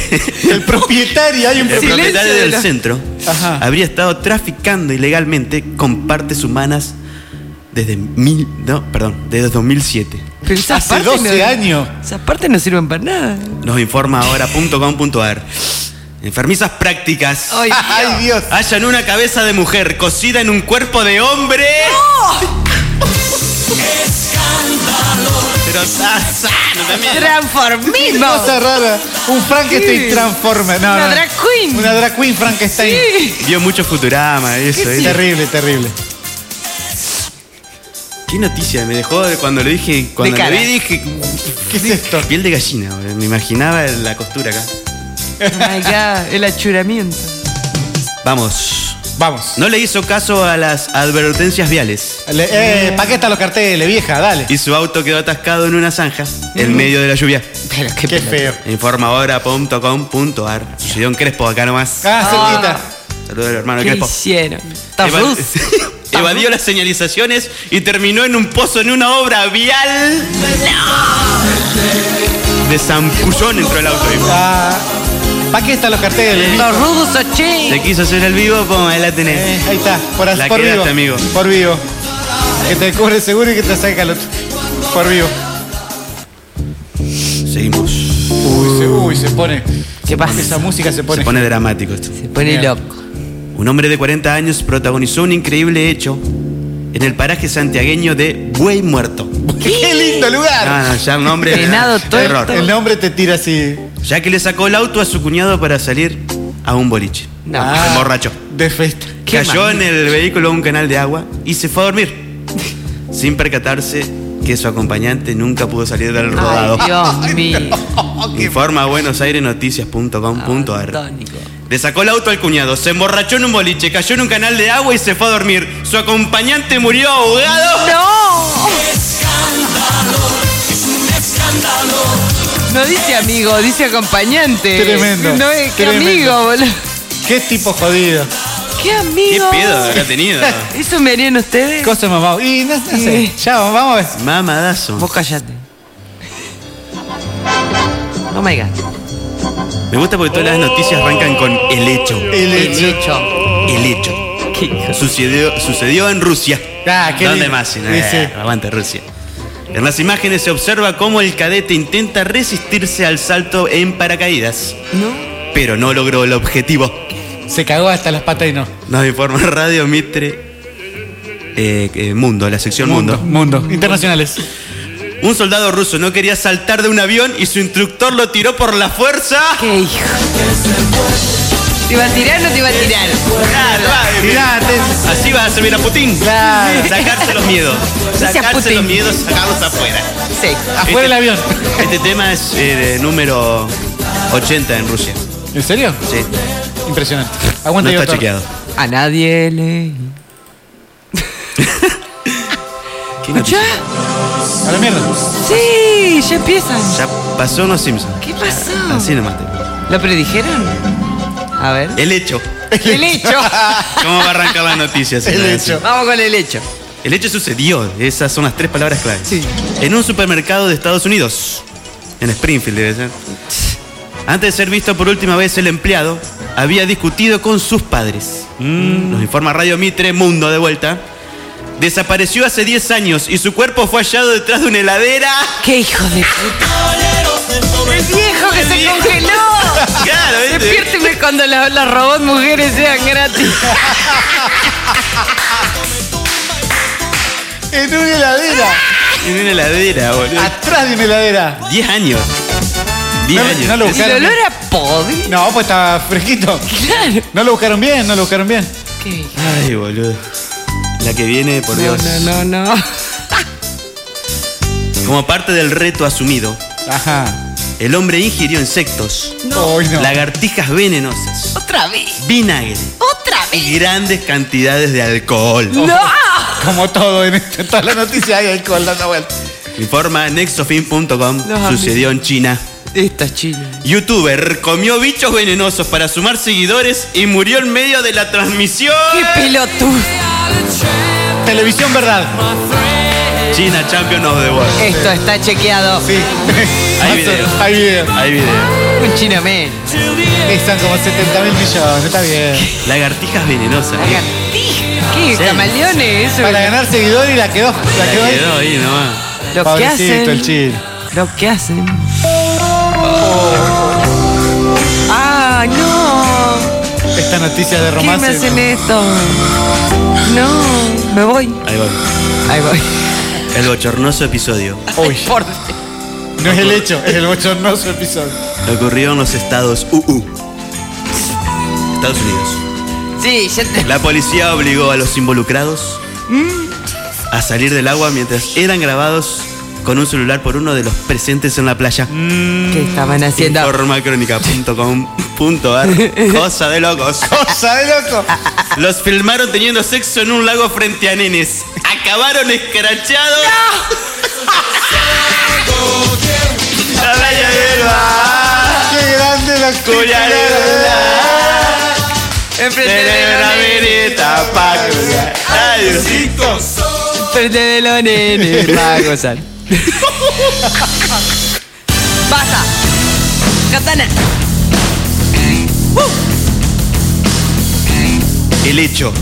Speaker 3: El propietario, hay un
Speaker 2: el propietario del
Speaker 3: la-
Speaker 2: centro
Speaker 3: Ajá.
Speaker 2: habría estado traficando ilegalmente con partes humanas desde mil, no, perdón, desde 2007.
Speaker 4: Pero esas
Speaker 3: Hace
Speaker 4: partes
Speaker 3: 12 años.
Speaker 4: Esas partes no sirven para nada.
Speaker 2: Nos informa ahora .com.ar. Enfermizas prácticas.
Speaker 4: <laughs> Ay, Dios. Ay,
Speaker 2: Hallan una cabeza de mujer cosida en un cuerpo de hombre. Pero sa- sa- no también.
Speaker 4: Transformismo.
Speaker 3: Cosa rara. Un Frankenstein
Speaker 4: Sí.
Speaker 3: transforma. No,
Speaker 4: Una
Speaker 3: no.
Speaker 4: drag queen.
Speaker 3: Una drag queen Frankenstein.
Speaker 2: Vio mucho Futurama, eso, ¿eh?
Speaker 3: Terrible, terrible.
Speaker 2: Qué noticia, me dejó de- cuando lo dije, cuando
Speaker 3: De
Speaker 2: lo
Speaker 3: cara.
Speaker 2: vi dije,
Speaker 3: ¿qué es esto?
Speaker 2: Piel de gallina, boludo. me imaginaba la costura acá.
Speaker 4: Oh my God, el achuramiento.
Speaker 2: Vamos.
Speaker 3: Vamos.
Speaker 2: No le hizo caso a las advertencias viales.
Speaker 3: Le- eh, ¿Para qué están los carteles, vieja? Dale.
Speaker 2: Y su auto quedó atascado en una zanja en medio de la lluvia.
Speaker 4: Pero
Speaker 3: qué, feo.
Speaker 2: Informa ahora punto com punto ar. Sucedió en Crespo, acá nomás.
Speaker 3: Ah, cerquita.
Speaker 2: Saludos al hermano de
Speaker 4: ¿Qué
Speaker 2: Crespo.
Speaker 4: hicieron?
Speaker 2: Eva- eh,
Speaker 4: <laughs>
Speaker 2: <laughs> Evadió las señalizaciones y terminó en un pozo en una obra vial. De zampullón entró el auto.
Speaker 3: Ah, ¿Para qué están los carteles? vieja?
Speaker 4: Los rudos oche.
Speaker 2: Se quiso hacer el vivo, pues ahí la tenés.
Speaker 3: Eh, ahí está, por, as-
Speaker 2: La
Speaker 3: por
Speaker 2: quedaste,
Speaker 3: vivo.
Speaker 2: amigo.
Speaker 3: Por vivo. Que te cubre el seguro y que te saca el otro. Por vivo.
Speaker 2: Seguimos.
Speaker 3: Uy, se, uy, se pone.
Speaker 4: ¿Qué pasa?
Speaker 3: Esa música se pone.
Speaker 2: Se pone dramático esto. Se
Speaker 4: pone loco.
Speaker 2: Un hombre de 40 años protagonizó un increíble hecho en el paraje santiagueño de Buey Muerto.
Speaker 3: <laughs>
Speaker 2: Ah,
Speaker 3: ¡Qué lindo lugar!
Speaker 2: No, no, ya el nombre.
Speaker 3: Venado
Speaker 2: error.
Speaker 3: El nombre te tira así.
Speaker 2: Ya que le sacó el auto a su cuñado para salir a un boliche. No.
Speaker 3: Ah.
Speaker 2: borracho.
Speaker 3: De fiesta.
Speaker 2: Cayó en el vehículo a un canal de agua y se fue a dormir. <laughs> sin percatarse que su acompañante nunca pudo salir del rodado.
Speaker 4: Dios mío. Ah,
Speaker 2: Informa buenosairennoticias.com.ar Le sacó el auto al cuñado, se emborrachó en un boliche, cayó en un canal de agua y se fue a dormir. Su acompañante murió ahogado.
Speaker 4: ¡No! No dice amigo, dice acompañante.
Speaker 3: Tremendo,
Speaker 4: No es que
Speaker 3: tremendo.
Speaker 4: amigo, boludo.
Speaker 3: Qué tipo jodido.
Speaker 4: ¿Qué amigo?
Speaker 9: eh.
Speaker 2: tenido?
Speaker 4: ¿Eso me harían ustedes?
Speaker 3: Cosa mamá. Y no, no sé.
Speaker 4: Sí.
Speaker 3: Ya, vamos a ver.
Speaker 2: Mamadazo.
Speaker 4: Vos callate. Oh my god.
Speaker 2: Me gusta porque todas las noticias arrancan con el hecho.
Speaker 3: El hecho.
Speaker 2: El hecho. Sucedió, sucedió en Rusia.
Speaker 3: Ah, qué
Speaker 2: ¿Dónde
Speaker 3: lindo.
Speaker 2: más? si no?
Speaker 3: Sí, sí.
Speaker 2: Eh, Aguante, Rusia. En las imágenes se observa cómo el cadete intenta resistirse al salto en paracaídas,
Speaker 4: ¿No?
Speaker 2: pero no logró el objetivo.
Speaker 3: Se cagó hasta las patas y no.
Speaker 2: Nos informa Radio Mitre eh, eh, Mundo, la sección Mundo. Este-
Speaker 3: Mundo.
Speaker 2: <laughs>
Speaker 3: Internacionales.
Speaker 2: Un soldado ruso no quería saltar de un avión y su instructor lo tiró por la fuerza.
Speaker 4: ¿Qué hijo? ¿Te iba a tirar o no te iba a <laughs> tirar?
Speaker 2: Mirate. Así vas a servir a Putin.
Speaker 3: Claro.
Speaker 2: Sacarse los miedos.
Speaker 4: seas
Speaker 2: Sacarse
Speaker 4: Putin.
Speaker 2: los miedos, sacarlos afuera.
Speaker 4: Sí.
Speaker 3: Afuera el avión.
Speaker 2: Este tema es eh, de número 80 en Rusia.
Speaker 3: ¿En serio?
Speaker 2: Sí.
Speaker 3: Impresionante.
Speaker 2: No
Speaker 3: Aguanta yo,
Speaker 2: está
Speaker 3: Thor.
Speaker 2: chequeado.
Speaker 4: A nadie <laughs> le. ¿Escuchá?
Speaker 3: A la mierda.
Speaker 4: Sí, ya empiezan.
Speaker 2: Ya pasó unos Simpsons.
Speaker 4: ¿Qué pasó?
Speaker 3: Ah.
Speaker 2: Así nomás.
Speaker 4: ¿Lo predijeron? A ver. <laughs>
Speaker 2: El hecho.
Speaker 4: El <laughs> hecho.
Speaker 2: ¿Cómo va a arrancar la
Speaker 3: <laughs>
Speaker 2: noticia?
Speaker 3: El
Speaker 2: señora?
Speaker 3: hecho.
Speaker 4: Vamos con el hecho.
Speaker 2: El hecho sucedió. Esas son las tres palabras clave.
Speaker 4: Sí.
Speaker 2: En un supermercado de Estados Unidos. En Springfield debe ser. Antes de ser visto por última vez, el empleado había discutido con sus padres.
Speaker 4: Mm.
Speaker 2: Nos informa Radio Mitre Mundo de vuelta. Desapareció hace 10 años y su cuerpo fue hallado detrás de
Speaker 4: <laughs>
Speaker 2: una heladera.
Speaker 4: ¡Qué hijo de puta! ¡El viejo que se congeló!
Speaker 2: Claro, ¿viste?
Speaker 4: Despiérteme cuando las, las robots mujeres sean gratis.
Speaker 3: <laughs> En una heladera.
Speaker 2: En una heladera,
Speaker 4: Ah.
Speaker 2: boludo.
Speaker 3: Atrás de una heladera.
Speaker 2: 10 años. 10
Speaker 3: No,
Speaker 2: años.
Speaker 3: no lo
Speaker 2: Es-
Speaker 4: Y el
Speaker 3: buscaron.
Speaker 4: olor a pobre.
Speaker 3: No, pues estaba fresquito.
Speaker 4: Claro.
Speaker 3: No lo buscaron bien, no lo buscaron bien.
Speaker 4: Qué hijo.
Speaker 2: Ay, boludo. La que viene, por
Speaker 4: No,
Speaker 2: Dios.
Speaker 4: no, no,
Speaker 3: <laughs>
Speaker 4: no.
Speaker 2: Como parte del reto asumido,
Speaker 3: Ajá.
Speaker 2: el hombre ingirió insectos,
Speaker 3: No. no.
Speaker 2: lagartijas venenosas,
Speaker 4: Otra vez.
Speaker 2: vinagre
Speaker 4: Otra vez.
Speaker 2: y grandes cantidades de alcohol. Oh.
Speaker 4: No.
Speaker 3: Como todo en, este- esta- en todas las noticias hay alcohol dando vueltas.
Speaker 2: Informa nexofin.com.
Speaker 4: Los
Speaker 2: Sucedió en China.
Speaker 4: Esta china.
Speaker 2: Youtuber comió bichos venenosos para sumar seguidores y murió en medio de la transmisión. ¡Qué
Speaker 4: pelotudo!
Speaker 3: Televisión Verdad.
Speaker 2: China Champion of the World.
Speaker 4: Esto está chequeado. Sí.
Speaker 2: Hay video.
Speaker 3: <laughs> Hay video.
Speaker 2: Hay video.
Speaker 4: Un chino men.
Speaker 3: Están como 70 mil millones, está bien.
Speaker 2: Lagartijas venenosas.
Speaker 4: ¿Qué? ¿Camaleones? Eso.
Speaker 3: Para ganar seguidor y la quedó. La quedó,
Speaker 2: La
Speaker 3: ahí.
Speaker 2: quedó ahí nomás.
Speaker 4: Lo que
Speaker 3: Pobrecito,
Speaker 4: hacen.
Speaker 3: el chino. Oh.
Speaker 4: Lo que hacen. ¡Ah, no!
Speaker 3: Esta noticia de
Speaker 4: ¿Qué me
Speaker 3: romance.
Speaker 4: hacen esto? No, me voy.
Speaker 2: Ahí voy.
Speaker 4: Ahí voy.
Speaker 2: El bochornoso episodio.
Speaker 4: <laughs>
Speaker 3: Uy. No es el hecho, es el bochornoso episodio.
Speaker 2: Ocurrió en los estados UU. Estados Unidos.
Speaker 4: Sí, ya te.
Speaker 2: La policía obligó a los involucrados
Speaker 4: Mm.
Speaker 2: a salir del agua mientras eran grabados con un celular por uno de los presentes en la playa.
Speaker 3: Mm.
Speaker 4: ¿Qué estaban haciendo?
Speaker 2: Informacrónica.com.ar Cosa de locos.
Speaker 3: Cosa de loco.
Speaker 2: Los filmaron teniendo sexo en un lago frente a nenes. Acabaron escrachados. La playa del bar,
Speaker 3: ¡Qué grande la
Speaker 2: cuya luna,
Speaker 4: Enfrente
Speaker 2: tiene una verita pa' culiar. Adiósito.
Speaker 4: Frente de los <laughs> nenes. Va a gozar. Basta. Katana.
Speaker 2: El hecho.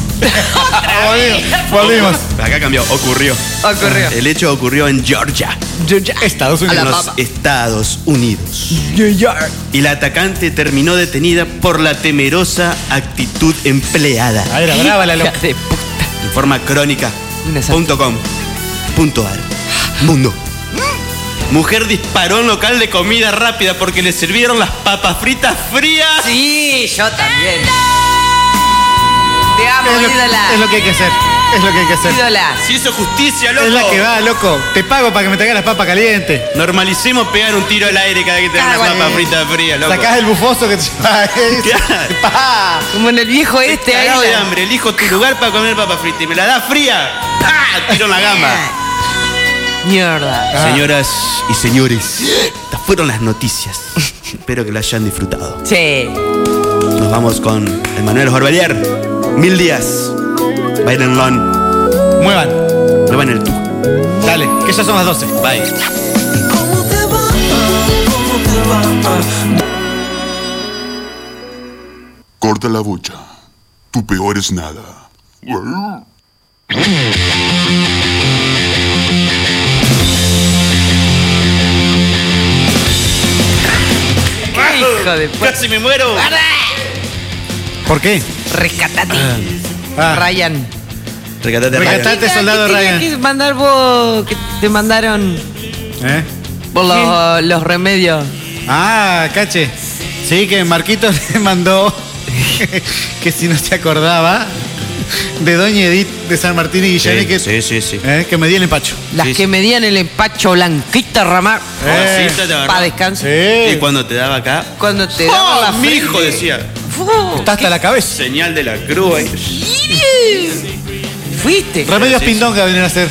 Speaker 3: Volvimos.
Speaker 2: Acá cambió, ocurrió.
Speaker 4: Ocurrió.
Speaker 2: El hecho ocurrió en Georgia.
Speaker 4: Georgia.
Speaker 3: Estados
Speaker 2: en
Speaker 3: Unidos.
Speaker 2: los Estados Unidos.
Speaker 4: Georgia.
Speaker 2: Y la atacante terminó detenida por la temerosa actitud empleada.
Speaker 3: Ah, era brava la loca.
Speaker 4: Hija de puta.
Speaker 2: Informa crónica.com.ar Mundo. Mujer disparó en local de comida rápida porque le sirvieron las papas fritas frías.
Speaker 4: Sí, yo también. Te amo,
Speaker 3: Es lo,
Speaker 4: ídola.
Speaker 3: es lo que hay que hacer. Es lo que hay que hacer.
Speaker 4: Ídola.
Speaker 2: Se hizo justicia, loco.
Speaker 3: Es la que va, loco. Te pago para que me traigas las papas calientes.
Speaker 2: Normalicemos pegar un tiro al aire cada vez que te dan una
Speaker 3: Cago en-
Speaker 2: papa frita fría, loco.
Speaker 3: Sacás el bufoso que te
Speaker 2: <laughs> Claro.
Speaker 3: Pa.
Speaker 4: Ah, Como en el viejo este, ahí.
Speaker 2: Cagado de
Speaker 4: la-
Speaker 2: hambre, elijo tu lugar para comer papa frita y me la da fría. ¡Ah! Tiro en la gama.
Speaker 4: Mierda.
Speaker 2: Señoras y señores, estas fueron las noticias. Espero que la hayan disfrutado.
Speaker 4: Sí.
Speaker 2: Nos vamos con Emanuel Jorbelier. Mil días. Biden Lon.
Speaker 3: Muevan.
Speaker 2: Muevan el tú.
Speaker 3: Dale, que ya son las 12.
Speaker 2: Bye.
Speaker 1: Corta la bocha. Tu peor es nada.
Speaker 4: Qué hijo de puta.
Speaker 2: ¡Casi me muero!
Speaker 3: ¿Por qué?
Speaker 4: Rescatate.
Speaker 3: Ah,
Speaker 4: Ryan.
Speaker 2: Recatate, Ryan.
Speaker 3: rescatate, soldado
Speaker 4: ¿Qué tenías
Speaker 3: Ryan.
Speaker 4: que mandar vos que te mandaron
Speaker 3: ¿Eh?
Speaker 4: por los, los remedios?
Speaker 3: Ah, cache. Sí, que Marquitos <laughs> le mandó que si no se acordaba de Doña Edith de San Martín y Guillén y que,
Speaker 2: Sí, sí, sí.
Speaker 3: eh, que me di el empacho.
Speaker 4: Las
Speaker 2: Sí,
Speaker 4: que
Speaker 2: sí.
Speaker 4: medían el empacho blanquita ramar
Speaker 3: Eh,
Speaker 2: Jovencita, te agarró.
Speaker 4: para descanso.
Speaker 2: Y
Speaker 3: Sí.
Speaker 2: cuando te daba acá.
Speaker 4: Cuando te daban
Speaker 2: ¡Oh,
Speaker 4: la
Speaker 2: mi
Speaker 4: frente.
Speaker 2: hijo! Decía.
Speaker 4: Fu,
Speaker 3: Está hasta la cabeza.
Speaker 2: Señal de la cruz. ahí.
Speaker 4: Fuiste.
Speaker 3: Remedios
Speaker 2: Sí, sí.
Speaker 3: Pindonga vienen a
Speaker 4: <laughs>
Speaker 3: hacer.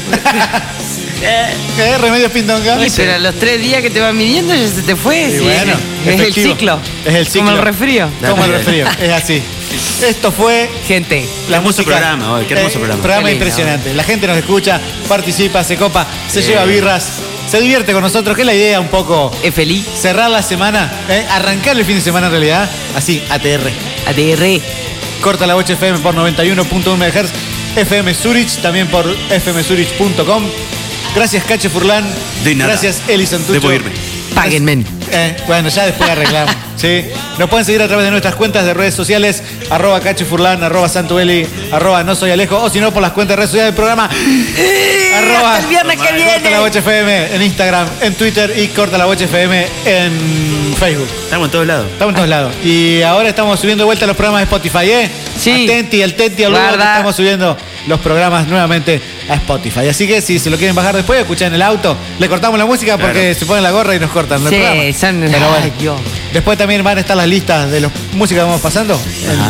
Speaker 4: Eh.
Speaker 3: ¿Qué? Remedios Pindonga.
Speaker 4: Ay, Pero a los tres días que te van midiendo ya se te fue.
Speaker 3: Y
Speaker 4: sí.
Speaker 3: bueno,
Speaker 4: es el
Speaker 3: efectivo.
Speaker 4: ciclo.
Speaker 3: Es el
Speaker 4: Como
Speaker 3: ciclo.
Speaker 4: el resfrío.
Speaker 3: Toma el resfrío, es así. Esto fue
Speaker 4: Gente,
Speaker 3: la
Speaker 2: hermoso
Speaker 3: música. Eh,
Speaker 2: programa, hoy, qué hermoso programa.
Speaker 4: Qué lindo.
Speaker 3: impresionante. La gente nos escucha, participa, se copa, se lleva birras, se divierte con nosotros, que es la idea un poco.
Speaker 4: es feliz.
Speaker 3: Cerrar la semana, eh, arrancar el fin de semana en realidad, así, ATR.
Speaker 4: ATR.
Speaker 3: Corta la bocha FM por 91.1 MHz, FM Zurich, también por fmzurich.com. Gracias Cache Furlan.
Speaker 2: De nada.
Speaker 3: Gracias Eli Santucho.
Speaker 2: Debo irme.
Speaker 4: Paguen, men.
Speaker 3: Eh, bueno, ya después
Speaker 4: <laughs>
Speaker 3: arreglamos. ¿sí? Nos pueden seguir a través de nuestras cuentas de redes sociales, arroba Cacho Furlan, arroba Santueli, arroba No Soy Alejo, o si no, por las cuentas de redes sociales del programa.
Speaker 4: hasta el viernes que
Speaker 3: Corta
Speaker 4: viene.
Speaker 3: la Bocha FM en Instagram, en Twitter y Corta la Bocha FM en Facebook.
Speaker 2: Estamos en todos lados.
Speaker 3: Estamos en todos lados. Y ahora estamos subiendo de vuelta los programas de Spotify, ¿eh?
Speaker 4: Sí.
Speaker 3: Atenti, al Tenti, al Lugo, que
Speaker 4: Guarda.
Speaker 3: estamos subiendo los programas nuevamente a Spotify. Así que si se lo quieren bajar después, escuchan en el auto, le cortamos la música porque
Speaker 2: Claro.
Speaker 3: se ponen la gorra y nos cortan el
Speaker 4: Sí,
Speaker 3: programa.
Speaker 4: son-
Speaker 3: Pero bueno.
Speaker 4: Ay, Dios.
Speaker 3: Después también van a estar las listas de los música que vamos pasando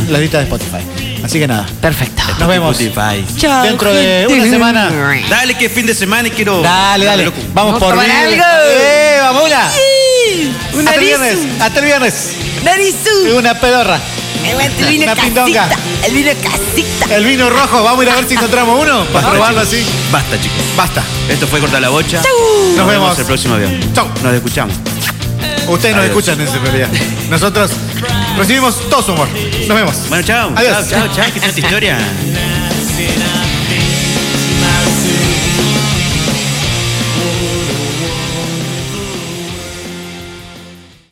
Speaker 3: en las listas de Spotify. Así que nada.
Speaker 4: Perfecto.
Speaker 3: Nos vemos
Speaker 2: Spotify.
Speaker 4: Chao,
Speaker 3: dentro de
Speaker 4: gente.
Speaker 3: una semana.
Speaker 2: Dale que es fin de semana y quiero.
Speaker 3: Dale, dale.
Speaker 2: loco.
Speaker 3: Vamos
Speaker 4: Vamos
Speaker 3: por
Speaker 4: a tomar
Speaker 3: libre.
Speaker 4: algo.
Speaker 3: ¡Eh, vamos! una. Hasta
Speaker 4: Un
Speaker 3: el
Speaker 4: narizu.
Speaker 3: viernes. Hasta el viernes.
Speaker 4: Narizu.
Speaker 3: Una pedorra.
Speaker 4: El vino
Speaker 3: Una pindonga.
Speaker 4: casita. El vino casita.
Speaker 3: El vino rojo. Vamos a ir a ver si encontramos uno para probarlo así.
Speaker 2: Basta, chicos.
Speaker 3: Basta.
Speaker 2: Esto fue Corta la Bocha.
Speaker 3: Chau. Nos
Speaker 2: Nos, vemos.
Speaker 3: vemos.
Speaker 2: el próximo avión.
Speaker 3: Chau.
Speaker 2: Nos escuchamos.
Speaker 3: Ustedes nos
Speaker 2: Adiós.
Speaker 3: escuchan en ese realidad. Nosotros recibimos todo su humor. Nos vemos.
Speaker 2: Bueno, chao.
Speaker 3: Adiós.
Speaker 2: Chao, chao, chao. ¿Qué es esta historia?